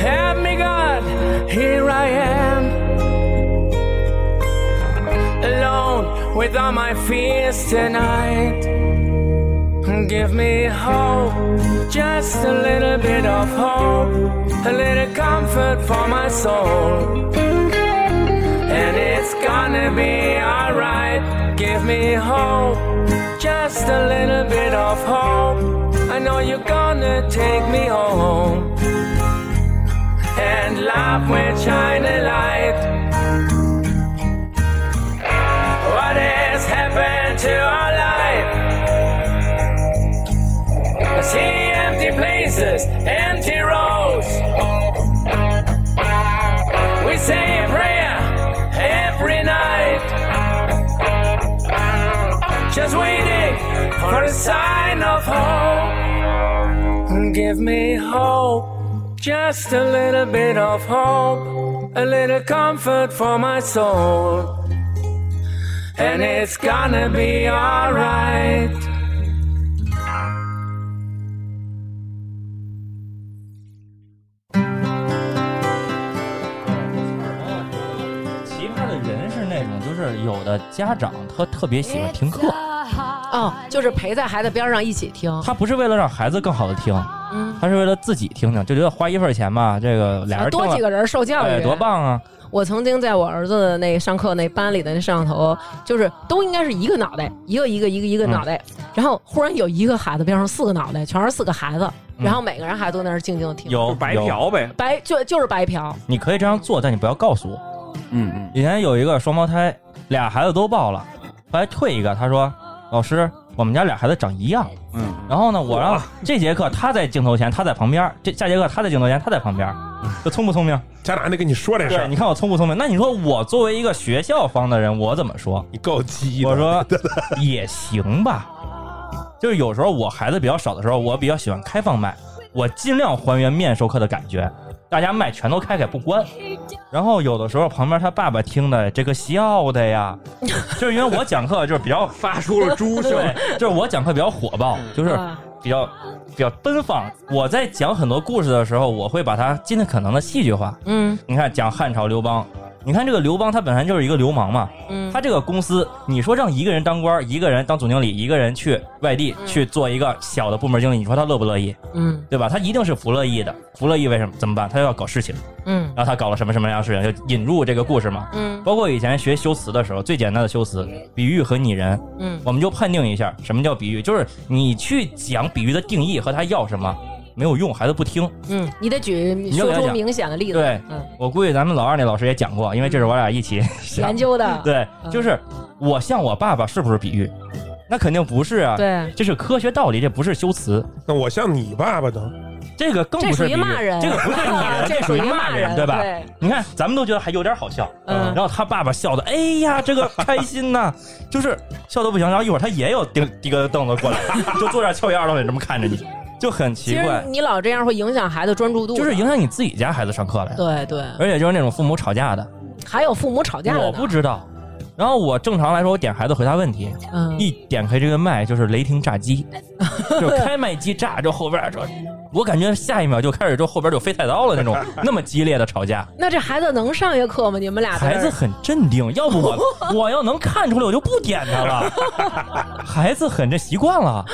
[SPEAKER 9] Help me, God, here I am. Alone with all my fears tonight. Give me hope, just a little bit of hope, a little comfort for my soul and it's gonna be alright. Give me hope, just a little bit of hope. I know you're gonna take me home, and love will shine a light. What has happened to our life? I see empty places, empty roads. We say a prayer every night. Just waiting for a sign of hope. Give me hope, just a little bit of hope, a little comfort for my soul. And it's gonna be alright.
[SPEAKER 6] 奇葩的人是那种，就是有的家长他特别喜欢听课，
[SPEAKER 3] 哦，就是陪在孩子边上一起听。
[SPEAKER 6] 他不是为了让孩子更好的听，
[SPEAKER 3] 嗯，
[SPEAKER 6] 他是为了自己听听，就觉得花一份钱吧，这个俩人听
[SPEAKER 3] 多
[SPEAKER 6] 了
[SPEAKER 3] 几个人受教育、
[SPEAKER 6] 哎，多！棒啊！
[SPEAKER 3] 我曾经在我儿子的那上课那班里的那摄像头，就是都应该是一个脑袋，一个一个一个一个脑袋，
[SPEAKER 6] 嗯
[SPEAKER 3] 然后忽然有一个孩子边上四个脑袋，全是四个孩子，然后每个人孩子都在那儿静静听。
[SPEAKER 6] 嗯有
[SPEAKER 5] 哦白
[SPEAKER 6] 有
[SPEAKER 5] 嫖呗。
[SPEAKER 3] 白就就是白嫖，
[SPEAKER 6] 你可以这样做，但你不要告诉我。
[SPEAKER 5] 嗯嗯，
[SPEAKER 6] 以前有一个双胞胎，俩孩子都抱了，后来退一个，他说：“老师，我们家俩孩子长一样。”
[SPEAKER 5] 嗯，
[SPEAKER 6] 然后呢，我让这节课他在镜头前，他在旁边；这下节课他在镜头前，他在旁边。
[SPEAKER 5] 嗯
[SPEAKER 6] 这聪不聪明？
[SPEAKER 4] 家长还得跟你说这事
[SPEAKER 6] 对，
[SPEAKER 4] 儿
[SPEAKER 6] 你，看我聪不聪明？那你说我作为一个学校方的人，我怎么说？
[SPEAKER 4] 你够鸡的。
[SPEAKER 6] 我说也行吧，就是有时候我孩子比较少的时候，我比较喜欢开放麦，我尽量还原面授课的感觉，大家麦全都开开不关。然后有的时候旁边他爸爸听的这个笑的呀，就是因为我讲课就是
[SPEAKER 4] <laughs>
[SPEAKER 6] 比较
[SPEAKER 5] 发出了猪声。
[SPEAKER 6] 对，就是我讲课比较火爆，
[SPEAKER 4] 嗯
[SPEAKER 6] 就是
[SPEAKER 3] 啊
[SPEAKER 6] 比较比较奔放。我在讲很多故事的时候，我会把它尽可能的戏剧化。
[SPEAKER 3] 嗯
[SPEAKER 6] 你看，讲汉朝刘邦，你看这个刘邦他本身就是一个流氓嘛，
[SPEAKER 3] 嗯，
[SPEAKER 6] 他这个公司，你说让一个人当官儿，一个人当总经理，一个人去外地去做一个小的部门经理，你说他乐不乐意，
[SPEAKER 3] 嗯
[SPEAKER 6] 对吧？他一定是不乐意的，不乐意为什么？怎么办？他又要搞事情，
[SPEAKER 3] 嗯
[SPEAKER 6] 然后他搞了什么什么样的事情，就引入这个故事嘛。
[SPEAKER 3] 嗯
[SPEAKER 6] 包括以前学修辞的时候，最简单的修辞，比喻和拟人，
[SPEAKER 3] 嗯
[SPEAKER 6] 我们就判定一下什么叫比喻，就是你去讲比喻的定义和他要什么。没有用，孩子不听。
[SPEAKER 3] 嗯，你得举
[SPEAKER 6] 你就
[SPEAKER 3] 说
[SPEAKER 6] 给他
[SPEAKER 3] 出
[SPEAKER 6] 讲
[SPEAKER 3] 明显的例子，
[SPEAKER 6] 对
[SPEAKER 3] 嗯，
[SPEAKER 6] 我估计咱们老二那老师也讲过，因为这是我俩一起想
[SPEAKER 3] 研。究的，
[SPEAKER 6] 对，
[SPEAKER 3] 嗯
[SPEAKER 6] 就是我像我爸爸是不是比喻？那肯定不是啊，
[SPEAKER 3] 对，
[SPEAKER 6] 这是科学道理，这不是修辞，
[SPEAKER 4] 那我像你爸爸呢？
[SPEAKER 6] 这个更
[SPEAKER 3] 这
[SPEAKER 6] 不
[SPEAKER 3] 属
[SPEAKER 6] 是比
[SPEAKER 3] 于
[SPEAKER 6] 喻，
[SPEAKER 3] 骂人，
[SPEAKER 6] <laughs> 这个不是拟
[SPEAKER 3] 啊 <laughs>
[SPEAKER 6] 人，
[SPEAKER 3] 这
[SPEAKER 6] 属于
[SPEAKER 3] 骂
[SPEAKER 6] 人，
[SPEAKER 3] 对
[SPEAKER 6] 吧？你看，咱们都觉得还有点好笑，
[SPEAKER 3] 嗯
[SPEAKER 6] 然后他爸爸笑的，哎呀，这个开心呐、 <laughs> 就是笑的不行。然后一会儿他也有钉提个凳子过来， <laughs> 就坐这儿翘一二郎腿这么看着你，就很
[SPEAKER 3] 其
[SPEAKER 6] 奇
[SPEAKER 3] 实
[SPEAKER 6] 怪，
[SPEAKER 3] 你老这样会影响孩子专注度的，
[SPEAKER 6] 就是影响你自己家孩子上课了呀。
[SPEAKER 3] 对对，
[SPEAKER 6] 而且就是那种父母吵架的，
[SPEAKER 3] 还有父母吵架的呢，
[SPEAKER 6] 我不知道。然后我正常来说，我点孩子回答问题，
[SPEAKER 3] 嗯
[SPEAKER 6] 一点开这个麦就是雷霆炸
[SPEAKER 3] <laughs>
[SPEAKER 6] 鸡，就是开麦机炸，就后边儿就，我感觉下一秒就开始就后边就飞菜刀了那
[SPEAKER 3] <laughs>
[SPEAKER 6] 种，那么激烈的吵架。
[SPEAKER 3] 那这孩子能上一个课吗？你们俩在这儿
[SPEAKER 6] 孩子很镇定，要不我
[SPEAKER 3] <laughs>
[SPEAKER 6] 我要能看出来，我就不点他了。
[SPEAKER 3] <laughs>
[SPEAKER 6] 孩子很这习惯了。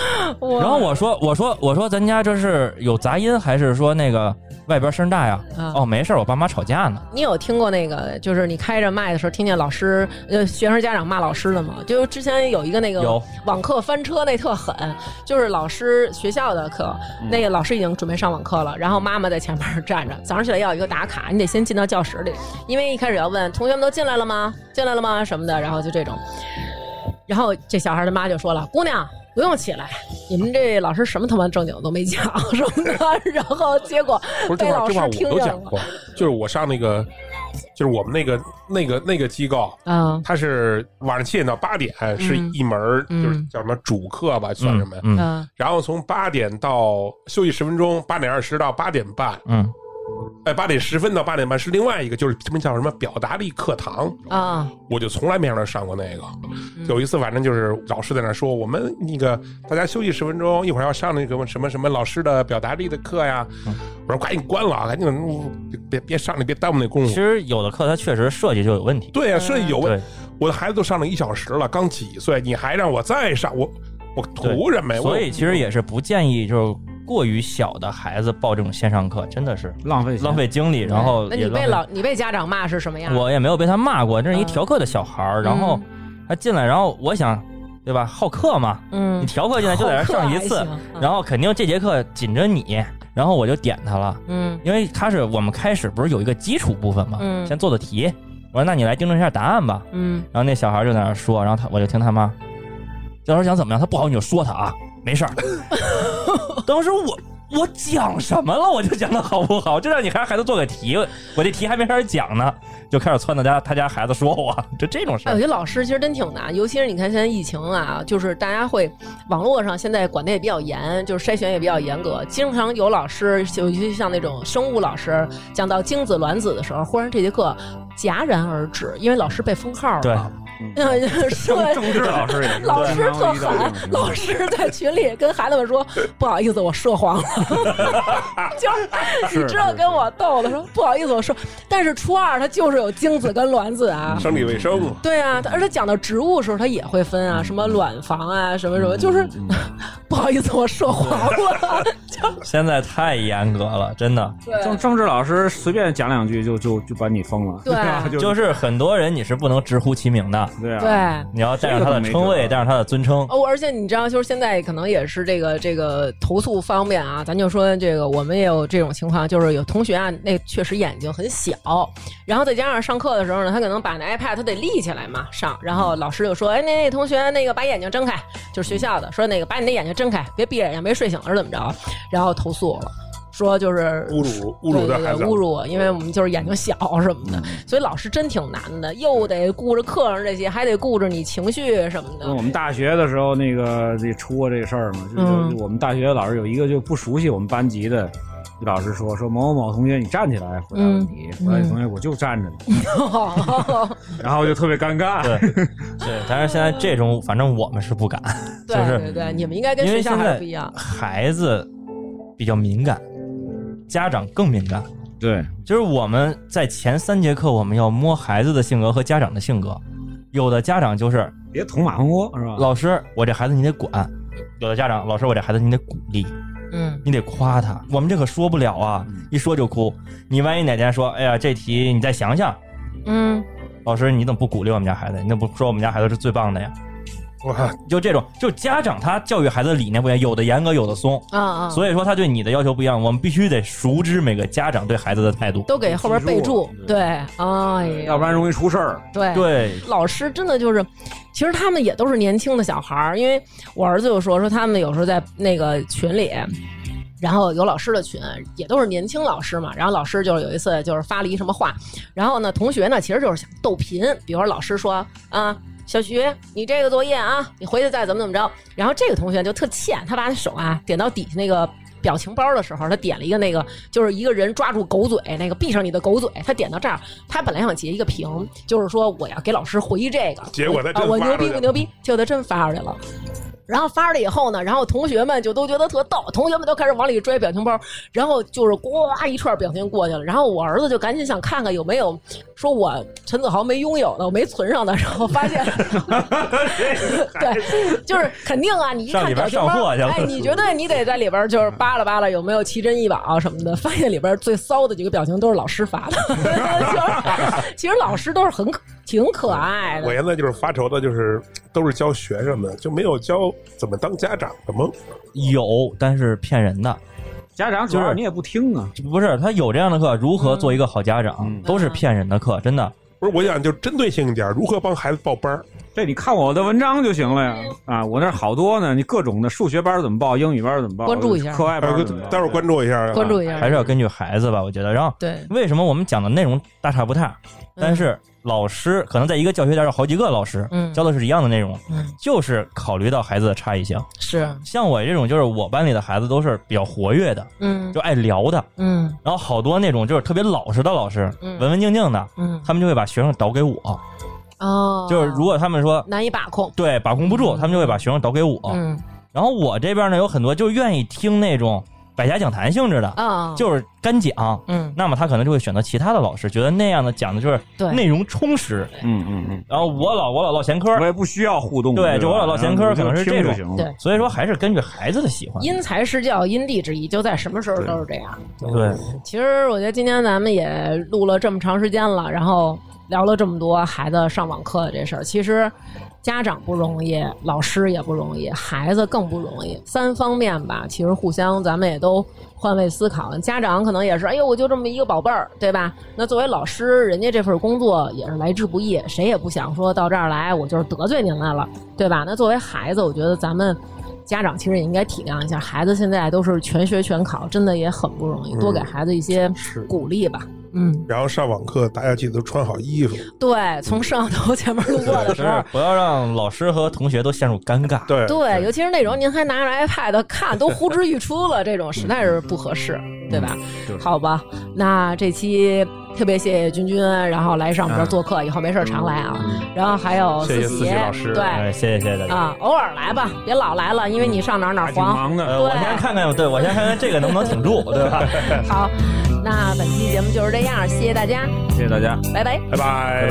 [SPEAKER 3] 哇
[SPEAKER 6] 然后我说我说我说咱家这是有杂音，还是说那个外边声大呀？
[SPEAKER 3] 啊
[SPEAKER 6] 哦，没事儿，我爸妈吵架呢。
[SPEAKER 3] 你有听过那个，就是你开着麦的时候，听见老师呃学生家长骂老师的吗？就之前有一个那个
[SPEAKER 6] 有
[SPEAKER 3] 网课翻车那特狠，就是老师学校的课，
[SPEAKER 4] 嗯
[SPEAKER 3] 那个老师已经准备上网课了，然后妈妈在前面站着，早上起来要有一个打卡，你得先进到教室里，因为一开始要问同学们都进来了吗？进来了吗？什么的，然后就这种。然后这小孩的妈就说了：“姑娘，不用起来，你们这老师什么他妈正经都没讲什么的。”然后结果
[SPEAKER 4] 不是这
[SPEAKER 3] 被
[SPEAKER 4] 话
[SPEAKER 3] 哎老
[SPEAKER 4] 这
[SPEAKER 3] 师
[SPEAKER 4] 话
[SPEAKER 3] 听
[SPEAKER 4] 我都
[SPEAKER 3] 见
[SPEAKER 4] 讲
[SPEAKER 3] 了。
[SPEAKER 4] 过，就是我上那个，就是我们那个那个那个机构，
[SPEAKER 3] 嗯
[SPEAKER 4] 它是晚上七点到八点是一门儿，
[SPEAKER 3] 嗯
[SPEAKER 4] 就是叫什么主课吧，算什么呀？
[SPEAKER 6] 嗯嗯
[SPEAKER 3] 嗯
[SPEAKER 4] 然后从八点到休息十分钟，八点二十到八点半，
[SPEAKER 6] 嗯，
[SPEAKER 4] 哎，八点十分到八点半是另外一个，就是他们叫什么表达力课堂，
[SPEAKER 3] 啊。
[SPEAKER 6] 嗯
[SPEAKER 4] 我就从来没让他上过那个。
[SPEAKER 3] 嗯
[SPEAKER 4] 有一次，反正就是老师在那说，我们那个大家休息十分钟，一会儿要上那个什么什么老师的表达力的课呀。
[SPEAKER 6] 嗯
[SPEAKER 4] 我说赶紧关了啊，赶紧别别别上了，别耽误那功
[SPEAKER 6] 其
[SPEAKER 4] 夫。
[SPEAKER 6] 实有的课它确实设计就有问题。
[SPEAKER 4] 嗯
[SPEAKER 3] 嗯
[SPEAKER 4] 对呀、设计有问
[SPEAKER 6] 对，
[SPEAKER 4] 我的孩子都上了一小时了，刚几岁，你还让我再上，我我图什么呀？
[SPEAKER 6] 所以
[SPEAKER 4] 我
[SPEAKER 6] 其实也是不建议就是过于小的孩子报这种线上课，真的是
[SPEAKER 5] 浪费钱
[SPEAKER 6] 浪费精力，然后
[SPEAKER 3] 那你
[SPEAKER 6] 也浪
[SPEAKER 3] 被
[SPEAKER 6] 费
[SPEAKER 3] 老你被家长骂是什么样？
[SPEAKER 6] 我也没有被他骂过，这是一
[SPEAKER 3] 嗯
[SPEAKER 6] 调课的小孩儿，然后他进来，然后我想，对吧？好课嘛，你
[SPEAKER 3] 嗯，哦
[SPEAKER 6] 调课进来就在这儿上一
[SPEAKER 3] <laughs>
[SPEAKER 6] 次，然后肯定这节课紧着你，然后我就点他了，
[SPEAKER 3] 嗯
[SPEAKER 6] 因为他是我们开始不是有一个基础部分嘛，
[SPEAKER 3] 嗯
[SPEAKER 6] 先做的题，我说那你来订正一下答案吧，
[SPEAKER 3] 嗯
[SPEAKER 6] 然后那小孩就在那儿说，然后他我就听他妈，教授想怎么样，他不好你就说他啊，没事儿。 <laughs> 当时我我讲什么了？我就讲的好不好？就让你还孩子做个题，我这题还没开始讲呢，就开始撺掇家他家孩子说我，就这种事
[SPEAKER 3] 哎，我
[SPEAKER 6] 儿
[SPEAKER 3] 觉。得老师其实真挺难，尤其是你看现在疫情啊，就是大家会网络上现在管的也比较严，就是筛选也比较严格，经常有老师，尤其像那种生物老师讲到精子卵子的时候，忽然这节课戛然而止，因为老师被封号
[SPEAKER 6] 对，
[SPEAKER 3] <laughs> 了。 <laughs> 对，是
[SPEAKER 5] 政政治老师也是，
[SPEAKER 3] 老师
[SPEAKER 5] 经
[SPEAKER 3] 特
[SPEAKER 5] 常遇到
[SPEAKER 3] 狠
[SPEAKER 5] 这种 <laughs> 情，况
[SPEAKER 3] 老师在群里跟孩子们说：“不好意思，我说谎了。” <laughs> 就是你知道跟我逗的，说不好意思，我说。但是初二他就是有精子跟卵子啊，
[SPEAKER 5] 嗯
[SPEAKER 4] 生理卫生
[SPEAKER 6] 嗯
[SPEAKER 4] 嘛，
[SPEAKER 3] 对啊，他而且讲到植物的时候，他也会分啊，什么卵房啊，什么什么，就是、
[SPEAKER 5] 嗯
[SPEAKER 3] <laughs> 不好意思，我说谎了。
[SPEAKER 6] 现在太严格了，真的。
[SPEAKER 5] 政政治老师随便讲两句就就就把你封了，
[SPEAKER 3] 对啊
[SPEAKER 5] 吧？ <laughs> 就
[SPEAKER 6] 就是很多人你是不能直呼其名的，
[SPEAKER 5] 对啊，
[SPEAKER 3] 对，
[SPEAKER 6] 你要带上他的
[SPEAKER 5] 这
[SPEAKER 6] 称
[SPEAKER 5] 个没辙啊
[SPEAKER 6] 谓，带上他的尊称。
[SPEAKER 3] <laughs> 哦，而且你知道，就是现在可能也是这个这个投诉方面啊，咱就说这个，我们也有这种情况，就是有同学啊，那确实眼睛很小，然后再加上上课的时候呢，他可能把那 iPad 他得立起来嘛上，然后老师就说，哎，那那同学那个把眼睛睁开，就是学校的说那个把你的眼睛睁开，别闭着眼睛没睡醒是怎么着，然后投诉了，说就是
[SPEAKER 4] 侮辱侮辱
[SPEAKER 3] 对
[SPEAKER 4] 这
[SPEAKER 3] 对
[SPEAKER 4] 孩子
[SPEAKER 3] 对，，
[SPEAKER 4] 啊嗯
[SPEAKER 3] 侮辱我，因为我们就是眼睛小什么的，所以老师真挺难的，又得顾着课上这些，还得顾着你情绪什么的。
[SPEAKER 4] 嗯
[SPEAKER 5] 我们大学的时候，那个这出过这个事儿嘛，就是
[SPEAKER 3] 嗯
[SPEAKER 5] 就我们大学老师有一个就不熟悉我们班级的老师说说某某某同学你站起来回答问题，
[SPEAKER 3] 嗯
[SPEAKER 5] 回答问题同学我就站着呢，然后就特别尴尬。
[SPEAKER 6] 对，对，但是现在这种，反正我们是不敢，
[SPEAKER 3] <laughs> 对
[SPEAKER 6] 就是
[SPEAKER 3] 对对，你们应该跟
[SPEAKER 6] 因
[SPEAKER 3] 学
[SPEAKER 6] 为
[SPEAKER 3] 校
[SPEAKER 6] 现
[SPEAKER 3] 还是
[SPEAKER 6] 在
[SPEAKER 3] 不一样。
[SPEAKER 6] 孩子比较敏感，家长更敏感。
[SPEAKER 5] 对，
[SPEAKER 6] 就是我们在前三节课，我们要摸孩子的性格和家长的性格。有的家长就是
[SPEAKER 5] 别捅马蜂窝是吧？
[SPEAKER 6] 老师，我这孩子你得管；有的家长，老师，我这孩子你得鼓励，
[SPEAKER 3] 嗯，
[SPEAKER 6] 你得夸他。我们这可说不了啊，一说就哭。你万一哪天说，哎呀，这题你再想想，
[SPEAKER 3] 嗯，
[SPEAKER 6] 老师你怎么不鼓励我们家孩子？你怎么不说我们家孩子是最棒的呀？
[SPEAKER 4] 我看
[SPEAKER 6] 就这种，就家长他教育孩子的理念不一样，有的严格，有的松，
[SPEAKER 3] 啊啊，
[SPEAKER 6] 所以说他对你的要求不一样。我们必须得熟知每个家长对孩子的态度。
[SPEAKER 3] 都给后边备注
[SPEAKER 5] 记住，了
[SPEAKER 3] 对，哎
[SPEAKER 5] 要
[SPEAKER 3] 呀，
[SPEAKER 5] 不然容易出事儿。
[SPEAKER 3] 对。
[SPEAKER 6] 对，
[SPEAKER 3] 老师真的就是，其实他们也都是年轻的小孩儿，因为我儿子就说说他们有时候在那个群里。然后有老师的群，也都是年轻老师嘛。然后老师就是有一次就是发了一什么话，然后呢，同学呢其实就是想逗贫，比如说老师说啊，小徐，你这个作业啊，你回去再怎么怎么着。然后这个同学就特欠，他把手啊点到底下那个表情包的时候，他点了一个那个，就是一个人抓住狗嘴，那个闭上你的狗嘴。他点到这儿，他本来想截一个屏，就是说我要给老师回这个，
[SPEAKER 4] 结果他
[SPEAKER 3] 啊，
[SPEAKER 4] 真
[SPEAKER 3] 我
[SPEAKER 4] 发
[SPEAKER 3] 牛
[SPEAKER 4] 出
[SPEAKER 3] 逼
[SPEAKER 4] 去
[SPEAKER 3] 不牛逼？就他真发出去了。然后发出来以后呢，然后同学们就都觉得特逗，同学们都开始往里拽表情包，然后就是呱一串表情过去了。然后我儿子就赶紧想看看有没有说我陈子豪没拥有的，我没存上的，然后发
[SPEAKER 6] <laughs>
[SPEAKER 3] 现，对，就是肯定啊，你一
[SPEAKER 6] 上
[SPEAKER 3] 看
[SPEAKER 6] 里边
[SPEAKER 3] 表情
[SPEAKER 6] 上
[SPEAKER 3] 包，
[SPEAKER 6] 货去了
[SPEAKER 3] 哎，你觉得你得在里边就是扒拉扒拉有没有奇珍异宝什么的，发现里边最骚的几个表情都是老师发的， <laughs> 就是其实老师都是很可挺可爱的
[SPEAKER 4] 我，现在就是发愁的，就是都是教学生的，就没有教怎么当家长的吗？
[SPEAKER 6] 有，但是骗人的，
[SPEAKER 5] 家长主
[SPEAKER 6] 就
[SPEAKER 5] 要
[SPEAKER 6] 是
[SPEAKER 5] 你也不听啊，
[SPEAKER 6] 不是他有这样的课，如何做一个好家长
[SPEAKER 5] 嗯，
[SPEAKER 6] 都是骗人的课，真的。
[SPEAKER 4] 不是，我想就针对性一点，如何帮孩子报班儿？
[SPEAKER 5] 这你看我的文章就行了呀。啊，我那儿好多呢，你各种的数学班怎么报，英语班怎么
[SPEAKER 3] 嗯
[SPEAKER 5] 报，
[SPEAKER 3] 关注一下
[SPEAKER 5] 课外班
[SPEAKER 4] 呃
[SPEAKER 5] 怎么报
[SPEAKER 4] 待会儿关注一下。啊
[SPEAKER 3] 关注一下，
[SPEAKER 6] 还是要根据孩子吧，我觉得。然后，
[SPEAKER 3] 对。
[SPEAKER 6] 为什么我们讲的内容大差不差，
[SPEAKER 3] 嗯
[SPEAKER 6] 但是老师可能在一个教学点有好几个老师
[SPEAKER 3] 嗯
[SPEAKER 6] 教的是一样的内容，
[SPEAKER 3] 嗯
[SPEAKER 6] 就是考虑到孩子的差异性。
[SPEAKER 3] 是，
[SPEAKER 6] 像我这种，就是我班里的孩子都是比较活跃的，
[SPEAKER 3] 嗯
[SPEAKER 6] 就爱聊的，
[SPEAKER 3] 嗯
[SPEAKER 6] 然后好多那种就是特别老实的老师，
[SPEAKER 3] 嗯
[SPEAKER 6] 文文静静的，
[SPEAKER 3] 嗯，
[SPEAKER 6] 他们就会把学生导给我。
[SPEAKER 3] 哦，
[SPEAKER 6] 就是如果他们说
[SPEAKER 3] 难以把控，
[SPEAKER 6] 对把控不住，他们就会把学生导给我。
[SPEAKER 3] 嗯
[SPEAKER 6] 然后我这边呢，有很多就愿意听那种百家讲坛性质的，
[SPEAKER 3] 啊，
[SPEAKER 6] 就是干讲。
[SPEAKER 3] 嗯
[SPEAKER 6] 那么他可能就会选择其他的老师，觉得那样的讲的就是
[SPEAKER 3] 对
[SPEAKER 6] 内容充实。
[SPEAKER 5] 嗯嗯嗯，
[SPEAKER 6] 然后我老我老唠闲嗑
[SPEAKER 5] 我
[SPEAKER 6] 儿，
[SPEAKER 5] 也不需要互动。
[SPEAKER 6] 对
[SPEAKER 5] 吧
[SPEAKER 6] 就我老唠闲嗑
[SPEAKER 5] 然后
[SPEAKER 6] 可能是
[SPEAKER 5] 你就听
[SPEAKER 6] 这
[SPEAKER 5] 就
[SPEAKER 6] 种
[SPEAKER 5] 行了。
[SPEAKER 3] 对
[SPEAKER 6] 所以说还是根据孩子的喜欢。
[SPEAKER 3] 因材施教，因地制宜，就在什么时候都是这样。
[SPEAKER 6] 对，
[SPEAKER 3] 其实我觉得今天咱们也录了这么长时间了，然后聊了这么多孩子上网课的这事儿，其实家长不容易，老师也不容易，孩子更不容易，三方面吧。其实互相咱们也都换位思考，家长可能也是，哎呦，我就这么一个宝贝儿，对吧？那作为老师，人家这份工作也是来之不易，谁也不想说到这儿来，我就是得罪您来了，对吧？那作为孩子，我觉得咱们。家长其实也应该体谅一下，孩子现在都是全学全考，真的也很不容易，多给孩子一些鼓励吧。嗯，
[SPEAKER 4] 然后上网课，大家记得穿好衣服。
[SPEAKER 3] 对，从摄像头前面路过的
[SPEAKER 6] 就
[SPEAKER 3] 时
[SPEAKER 6] 是
[SPEAKER 3] 候。
[SPEAKER 6] 不要让老师和同学都陷入尴尬。
[SPEAKER 4] 对
[SPEAKER 3] 对，尤其是那种您还拿着 iPad 看，都呼之欲出了，这种实在是不合适，对吧？好吧，那这期特别谢谢君君，然后来上我们这儿做客，以后没事儿常来啊。然后还有
[SPEAKER 4] 谢谢
[SPEAKER 3] 思
[SPEAKER 4] 思琪老师
[SPEAKER 3] 对
[SPEAKER 6] 哎，谢谢谢谢大家。
[SPEAKER 3] 啊，偶尔来吧，别老来了，因为你上哪儿哪
[SPEAKER 5] 还
[SPEAKER 3] 儿
[SPEAKER 5] 挺
[SPEAKER 3] 黄。
[SPEAKER 5] 忙的。
[SPEAKER 6] 呃，我先看看，对我先看看这个能不能挺住，对吧？
[SPEAKER 3] 好，那本期节目就是这样，谢谢大家，
[SPEAKER 5] 谢谢大家。
[SPEAKER 3] 拜拜。
[SPEAKER 4] 拜拜
[SPEAKER 6] 拜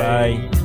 [SPEAKER 6] 拜。